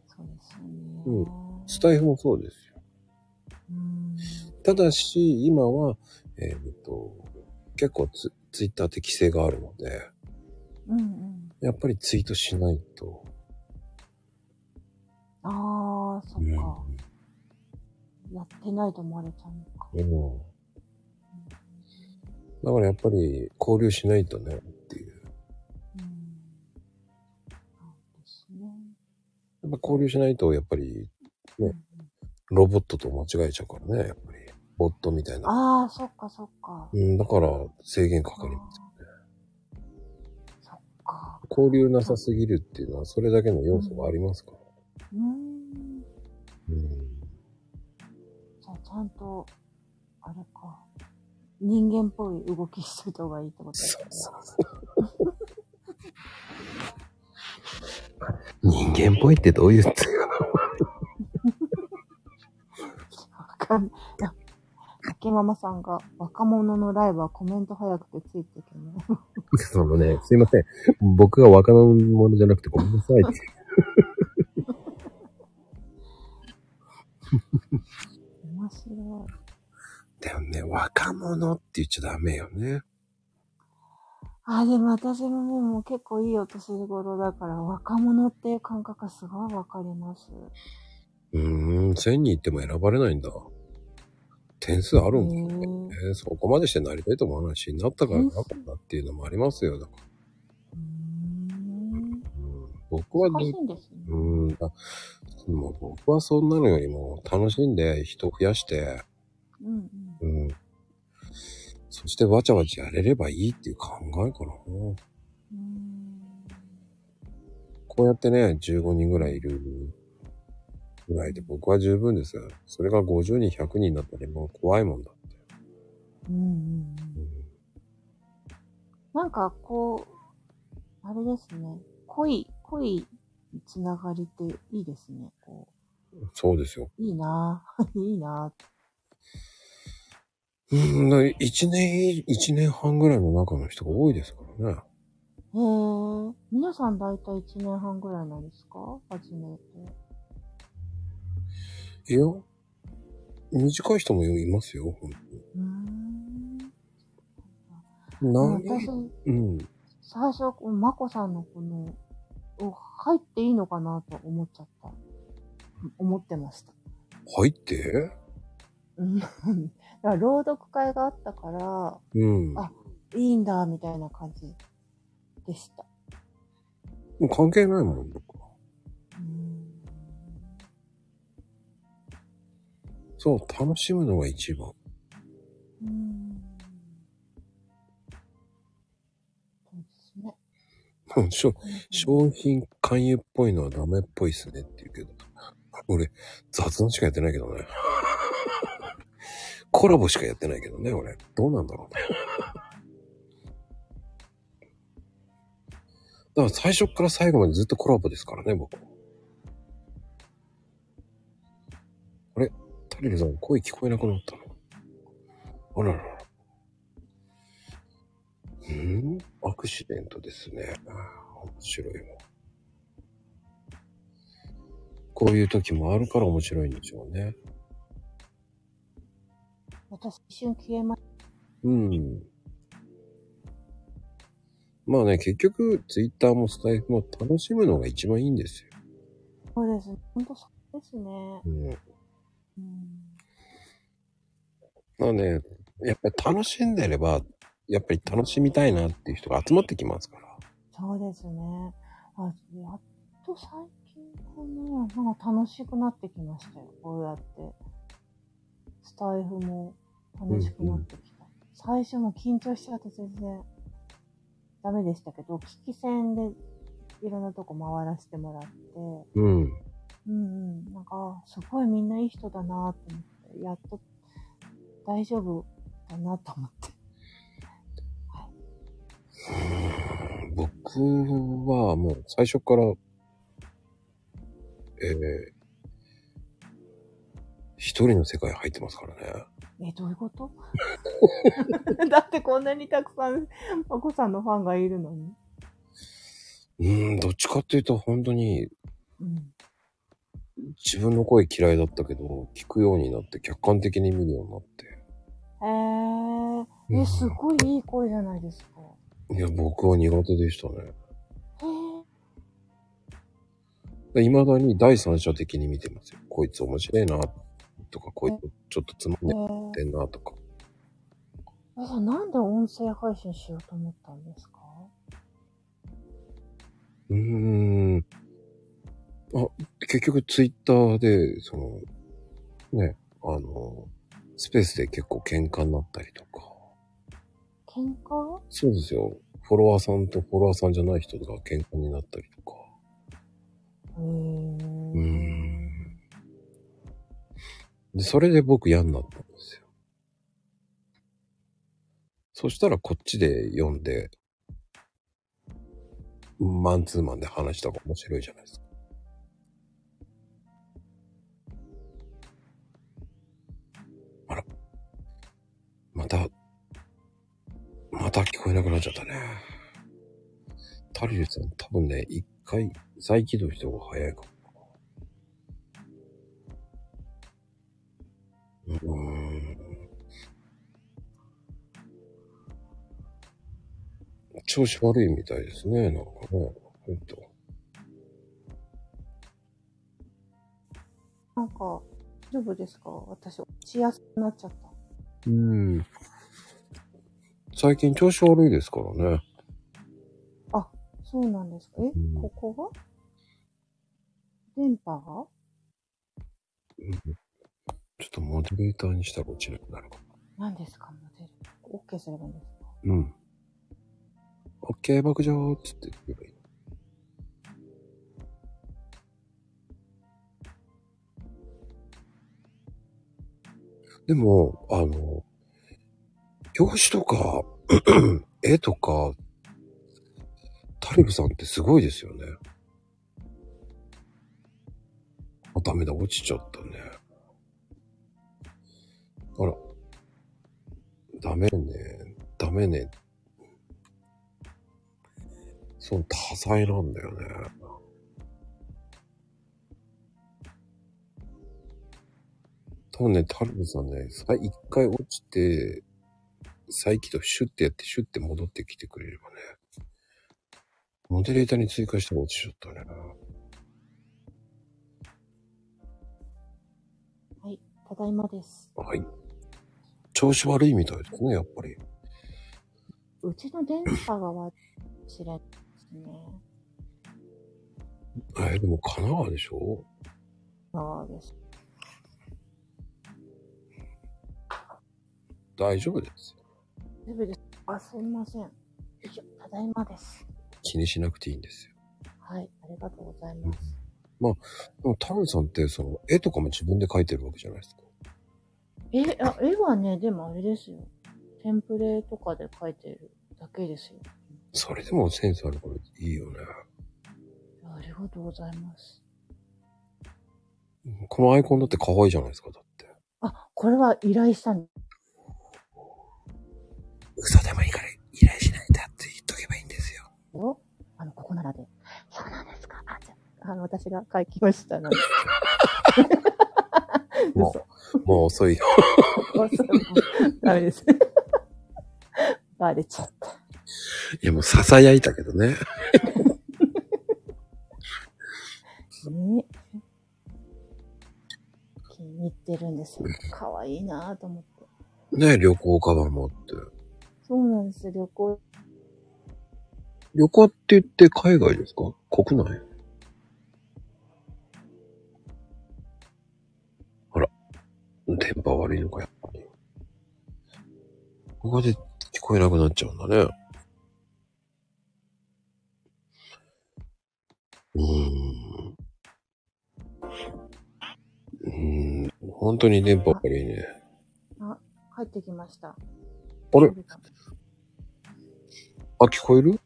そうですよね。うんスタイフもそうですよ。うん。ただし、今は、えーっと、結構ツツイッターって規制があるので、うんうん。やっぱりツイートしないと。ああ、そっうんか。やってないと思われちゃうのか。うん。だからやっぱり交流しないとねっていう。うん。そうですね。やっぱ交流しないとやっぱりうねんロボットと間違えちゃうからね、やっぱり。ボットみたいな。ああ、そっかそっか。うん、だから制限かかります。そっか。交流なさすぎるっていうのはそれだけの要素がありますから。うーん。うん。じゃあ、ちゃんと、あれか。人間っぽい動きしといた方がいいってことですそうね。そうそう。人間っぽいってどういうっていうわかんない。竹ママさんが、若者のライブはコメント早くてついていけない。そのね、すいません。僕が若者じゃなくてごめんなさいって。面白い。でもね、若者って言っちゃダメよね。あ、でも私ももう結構いいお年頃だから、若者っていう感覚がすごいわかります。うーん、1000人いっても選ばれないんだ。点数あるんだ、へーねそこまでしてなりたいと思わないし、なったからなかったっていうのもありますよ。だかうーん。らうん、僕はおかしね、いんですね。うーん、あもう僕はそんなのよりも楽しんで人増やして、うんうん。うん。そしてわちゃわちゃやれればいいっていう考えかな。うーん。こうやってね、15人ぐらいいるぐらいで僕は十分ですよ。それが50人、100人になったらもう怖いもんだって。うんうんうん。うなんかこう、あれですね。濃い、濃いつながりっていいですね。こんそうですよ。 ういいなぁ。いいなうん、一年、一年半ぐらいの中の人が多いですからね。へえ、皆さん大体1年半ぐらいなんですか初めて。いや、短い人もいますよ、本うーん。当に。もう長い私、うん。最初、このまこさんのこの、お入っていいのかなと思っちゃった。思ってました。入ってうん。 だから朗読会があったから、うん。あいいんだ、みたいな感じでした。もう関係ないもん、僕はうーん。そう、楽しむのが一番。 うーん。そうですね。うん商商品勧誘っぽいのはダメっぽいっすねって言うけど。俺、雑談しかやってないけどね。 コラボしかやってないけどね、俺。どうなんだろうね。だから最初から最後までずっとコラボですからね、僕。あれタリルさん声聞こえなくなったのあららら。うんアクシデントですね。面白いわ。こういう時もあるから面白いんでしょうね。私、一瞬消えましうん。まあね、結局、ツイッターもスタイフも楽しむのが一番いいんですよ。た。そうですね。ほんとそうですね。うん。うん。まあね、やっぱり楽しんでれば、やっぱり楽しみたいなっていう人が集まってきますから。そうですね。あ、やっと最近かな。なんか楽しくなってきましたよ。こうやって。スタイフも楽しくなってきた。最初も緊張しちゃって全然ダメでしたけど、危機戦でいろんなとこ回らせてもらって、うん。うんうん。なんか、あすごいみんないい人だなって思って、やっと大丈夫だなと思って。僕はもう最初から、えー、一人の世界入ってますからね。え、どういうこと だってこんなにたくさん、まこさんのファンがいるのに。うーん、どっちかっていうと本当にうん。自分の声嫌いだったけど、聞くようになって客観的に見るようになって。えー、え、すごいいい声じゃないですか。いや、僕は苦手でしたね。えー、未だに第三者的に見てますよ。こいつ面白いな、とか、こいつちょっとつまんえでー、ってんな、とか。えじゃあなんで音声配信しようと思ったんですかうーん。あ、結局ツイッターで、その、ね、あの、スペースで結構喧嘩になったりとか。喧嘩そうですよ。フォロワーさんとフォロワーさんじゃない人が喧嘩になったりとか。えーうーん。で、それで僕嫌になったんですよ。そしたらこっちで読んで、マンツーマンで話した方が面白いじゃないですか。あら。また、また聞こえなくなっちゃったね。タリルさん多分ね、一回再起動した方が早いかも。うーん調子悪いみたいですね、なんかね。ほんと。なんか、大丈夫ですか私、落ちやすくなっちゃっうた。ん。最近調子悪いですからね。そうなんですかえ、んここが電波がちょっとモデレーターにしたら落ちなくなるか何ですかモデル。OK すればいいんですかも。うん。オッケー、爆上っつって言えばいい。でも、あの、表紙とか、 絵とか、タリブさんってすごいですよね。あ、ダメだ、落ちちゃったね。あら。ダメね。ダメね。その多彩なんだよね。多分ね、タルブさんね、さ一回落ちて、再起動シュッてやって、シュッて戻ってきてくれればね。モデレーターに追加しても落ちちゃったね。はい、ただいまです。はい。調子悪いみたいですね、やっぱり。うちの電波が悪いかもしれないですね。え、でも神奈川でしょそうです。大丈夫です。大丈夫です。あ、すいません。よいしょただいまです。気にしなくていいんですよ。はい、ありがとうございます。でもタルさんって、その、絵とかも自分で描いてるわけじゃないですか。え、あ、絵はね、でもあれですよ。テンプレとかで描いてるだけですよ。それでもセンスあるからいいよね。ありがとうございます。このアイコンだって可愛いじゃないですか、だって。あ、これは依頼したん嘘でもいいから依頼しないんだって言っとけばいいんですよ。よ。あの、ここならで。そうなんですか。あ、じゃあ、あの、私が書きましたので。 もう、もう遅いよ。 嘘嘘ダメです。バレちゃった。いや、もう囁いたけどね。ね。気に入ってるんですよ。可愛いなぁと思って。ね、旅行カバン持って。そうなんですよ。旅行、旅行って言って海外ですか国内あら、電波悪いのか、やっぱり。ここで聞こえなくなっちゃうんだね。うーん。うーん、本当に電波悪いね。帰ってきました。あれあ、聞こえる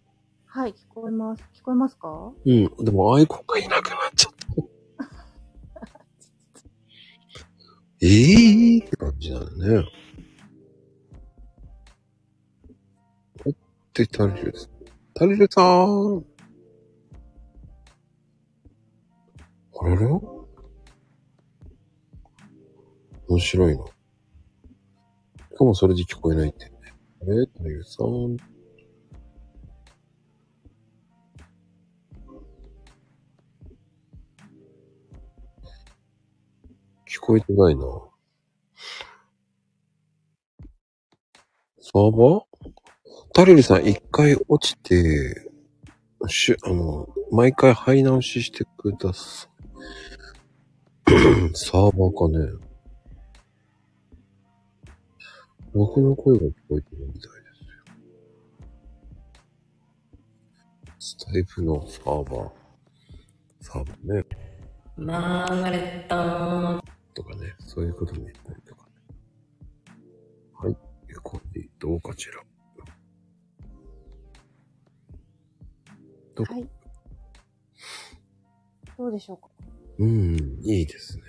はい、聞こえます。聞こえますかうん。でもアイコンがいなくなっちゃった。 ええー、って感じだね。待って、タルルです。タルルさん。あれれ面白いな。しかもそれで聞こえないってね。あれタルルさん。聞こえてないな。サーバータリルさん一回落ちて、しゅ、あの、毎回入り直ししてください。 サーバーかね。僕の声が聞こえてるみたいですよ。スタイプのサーバー。サーバーね。マーガレット。とかね、そういうことも言ったりとかね。はい。えコーヒーどうかしら。どうはい。どうでしょうかうん、いいですね。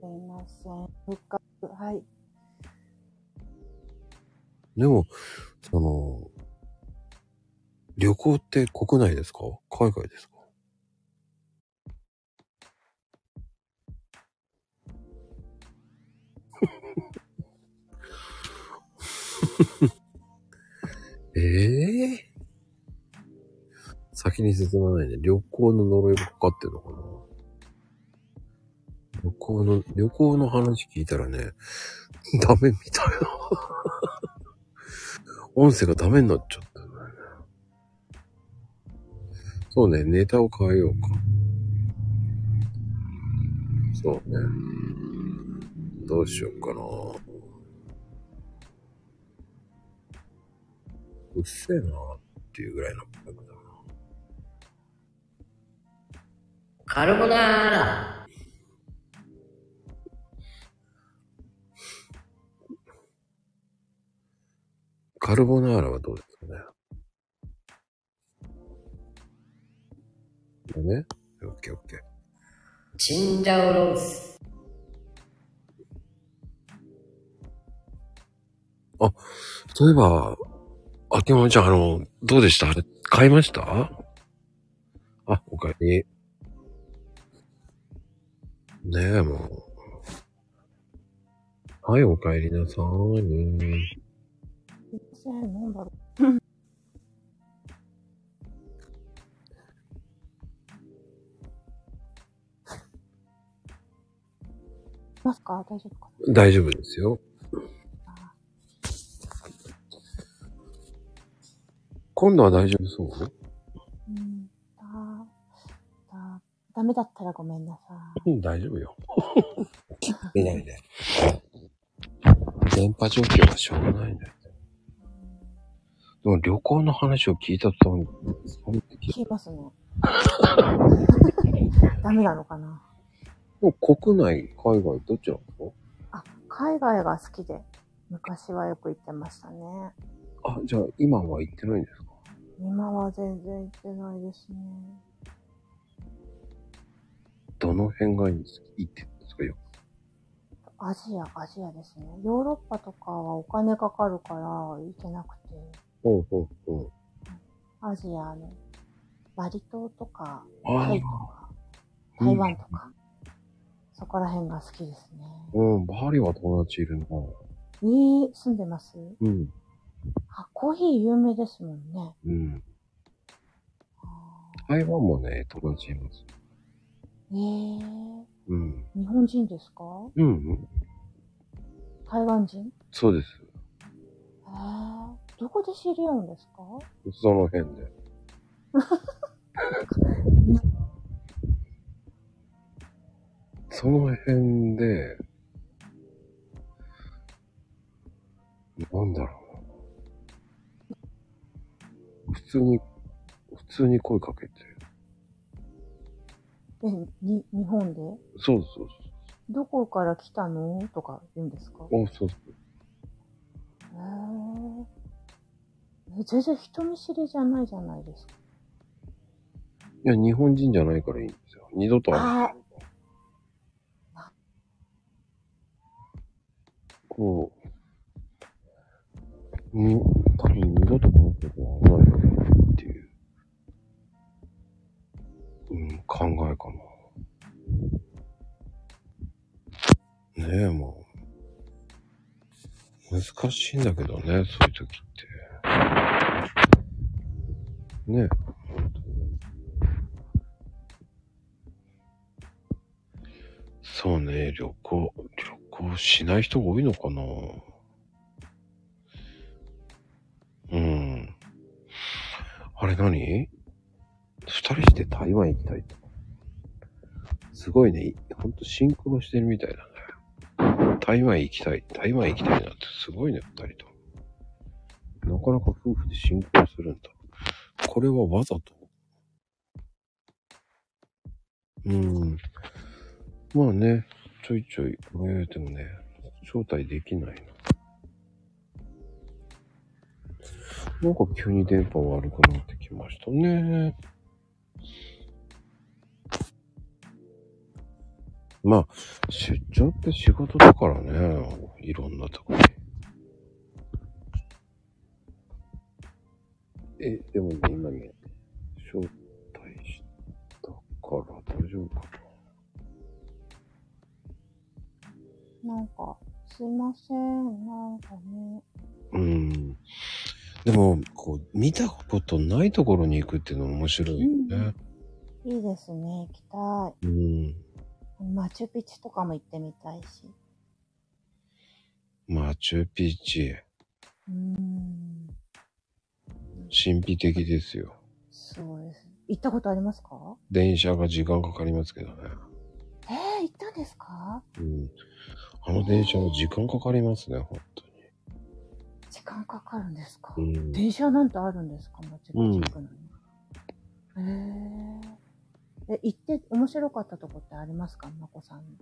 すいません。復活。はい。でも、その、旅行って国内ですか海外ですか ええ先に進まないね。旅行の呪いがかかってるのかな旅行の、旅行の話聞いたらね、 ダメみたいな。音声がダメになっちゃったんだよね。そうね、ネタを変えようか。そうね。どうしようかな。うっせえなっていうぐらいの感覚だな。カルボナーラ。カルボナーラはどうですかね。だね。オッケーオッケー。チンジャオロース。ああ、そういえば、あけまちゃん、あの、どうでしたあれ、買いましたあ、おかえり。ねえ、もう。はい、おかえりなさーい。すいません、なんだろ う。いますか大丈夫か大丈夫ですよ。今度は大丈夫そううん、だ、だ、ダメだったらごめんなさい。うん、大丈夫よ。出ないで。電波状況はしょうがないんだよ。でも旅行の話を聞いたと思う消えますね。ダメなのかなでも国内、海外、どっちなんですかあ、海外が好きで、昔はよく行ってましたね。あ、じゃあ今は行ってないんですか今は全然行ってないですね。どの辺がいいんですか行ってるんですかよ。アジア、アジアですね。ヨーロッパとかはお金かかるから行けなくて、ほうほうほアジアのバリ島とか、う。あタイとあ、か、台湾とか、そこら辺が好きですね。うん、バリは友達いるな。に住んでますうん。あ、コーヒー有名ですもんね。うん。あ台湾もね、友達います。ーえうん。ー、日本人ですかうん、うん。台湾人そうです。えー、どこで知り合うんですかその辺で。その辺で、なんだろうな。普通に、普通に声かけて。え、に、日本でそうそうどこから来たのとか言うんですかそう。あ、そうそう。えー、え全然人見知りじゃないじゃないですか。いや、日本人じゃないからいいんですよ。二度と会う。あこう、に、多分二度とこのことは会わないよねっていう、うん、考えかな。ねえ、もう。難しいんだけどね、そういう時って。ねえ。本当にそうね、旅行、旅行しない人が多いのかなうん。あれ何二人して台湾行きたいと。すごいね、ほんとシンクロしてるみたいだね。台湾行きたい、台湾行きたいなんてすごいね、二人と。なかなか夫婦でシンクロするんだ。これはわざとうん。まあね、ちょいちょい、迷えてもね、招待できないな。なんか急に電波悪くなってきましたね。まあ、出張って仕事だからね、いろんなとこに。え、でもね、今ね、招待したから大丈夫かな。ーなんか、すいません、なんかね。うん。でも、こう、見たことないところに行くっていうのも面白いよね。いいですね、行きたうん。い。マチュピチュとかも行ってみたいし。マチュピチュ、うーん、神秘的ですよ。そうです。行ったことありますか電車が時間かかりますけどね。えー、行ったんですかうん。あの電車は時間かかりますね、本時間かかるんですか、当に。うん。電車なんてあるんですかマチュピチュ行くのに。へえー。え、行って面白かったとこってありますかまこさんに。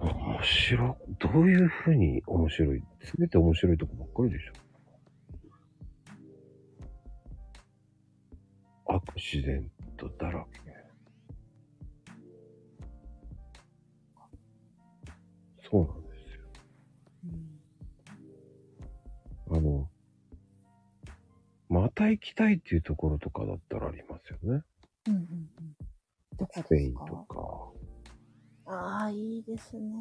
面白い、どういうふうに面白いすべて面白いとこばっかりでしょ。アクシデントだらけ。そうなんですよ。あの、また行きたいっていうところとかだったらありますよね。うんうんうん。どこスペでイすンかとか。ああ、いいですね。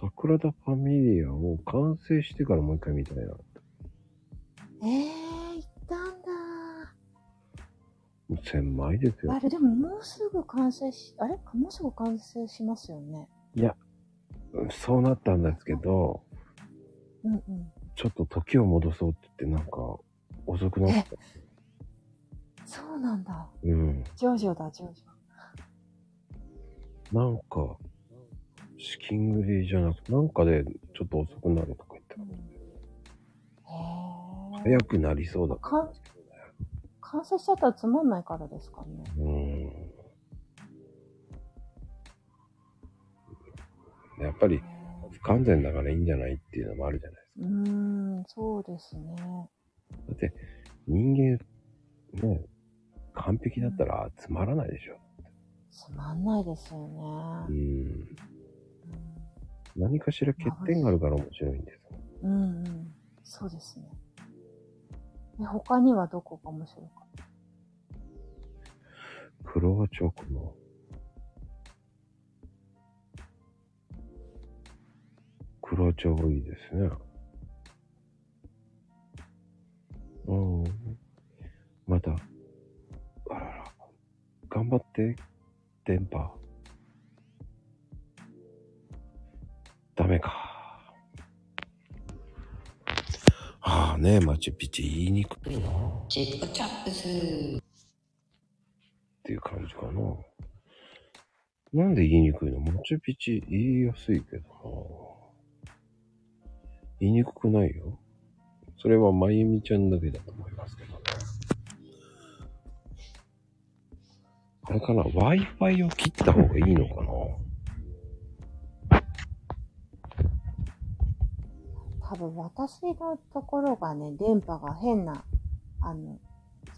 桜田ファミリアを完成してからもう一回見たいな。ええー、行ったんだ。千枚ですよあ。れ、でももうすぐ完成し、あれもうすぐ完成しますよね。いや、そうなったんですけど、うんうん。ちょっと時を戻そうって言ってなんか遅くなって。そうなんだ。うん。ジョジョだ、ジョジョ。なんか、資金繰りじゃなくて、なんかでちょっと遅くなるとか言ってうん、へえ早くなりそうだか完成しちゃったらつまんないからですかね。うん。やっぱり不完全だからいいんじゃないっていうのもあるじゃないですうーん、そうですね。か。だって人間、ね、完璧だったらつまらないでしょ。つまんないですようね。ん。何かしら欠点があるから面白いんですよ。うん、うん、うん。そうですね。え他にはどこが面白いか。クロアチョコの。クロアチョコいいですね。うん。また、あらら、頑張って、電波。ダメか。ああね、マチュピチュ言いにくいな。チップチャップスっていう感じかな。なんで言いにくいのマチュピチュ言いやすいけどな。言いにくくないよ。それはまゆみちゃんだけだと思いますけどね。あれかな ?Wi-Fi を切った方がいいのかな多分私のところがね、電波が変な、あの、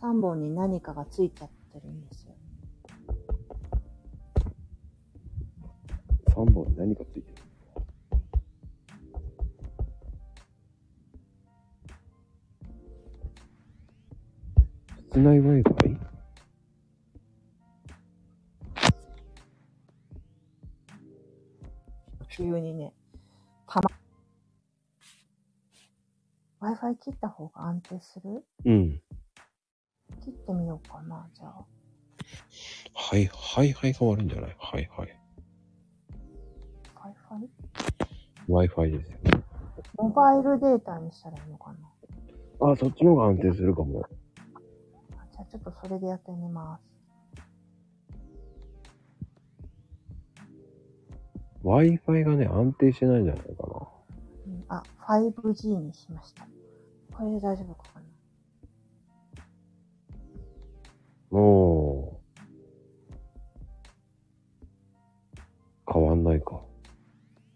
3本に何かがついちゃってるんですよ。 ?3 本に何かついてる。室内 Wi-Fi? 急にね、たま、Wi-Fi 切った方が安定するうん。切ってみようかな、じゃあ。はい、はい、はいが悪いんじゃないはい、はい。 Wi-Fi? Wi-Fi ですよ。モバイルデータにしたらいいのかなあ、そっちの方が安定するかも。あじゃあちょっとそれでやってみます。 Wi-Fi がね、安定してないんじゃないかうん、あ、5G にしました。これで大丈夫かなな。おー。変わんないか。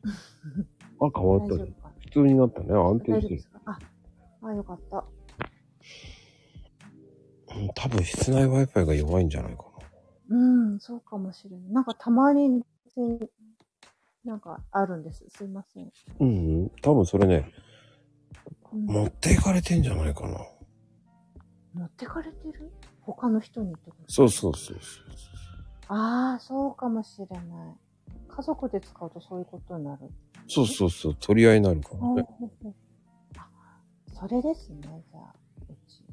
あ、変わ大った丈ね。夫かな普通になったね。安定大して丈夫でるす。かあ、あ、よかった。うん多分室内 Wi-Fi が弱いんじゃないかうん、そうかもしれない。なんかたまに、なんかあるんです。すいません。な。うん、うん。多分それね、うん持っていかれてんじゃないかな。持ってかれてる他の人にってことそうそうそうそう。ああ、そうかもしれない。家族で使うとそういうことになる。そうそうそう。取り合いになるからほうね。ほうほうあ、それですね、じゃあ、うち。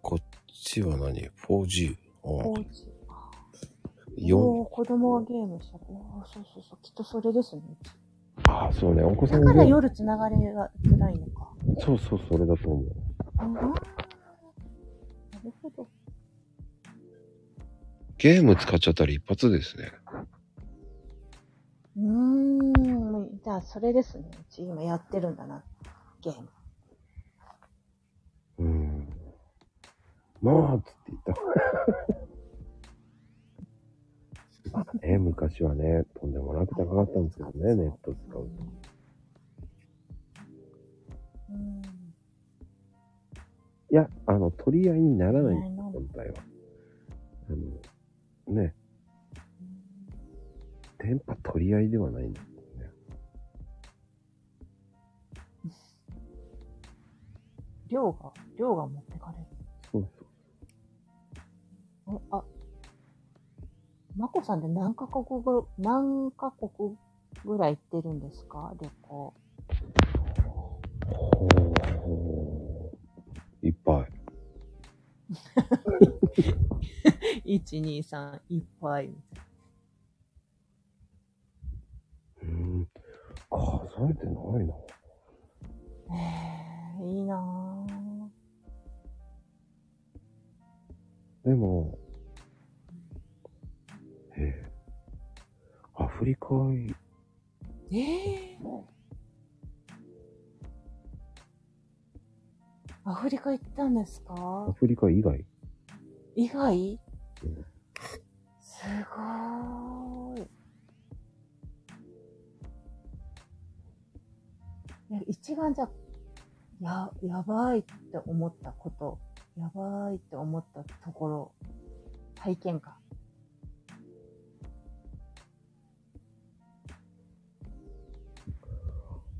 こっちは何 ?4G。おあうち。あー4おー子供がゲームしてる。おーそうそうそう。きっとそれですね、うち。ああ、そうね。お子さだんかがら夜つながりが辛いのか。そうそう、それだと思う。ああ、なるほど。ゲーム使っちゃったら一発ですね。うーん。じゃあ、それですね。うち今やってるんだな。ゲーうム。ん。まあ、つって言った。 まあね、昔はね、とんでもなく高かったんですけどね、ネット使うと。うん。いや、あの、取り合いにならない、ならない本体は。あの、ね、電波取り合いではないんだけどね。量が、量が持ってかれる。そうそう。おあ、まこさんで何カ国ぐ、何カ国ぐらい行ってるんですか旅ほ行。うほう。いっぱい。 1、2、3、いっぱい。うん。数えてないな。ええいいなぁ。でも、ええアフリカい、ええアフリカ行ったんですアかフリカ以外以外すごーい。いや一番じゃ、や、やばいって思ったこと、やばいって思ったところ、体験か。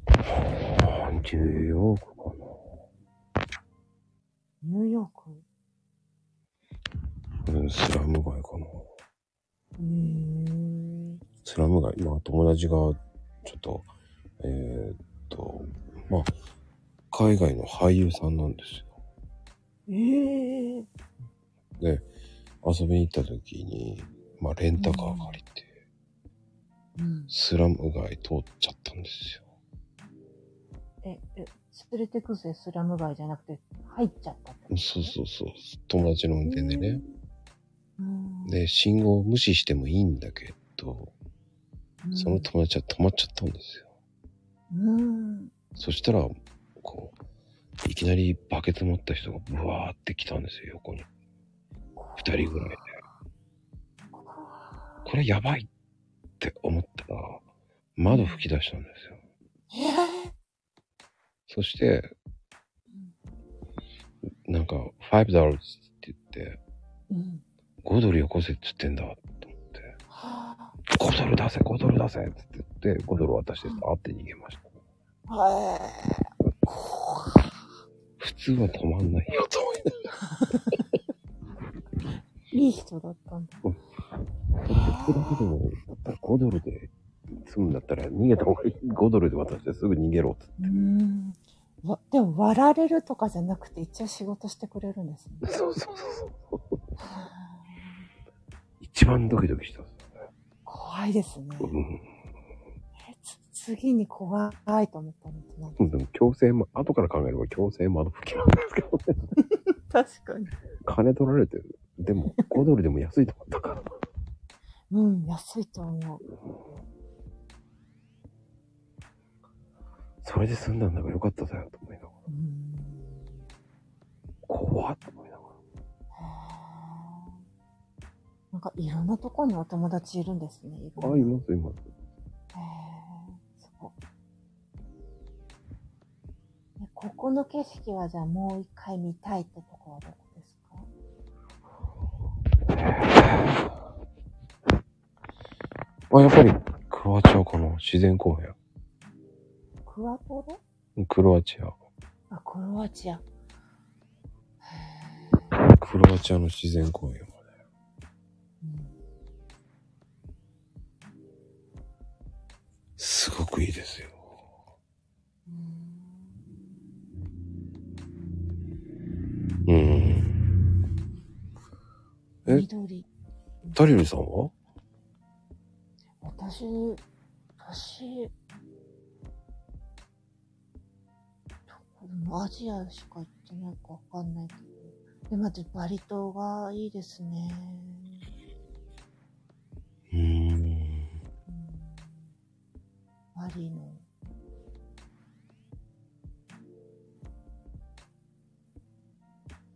あニューヨークかニューヨークな。うん、スラム街かな。えー、スラム街、まあ友達が、ちょっと、えーっと、まあ、海外の俳優さんなんですよ。えー、遊びに行った時に、まあレンタカー借りて、うん。スラム街通っちゃったんですよ。え、え、連れてくぜ、スラム街じゃなくて、入っちゃったって。そうそうそう。友達の運転でね。うん。で、信号を無視してもいいんだけど、うん、その友達は止まっちゃったんですよ。うん。そしたら、こう、いきなりバケツ持った人がブワーって来たんですよ、横に。二人ぐらいで。これやばいって思ったら、窓吹き出したんですよ。えーそして、なんか、5ドルって言って、うん。 5ドルよこせって言ってんだと思って。は5ドル出せ、5ドル出せって言って、5ドル渡してさーって逃げました。あはい。こ普通は止まんないよと思いなういい人だったんだ。がら。それだけでも、やっぱり5ドルで済むんだったら逃げた方がいい。5ドルで渡してすぐ逃げろって。うん。わでも、割られるとかじゃなくて、一応仕事してくれるんですね。そうそうそう。はあ一番ドキドキした。怖いですね。うん。えつ次に怖いと思ったのってなんかでも強制も、後から考えれば強制窓拭きなんですけどね。確かに。金取られてる。でも、5ドルでも安いと思ったから。うん、安いと思う。それで済んだんだからよかっただよと思いながら。うん。怖っと思いながら。へーなんかいろんなとこにお友達いるんですね。いろあ、いんなます、います。へーすごいえここの景色はじゃあもう一回見たいってとこはどこですかあ、やっぱり、クロアチアかな自然公園。クワトロクロアチア。あ、クロアチア。へークロアチアの自然公園。うんすごくいいですよ。うん。え緑。タリルさんは私、私、どこでもアジアしか行ってないかわかんないけど。で、まずバリ島がいいですね。うーん。うんバリの。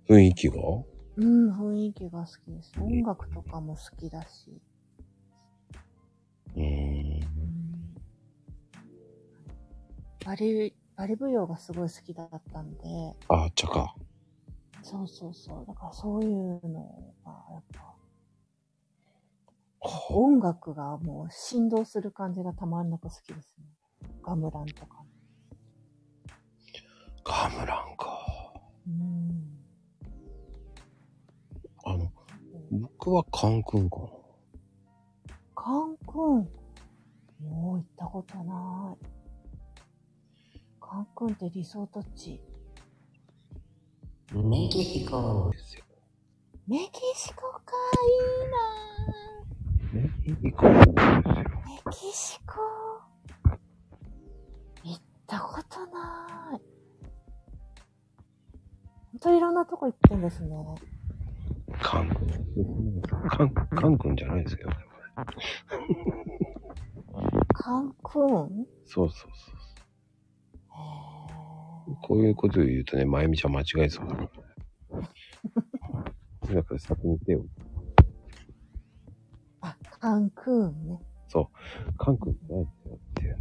雰囲気がうん、雰囲気が好きです。音楽とかも好きだし。うーん。うんバリ、バリ舞踊がすごい好きだったんで、あ、茶か。そうそうそう。だからそういうのが、やっぱ、は音楽がもう振動する感じがたまんなく好きですね。ガムランとか。ガムランか。くはカンクンかな。カンクン。もう行ったことない。カンクンってリゾート地。うんメキシコ、ですよ。メキシコか、いいなメキシコなんですよ。ぁメキシコ。行ったことない。ほんといろんなとこ行ってんですね。カン君。カン、カン君じゃないですけどね。カンクンそうそうそうへぇそう。こういうことを言うとね、まゆみちゃん間違えそうだからね。だから先に言ってよ。あ、カンクンね。カン君じゃないですよっていうね。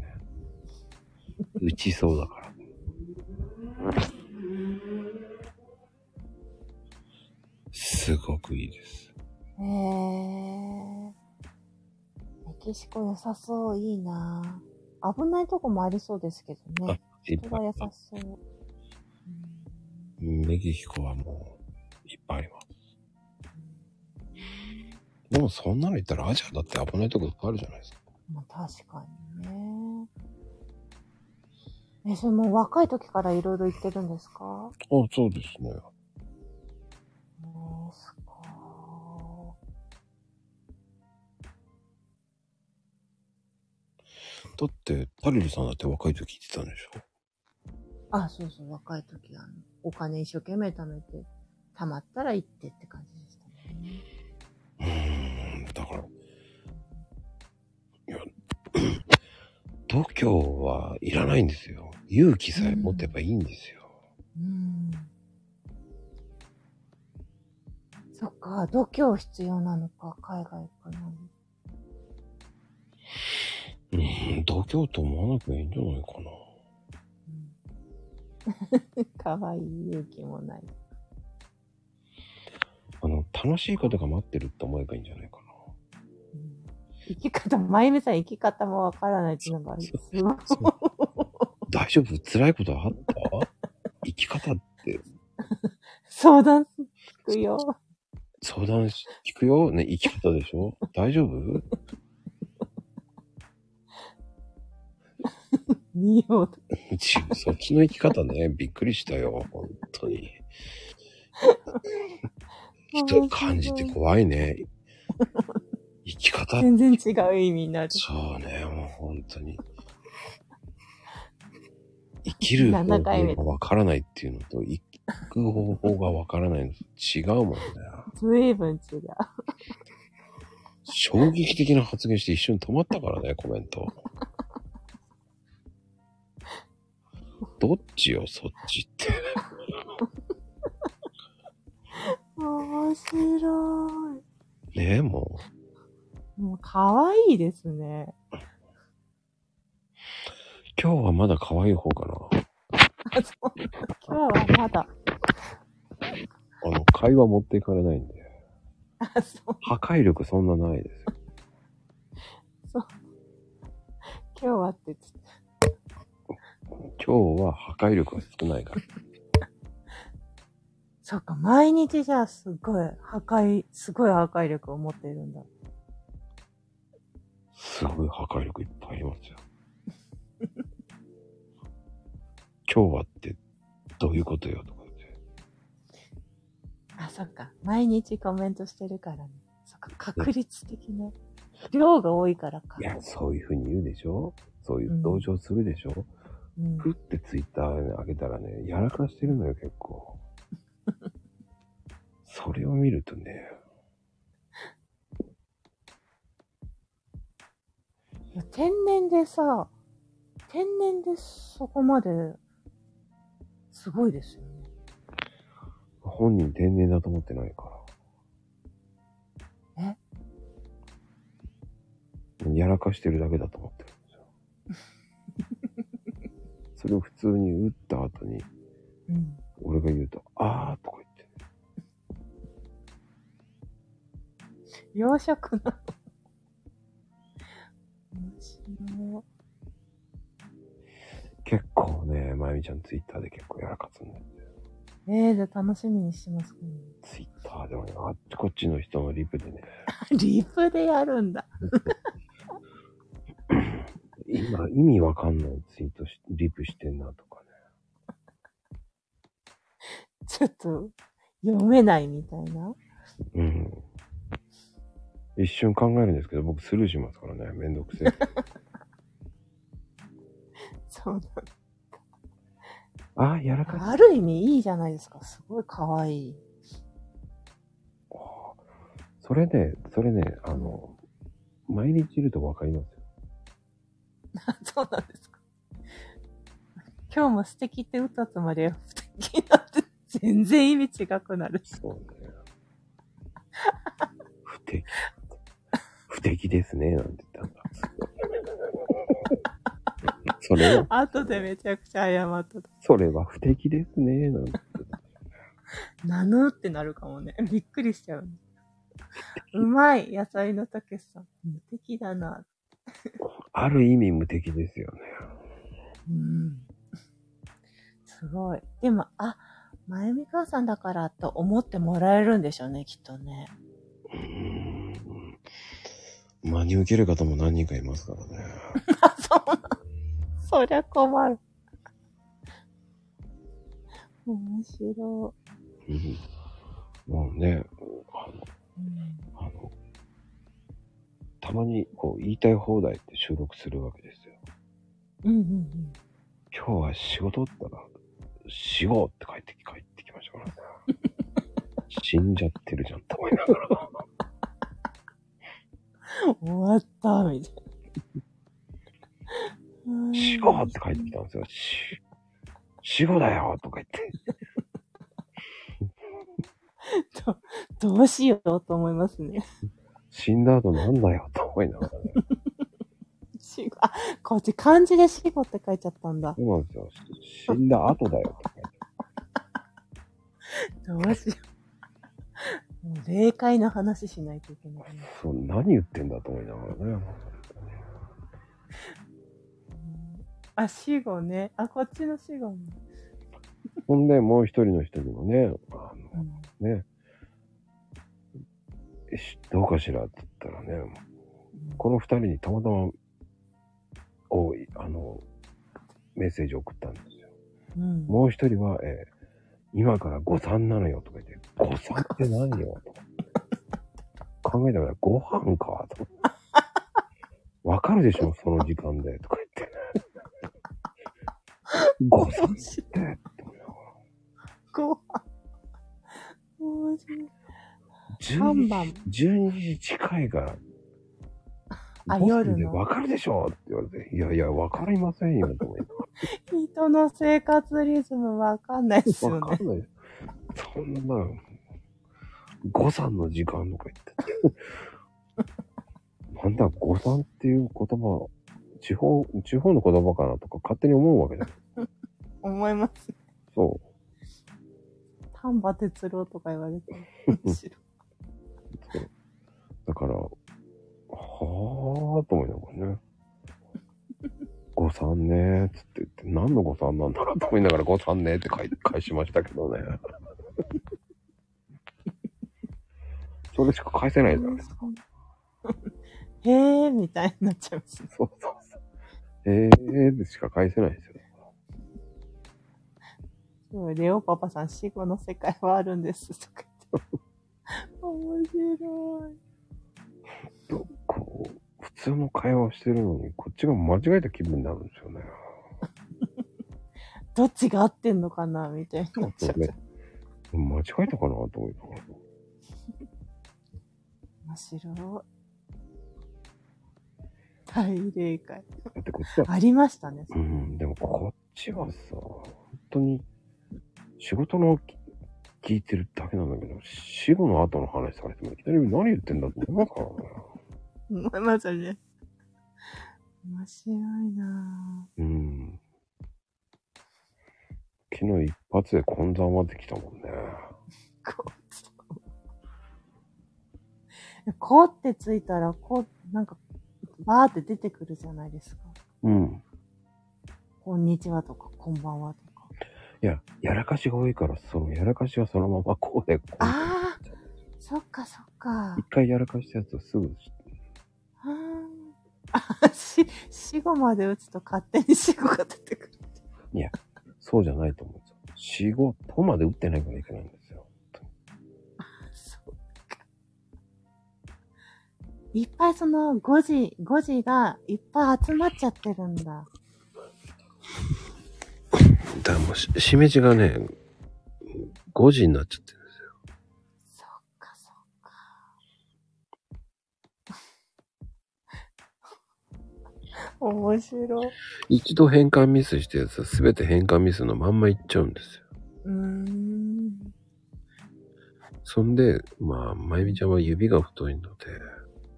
打ちそうだから。すごくいいです。へぇメキシコ良さそう、いいなぁ危ないとこもありそうですけどね。いっ人ぱがい優し。そう。うんメキシコはもう、いっぱいあります。でもそんなの言ったらアジアだって危ないとこいっぱいあるじゃないですか。まあ確かにね。え、それもう若い時からいろいろ言ってるんですかあ、そうですね。ねえ、すごだって、タリルさんだって若い時言ってたんでしょい。あ、そうそう、若い時、あの、お金一生懸命貯めて、貯まったら行ってって感じでしたね。うーん、だから。いや、度胸はいらないんですよ。勇気さえ持てばいいんですよ。うん。そっか、度胸必要なのか、海外行くのに。 うーん、度胸と思わなくていいんじゃないかな。うん、かわいい勇気もない。あの、楽しいことが待ってるって思えばいいんじゃないかな。うん生き方、まゆみさん生き方もわからないっていうのがある。すごい 大丈夫辛いことあった生き方って相談聞くよ。相談し聞くよね、生き方でしょ大丈夫見ようと。ちそっちの生き方ね、びっくりしたよ、本当に。人感じて怖いね。生き方、全然違う意味になる。そうね、もう本当に。生きる方7回目法がわからないっていうのと、生く方法がわからないの違うもんね。随分違う。衝撃的な発言して一瞬止まったからね、コメント。どっちよ、そっちって。面白い。ねえ、ももう可愛いですね。 う。今日はまだ可愛い方かな。あそう今日はまだ。 あの、会話持っていかれないんで。あ、そう。破壊力そんなないですよ。今日はってつって今日は破壊力が少ないから。そうか、毎日じゃあすごい破壊、すごい破壊力を持っているんだ。すごい破壊力いっぱいありますよ。今日はってどういうことよとかって。あ、そっか。毎日コメントしてるからね。そっか、確率的な。量が多いからか。いや、そういうふうに言うでしょそういう同情するでしょ、うんふってツイッター上げたらね、やらかしてるのよ、結構。 それを見るとね、いや天然でさ、天然でそこまで、すごいですよね。本人天然だと思ってないから。えやらかしてるだけだと思ってるんですよ。それを普通に打った後に、うん。俺が言うと、あーとか言って、養殖なの。面白い。結構ね、まゆみちゃんツイッターで結構やらかすんだよ。ねえ、じゃあ楽しみにしてます。うんツイッターでもね、あっちこっちの人のリプでね、 リプでやるんだ。 今意味わかんないツイートし、リプしてんなとかね。ちょっと、読めないみたいな。うん。一瞬考えるんですけど、僕スルーしますからね。めんどくせえ。そうだあ、やらかしある意味いいじゃないですか。すごい可愛い。 それで、それね、あの、毎日いるとわかりますよ。そうなんですか。今日も素敵って歌つまで素敵になって全然意味違くなる。そうね。不敵。不敵ですね、なんて言ったんだ。それは、 後でめちゃくちゃ謝った。それは不敵ですね、なんて言った。なぬってなるかもね。 びっくりしちゃう。うまい、野菜のたけしさん。無敵だな。ある意味無敵ですよね。うん。すごい。でも、あ、まゆみ母さんだからと思ってもらえるんでしょうね、きっとね。うーん。真に受ける方も何人かいますからね。あ、そうなの。そりゃ困る。面白うんもうね、あの、い。うんあの、たまにこう言いたい放題って収録するわけですよ。うんうんうん。今日は仕事だったら、しようって帰ってき、帰ってきましたからね。死んじゃってるじゃんと思いながら。終わった、みたい な。しようって帰ってきたんですよ。し、死後だよとか言って。どどうしようと思いますね。死んだ後なんだよと思いながらね。死後あ、こっち漢字で死後って書いちゃったんだ。そうなんですよ。し死んだ後だよとか言って。どうしよう。もう霊界の話しないといけない。そう、何言ってんだと思いながらね。あ、死後ね。あ、こっちの死後ね。ほんで、もう一人の人にもね、あの、うんね。えしどうかしらって言ったらね、この二人にたまたま、おい、あの、メッセージを送ったんですよ。うん、もう一人は、えー今から誤算なのよとか言って、誤算って何よとか。考えたから、ご飯かとか。わかるでしょ、その時間で。とか言って。誤算って。って思いながらご飯。面白い12三番時12時近いから。あボスに夜のねわかるでしょって言われて、いやいや、わかりませんよ、と思いなが人の生活リズムわかんないですらよわかんね。ない。そんな、誤算の時間とか言って。なん だ、誤算っていう言葉、地方、地方の言葉かなとか勝手に思うわけだよ。思います。そ。丹波哲郎とか言われて。面白いうそうだから、はぁーと思いながらね。 誤算ねーっつって言って、何の誤算なんだろうと思いながら誤算ねーって返返しましたけどね。 それしか返せないだ よね。へえ、みたいになっちゃいますね。そうそうそう。ええーでしか返せないですよ。でもレオパパさん、死後の世界はあるんです。とか言って。面白い。とこう、普通の会話をしてるのに、こっちが間違えた気分になるんですよね。どっちが合ってんのかなみたいになっちゃう。ね間違えたかなと思いながら。面白い。大霊界。だってこっちはありましたね。うん、でもこっちはさ、本当に仕事のき聞いてるだけなんだけど、死後の後の話されてもいきなり何言ってんだって思いますからね。うんまさにね。面白いなうん。昨日一発で混ざまできたもんね。ぁ。こう。こうってついたら、こう、なんか、バーって出てくるじゃないですか。うん。こんにちはとか、こんばんはとか。いや、やらかしが多いから、そのやらかしはそのままこうで、こうであーそっかそっか一。回やらかしたやつをすぐ、あーあ、し、死後まで打つと勝手に死後が出てくる。そうじゃないと思うんですよ。仕事まで打ってないからいけないんですよ。そうか。いっぱいその5時、5時がいっぱい集まっちゃってるんだ。だからもうし、しめじがね、5時になっちゃってるんですよ。そっかそっか。面白い。一度変換ミスしたやつは全て変換ミスのまんまいっちゃうんですよ。うーん。そんで、まあ、まゆみちゃんは指が太いので、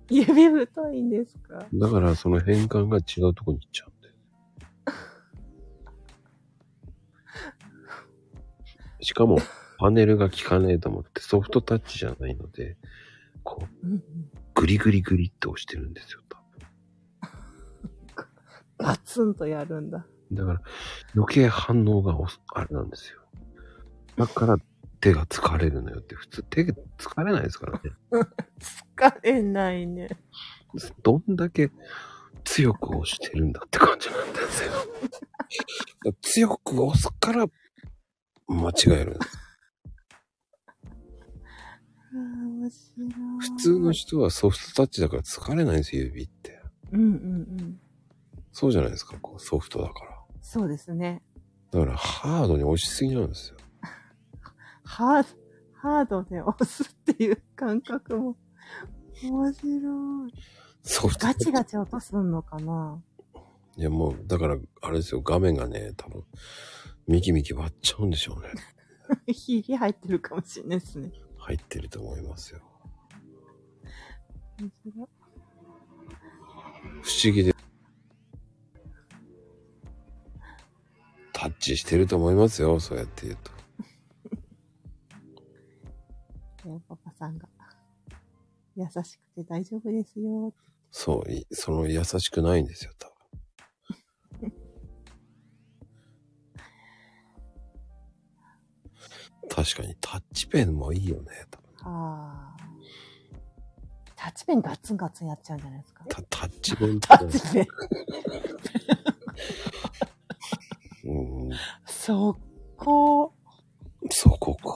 指太いんですかだからその変換が違うとこに行っちゃうんで。しかも、パネルが効かねえと思って、ソフトタッチじゃないので、こう、うんうん。グリグリグリって押してるんですよ、多分ガツンとやるんだ。だから、余計反応がおすあれなんですよ。だから手が疲れるのよって、普通手が疲れないですからね。疲れないね。どんだけ強く押してるんだって感じなんですよ。強く押すから、間違えるんです。あー面白い。普通の人はソフトタッチだから疲れないんですよ、指って。うんうんうん。そうじゃないですか、こうソフトだから。そうですね。だからハードに押しすぎなんですよ。ハード、ハードで押すっていう感覚も。面白い。ソフトタガッチチ。ガチ音すんのかない やもう、だから、あれですよ、画面がね、多分、ミキミキ割っちゃうんでしょうね。ひげ入ってるかもしれないですね。入ってると思いますよ。面白不い思議で。タッチしてると思いますよ、そうやって言うと。ねパパさんが。優しくて大丈夫ですよ。そう、いその優しくないんですよ、多分。確かにタッチペンもいいよね、多分ああ。タッチペンガツンガツンやっちゃうんじゃないですか。タタッチペンってタッチペン。うん、そこ。そこか。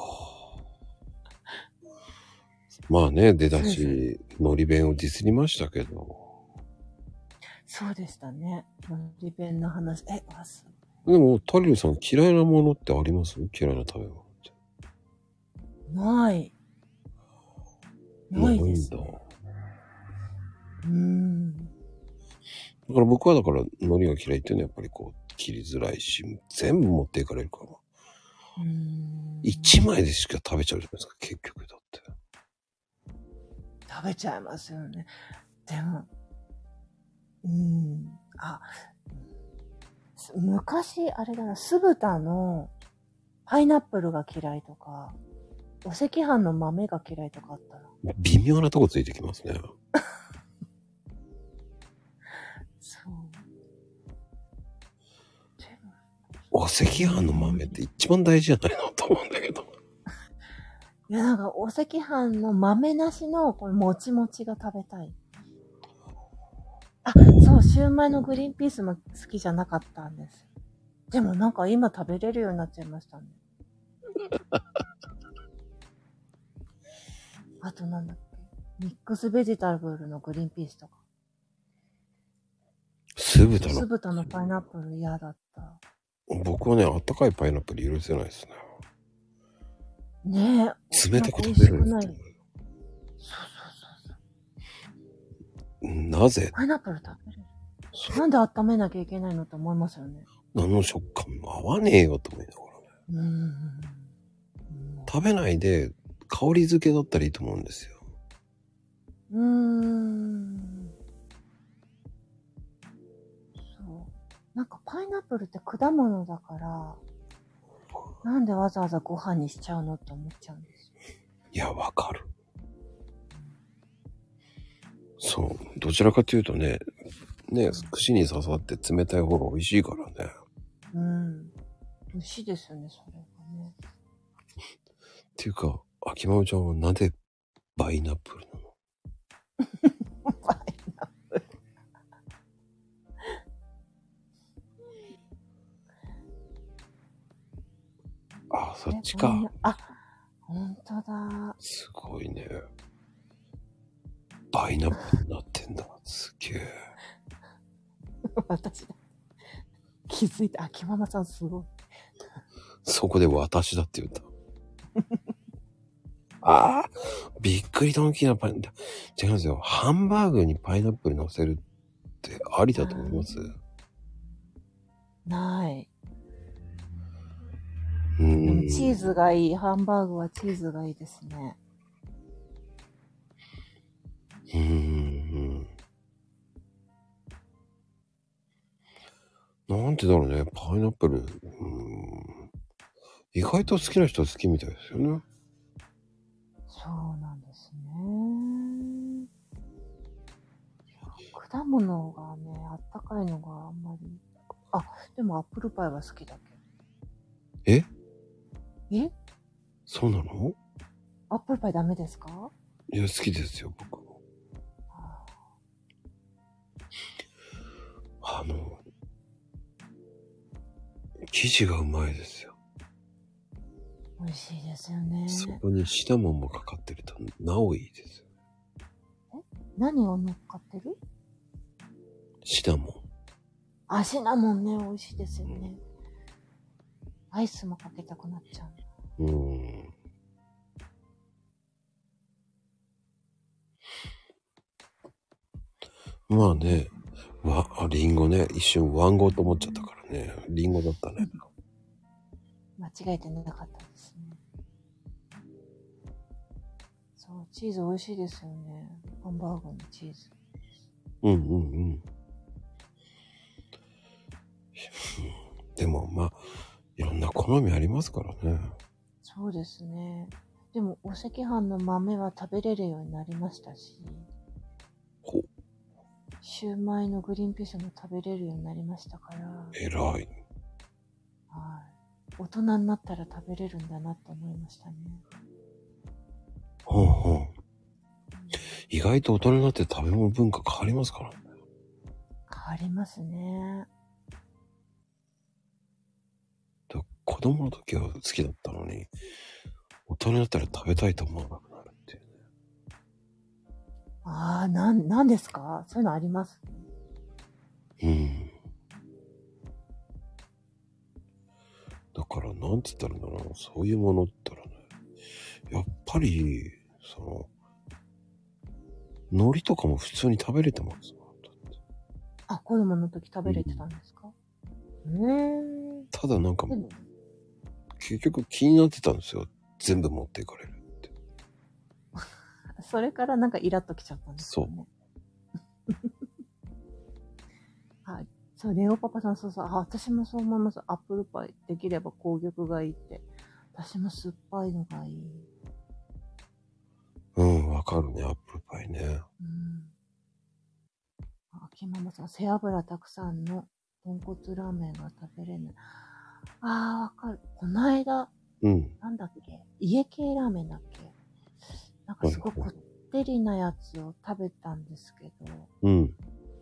まあね、出だし、のり弁をディスりましたけど。そうでしたね。リペンの話。え、わす。でも、タリルさん嫌いなものってあります嫌いな食べ物って。ない。ないです、なんだね。うん。だから僕はだから、海苔が嫌いっていうのはやっぱりこう、切りづらいし、全部持っていかれるから。うん一枚でしか食べちゃうじゃないですか、結局だって。食べちゃいますよね。でも、うん、あ、す昔、あれだな、酢豚のパイナップルが嫌いとか、お赤飯の豆が嫌いとかあったな。微妙なとこついてきますね。そう。でも、お赤飯の豆って一番大事じゃないのと思うんだけど。いや、なんか、お赤飯の豆なしの、このもちもちが食べたい。あ、そう、シューマイのグリーンピースも好きじゃなかったんです。でもなんか今食べれるようになっちゃいまし たね。あとなんだっけミックスベジタブルのグリーンピースとか。酢豚酢の。豚のパイナップル嫌だった。僕はね、あったかいパイナップル許せないですね。ねえ。冷たく食べるなですんんか美味しくないそうそうそうそう。なぜパイナップル食べれるなんで温めなきゃいけないのって思いますよね。何の食感も合わねえよと思いながらね。うーん。食べないで、香り付けだったらいいと思うんですよ。うーん。そう。なんかパイナップルって果物だから、なんでわざわざご飯にしちゃうのって思っちゃうんですよ。いや、わかる。そう。どちらかというとね、ね、串に刺さって冷たい方が美味しいからね。うん。虫ですよね、それがね。ていうか、秋まおちゃんはなぜバイナップルな のバイナップルあ、そっちバかイ。ナあ、本当だ。 すごいね。バイナップルになってんだ。すげえ。私だ。気づいた。秋ママさんすごい。そこで私だって言った。 ああびっくりドンキーなパイナップル。違うんですよ。ハンバーグにパイナップル乗せるってありだと思いますない。うでもん。チーズがいい。ハンバーグはチーズがいいですね。うんうんうん。なんてだろうね、パイナップル。うん。意外と好きな人は好きみたいですよね。そうなんですね。果物がね、あったかいのがあんまり。あ、でもアップルパイは好きだけど。ええそうなのアップルパイダメですかいや、好きですよ、僕。ああの、生地がうまいですよ。ー美味しいですよね。そこにシナモンもかかってると、なおいいですよ。何を乗っかってるシナモあ、シナモンね、美味しいですよね。アイスもかけたくなっちゃう。ン。うん。まあね、わ、あリンゴね、一瞬ワンゴと思っちゃったからね、リンゴだったね。間違えてなかったですね。そう、チーズ美味しいですよね。ハンバーグのチーズ。うんうんうん。でもまあ、いろんな好みありますからね。そうですね。でも、お赤飯の豆は食べれるようになりましたし、ほ、シューマイのグリーンピースも食べれるようになりましたから、偉い。はい。大人になったら食べれるんだなって思いましたね。ほうほう。意外と大人になって食べ物文化変わりますからね。変わりますね。だ子供の時は好きだったのに、大人になったら食べたいと思わなくなるっていう。ああ、なん、なんですかそういうのありますうん。だから、なんつったらいいんだろう。そういうものったらね、やっぱり、その、海苔とかも普通に食べれてますもんだってあ、子供の時食べれてたんですかうーん。ただなんか、でも結局気になってたんですよ。全部持っていかれるって。それからなんかイラっときちゃったんですよね。 はい。そう、レオパパさん、そうそう。あ、私もそう思います。アップルパイ、できれば紅玉がいいって。私も酸っぱいのがいい。うん、わかるね、アップルパイね。うん。あ秋ママさん、背脂たくさんの豚骨ラーメンが食べれない。あー、わかる。こないだ、うん。なんだっけ家系ラーメンだっけなんかすごくこってりなやつを食べたんですけど、うん。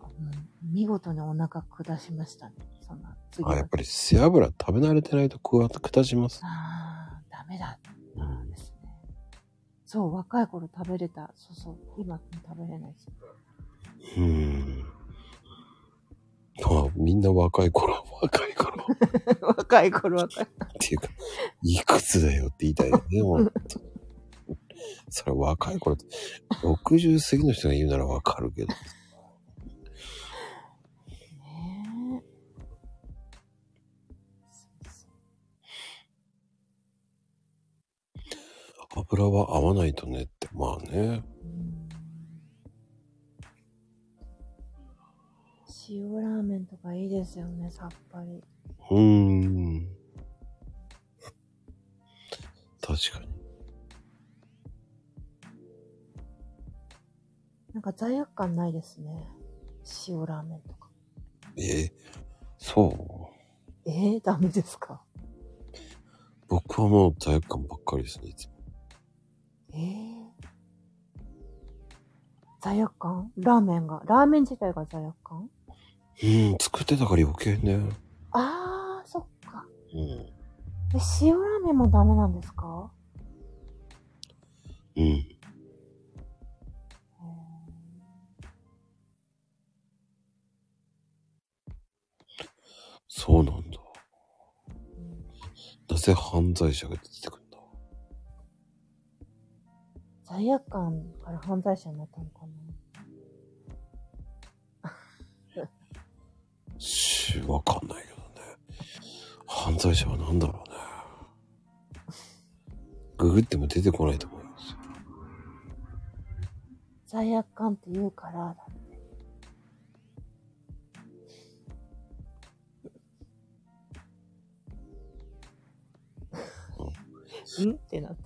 あの見事にお腹下しましたね。そんな次のあ、やっぱり背脂食べ慣れてないとくわ、くたします。あーダメだったうんんですね。そう、若い頃食べれた。そうそう、今食べれないです。うん。まあ、みんな若い頃、 若い頃っ 若い頃、 若い頃。ていうか、いくつだよって言いたいよね、ほんとそれ若い頃って、60過ぎの人が言うならわかるけど。ねえ。そうそう油は合わないとねって、まあね。うん塩ラーメンとかいいですよね、さっぱり。うん。確かに。なんか罪悪感ないですね。塩ラーメンとか。えーそう。えー、ダメですか僕はもう罪悪感ばっかりですね、いつも。えー、罪悪感ラーメンが。ラーメン自体が罪悪感うん、作ってたから余計ね。あー、そっか。うん。え、塩ラーメンもダメなんですかうん。えーそうなんだ。なぜ犯罪者が出てくるんだ罪悪感から犯罪者になったのかなし、わかんないけどね。犯罪者は何だろうね。ググっても出てこないと思いますよ。罪悪感って言うからだって。うんってなって。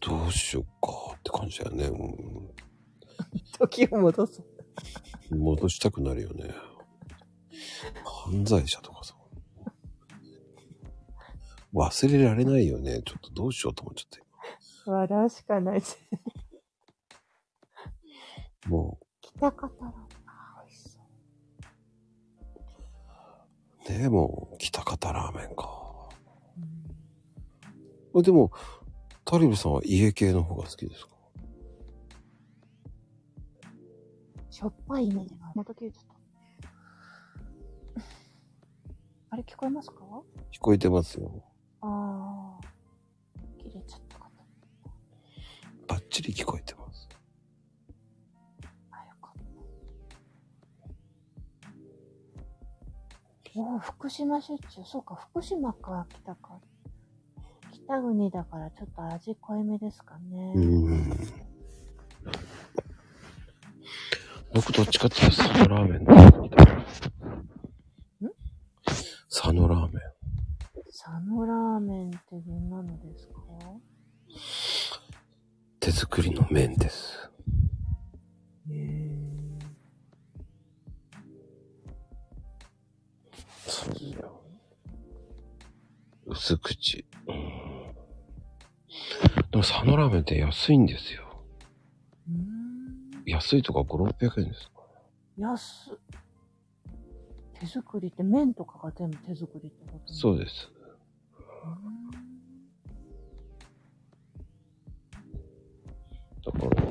どうしようかって感じだよね。う時を戻そう。ん戻したくなるよね。犯罪者とかさ。忘れられないよね。ちょっとどうしようと思っちゃって。笑うしかないし。も来たかったら。あー美味しそうう、ねもう、北方ラーメンか。うんでも、タリブさんは家系の方が好きですかしょっぱいイメージがある。また消えちゃった。あれ聞こえますか聞こえてますよ。ああ。切れちゃったかな。バッチリ聞こえてます。あ、よかった。おお、福島出張。そうか、福島から来たか。北国だからちょっと味濃いめですかね。ん。僕どっちかっていうと佐野ラーメンなんですけど佐野ラーメン。佐野ラーメンってどんなのですか手作りの麺です。へえ。そうですよ。薄口。うん。でも佐野ラーメンって安いんですよ。うーん。安いとか5、600円です。安っ。手作りって麺とかが全部手作りってこと。そううです。うーんだから、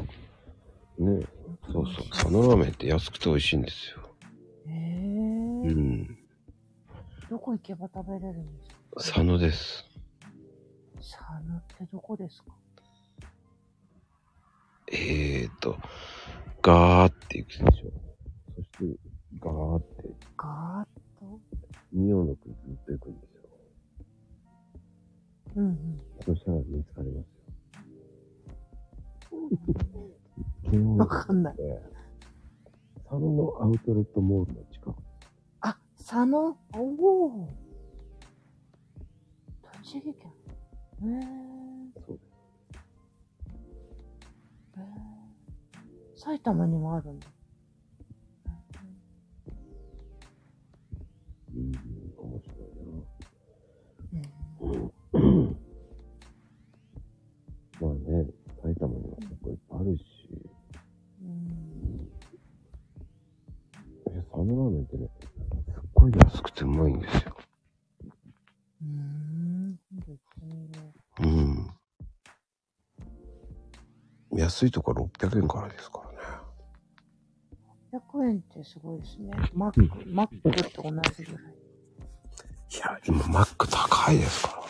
ねそうそう。佐野ラーメンって安くて美味しいんですよ。へえ、うん。どこ行けば食べれるんですか佐野です。佐野ってどこですかえーと、ガーっていくでしょ。そして、ガーって、ガーッと。二葉のくずっと行くんですよ。うんうん。そしたら見つかりますよ。わかんない。昨日、佐野のアウトレットモールの近く。あ、佐野、おお栃木県。へえそうでへえ埼玉にもあるんだ。す。うん、面うん白いな。まあね、埼玉には結構いっぱいあるし、うんえ佐野ラーメンってね、すっごい安くてうまいんですよ。うーん。今度行ってみようん。安いとか600円からですからね。う100円ってすごいですね。マック、マックと同じぐらい。いや、今マック高いですから。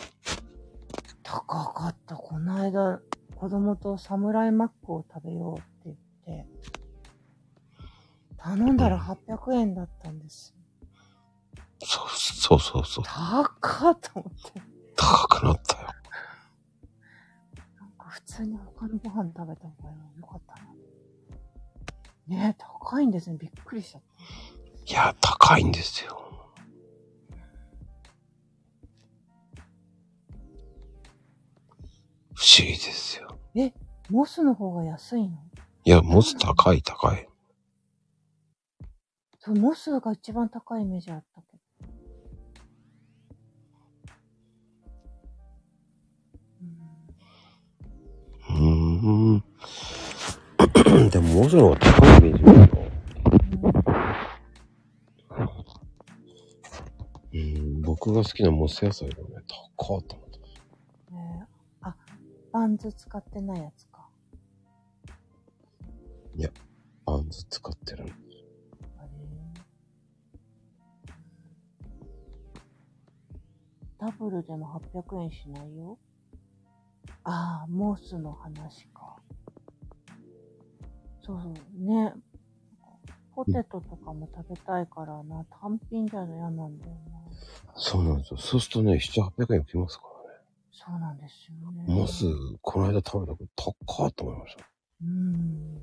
高かった。この間、子供とサムライマックを食べようって言って、頼んだら800円だったんですよ。そうそうそうそう。高っと思って。高くなったよ。なんか普通に他のご飯食べた方が良かったな。ねえ、高いんですね。びっくりしちゃった。いや、高いんですよ。不思議ですよ。モスの方が安いのいや、モス高い高い。そう、モスが一番高いイメージあったけど。 面白いのが高いイメージがあるの。うん、僕が好きなモス野菜がね、高っと思って。えーあ、バンズ使ってないやつか。バンズ使ってるの。あれダブルでも800円しないよ。ああ、モースの話か。そうそう、ね。ポテトとかも食べたいからな、単品じゃ嫌なんだよな。そうなんですよ。そうするとね、7、800円きますからそうなんですよね。ね。モス、この間食べたけど、高っと思いました。うん。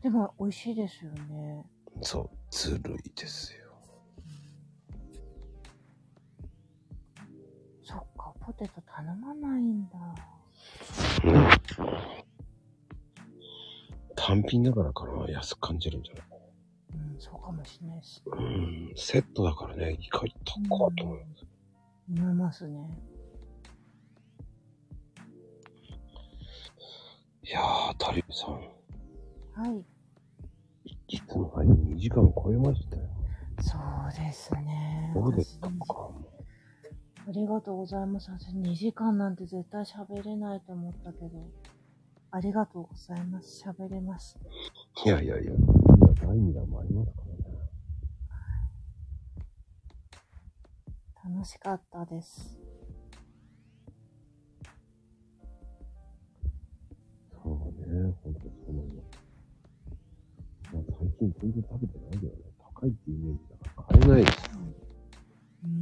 でも美味しいですよね。そう、ずるいですよ。そっか、ポテト頼まないんだ。うん単品だからかな、安く感じるんじゃないうん、そうかもしれないです。うん、セットだからね、意外と高っと思います。思いますね。いやー、タリーさん、はい。いつも間に2時間超えましたよ。そうですね。どうですか私僕はありがとうございます。私2時間なんて絶対喋れないと思ったけど、ありがとうございます。喋れます。いやいやいや、第2弾もありますからね。楽しかったです。そうね、ほんとそうなんだ。まあ、最近全然食べてないけどね、高いってイメージだから買えないですうん。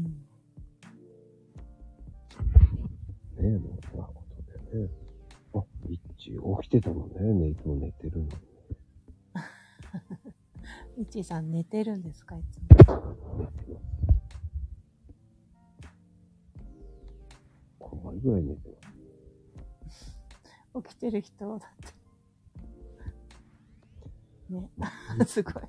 ね、もうそんなことでね。あ、ビッチ、起きてたのね、ね、いつも寝てるの。いちさん寝てるんですかいつも。 5倍ぐらい寝てます。起きてる人だって。ね。あ すごい。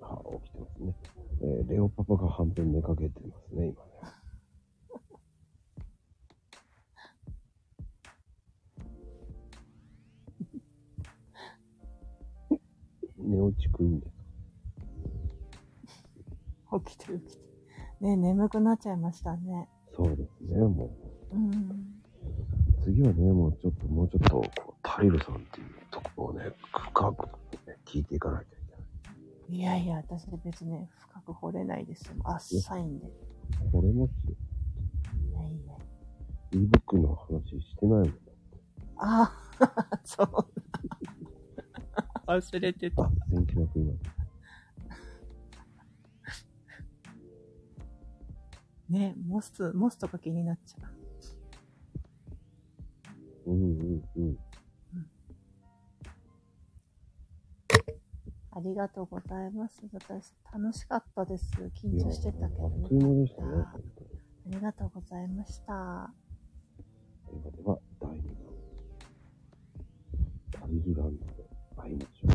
あ、起きてますね。えーレオパパが半分寝かけてますね、 今ね。寝落ちくいんです。起きてる起きてる。ね眠くなっちゃいましたね。そうですね、もうん。う。次はね、もうちょっと、もうちょっと、こうタイルさんっていうとこをね、深く、ね、聞いていかなきゃいけない。いやいや、私別に深く掘れないですよ。あっさいんで。いこれもすよ。やいや。 ebook の話してないもん。あ そう。忘れてた。あ、電気脈今。ねモス、モスとか気になっちゃう。うんうんうん。ありがとうございます。私、楽しかったです。緊いや張してたけあどっというね。間でしたね、本当に。ありがとうございました。ではでは、第2弾。タイルランドで会いましょう。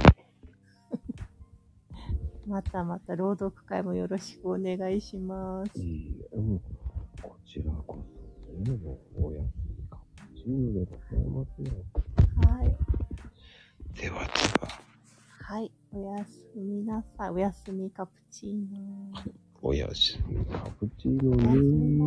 またまた朗読会もよろしくお願いします。いいえ、もうこちらこそね、もうおやすみカプチーノでございますよ。はい。ではでは、はい。おやすみなさい。おやすみカプチーノ。おやすみカプチーノおやすみな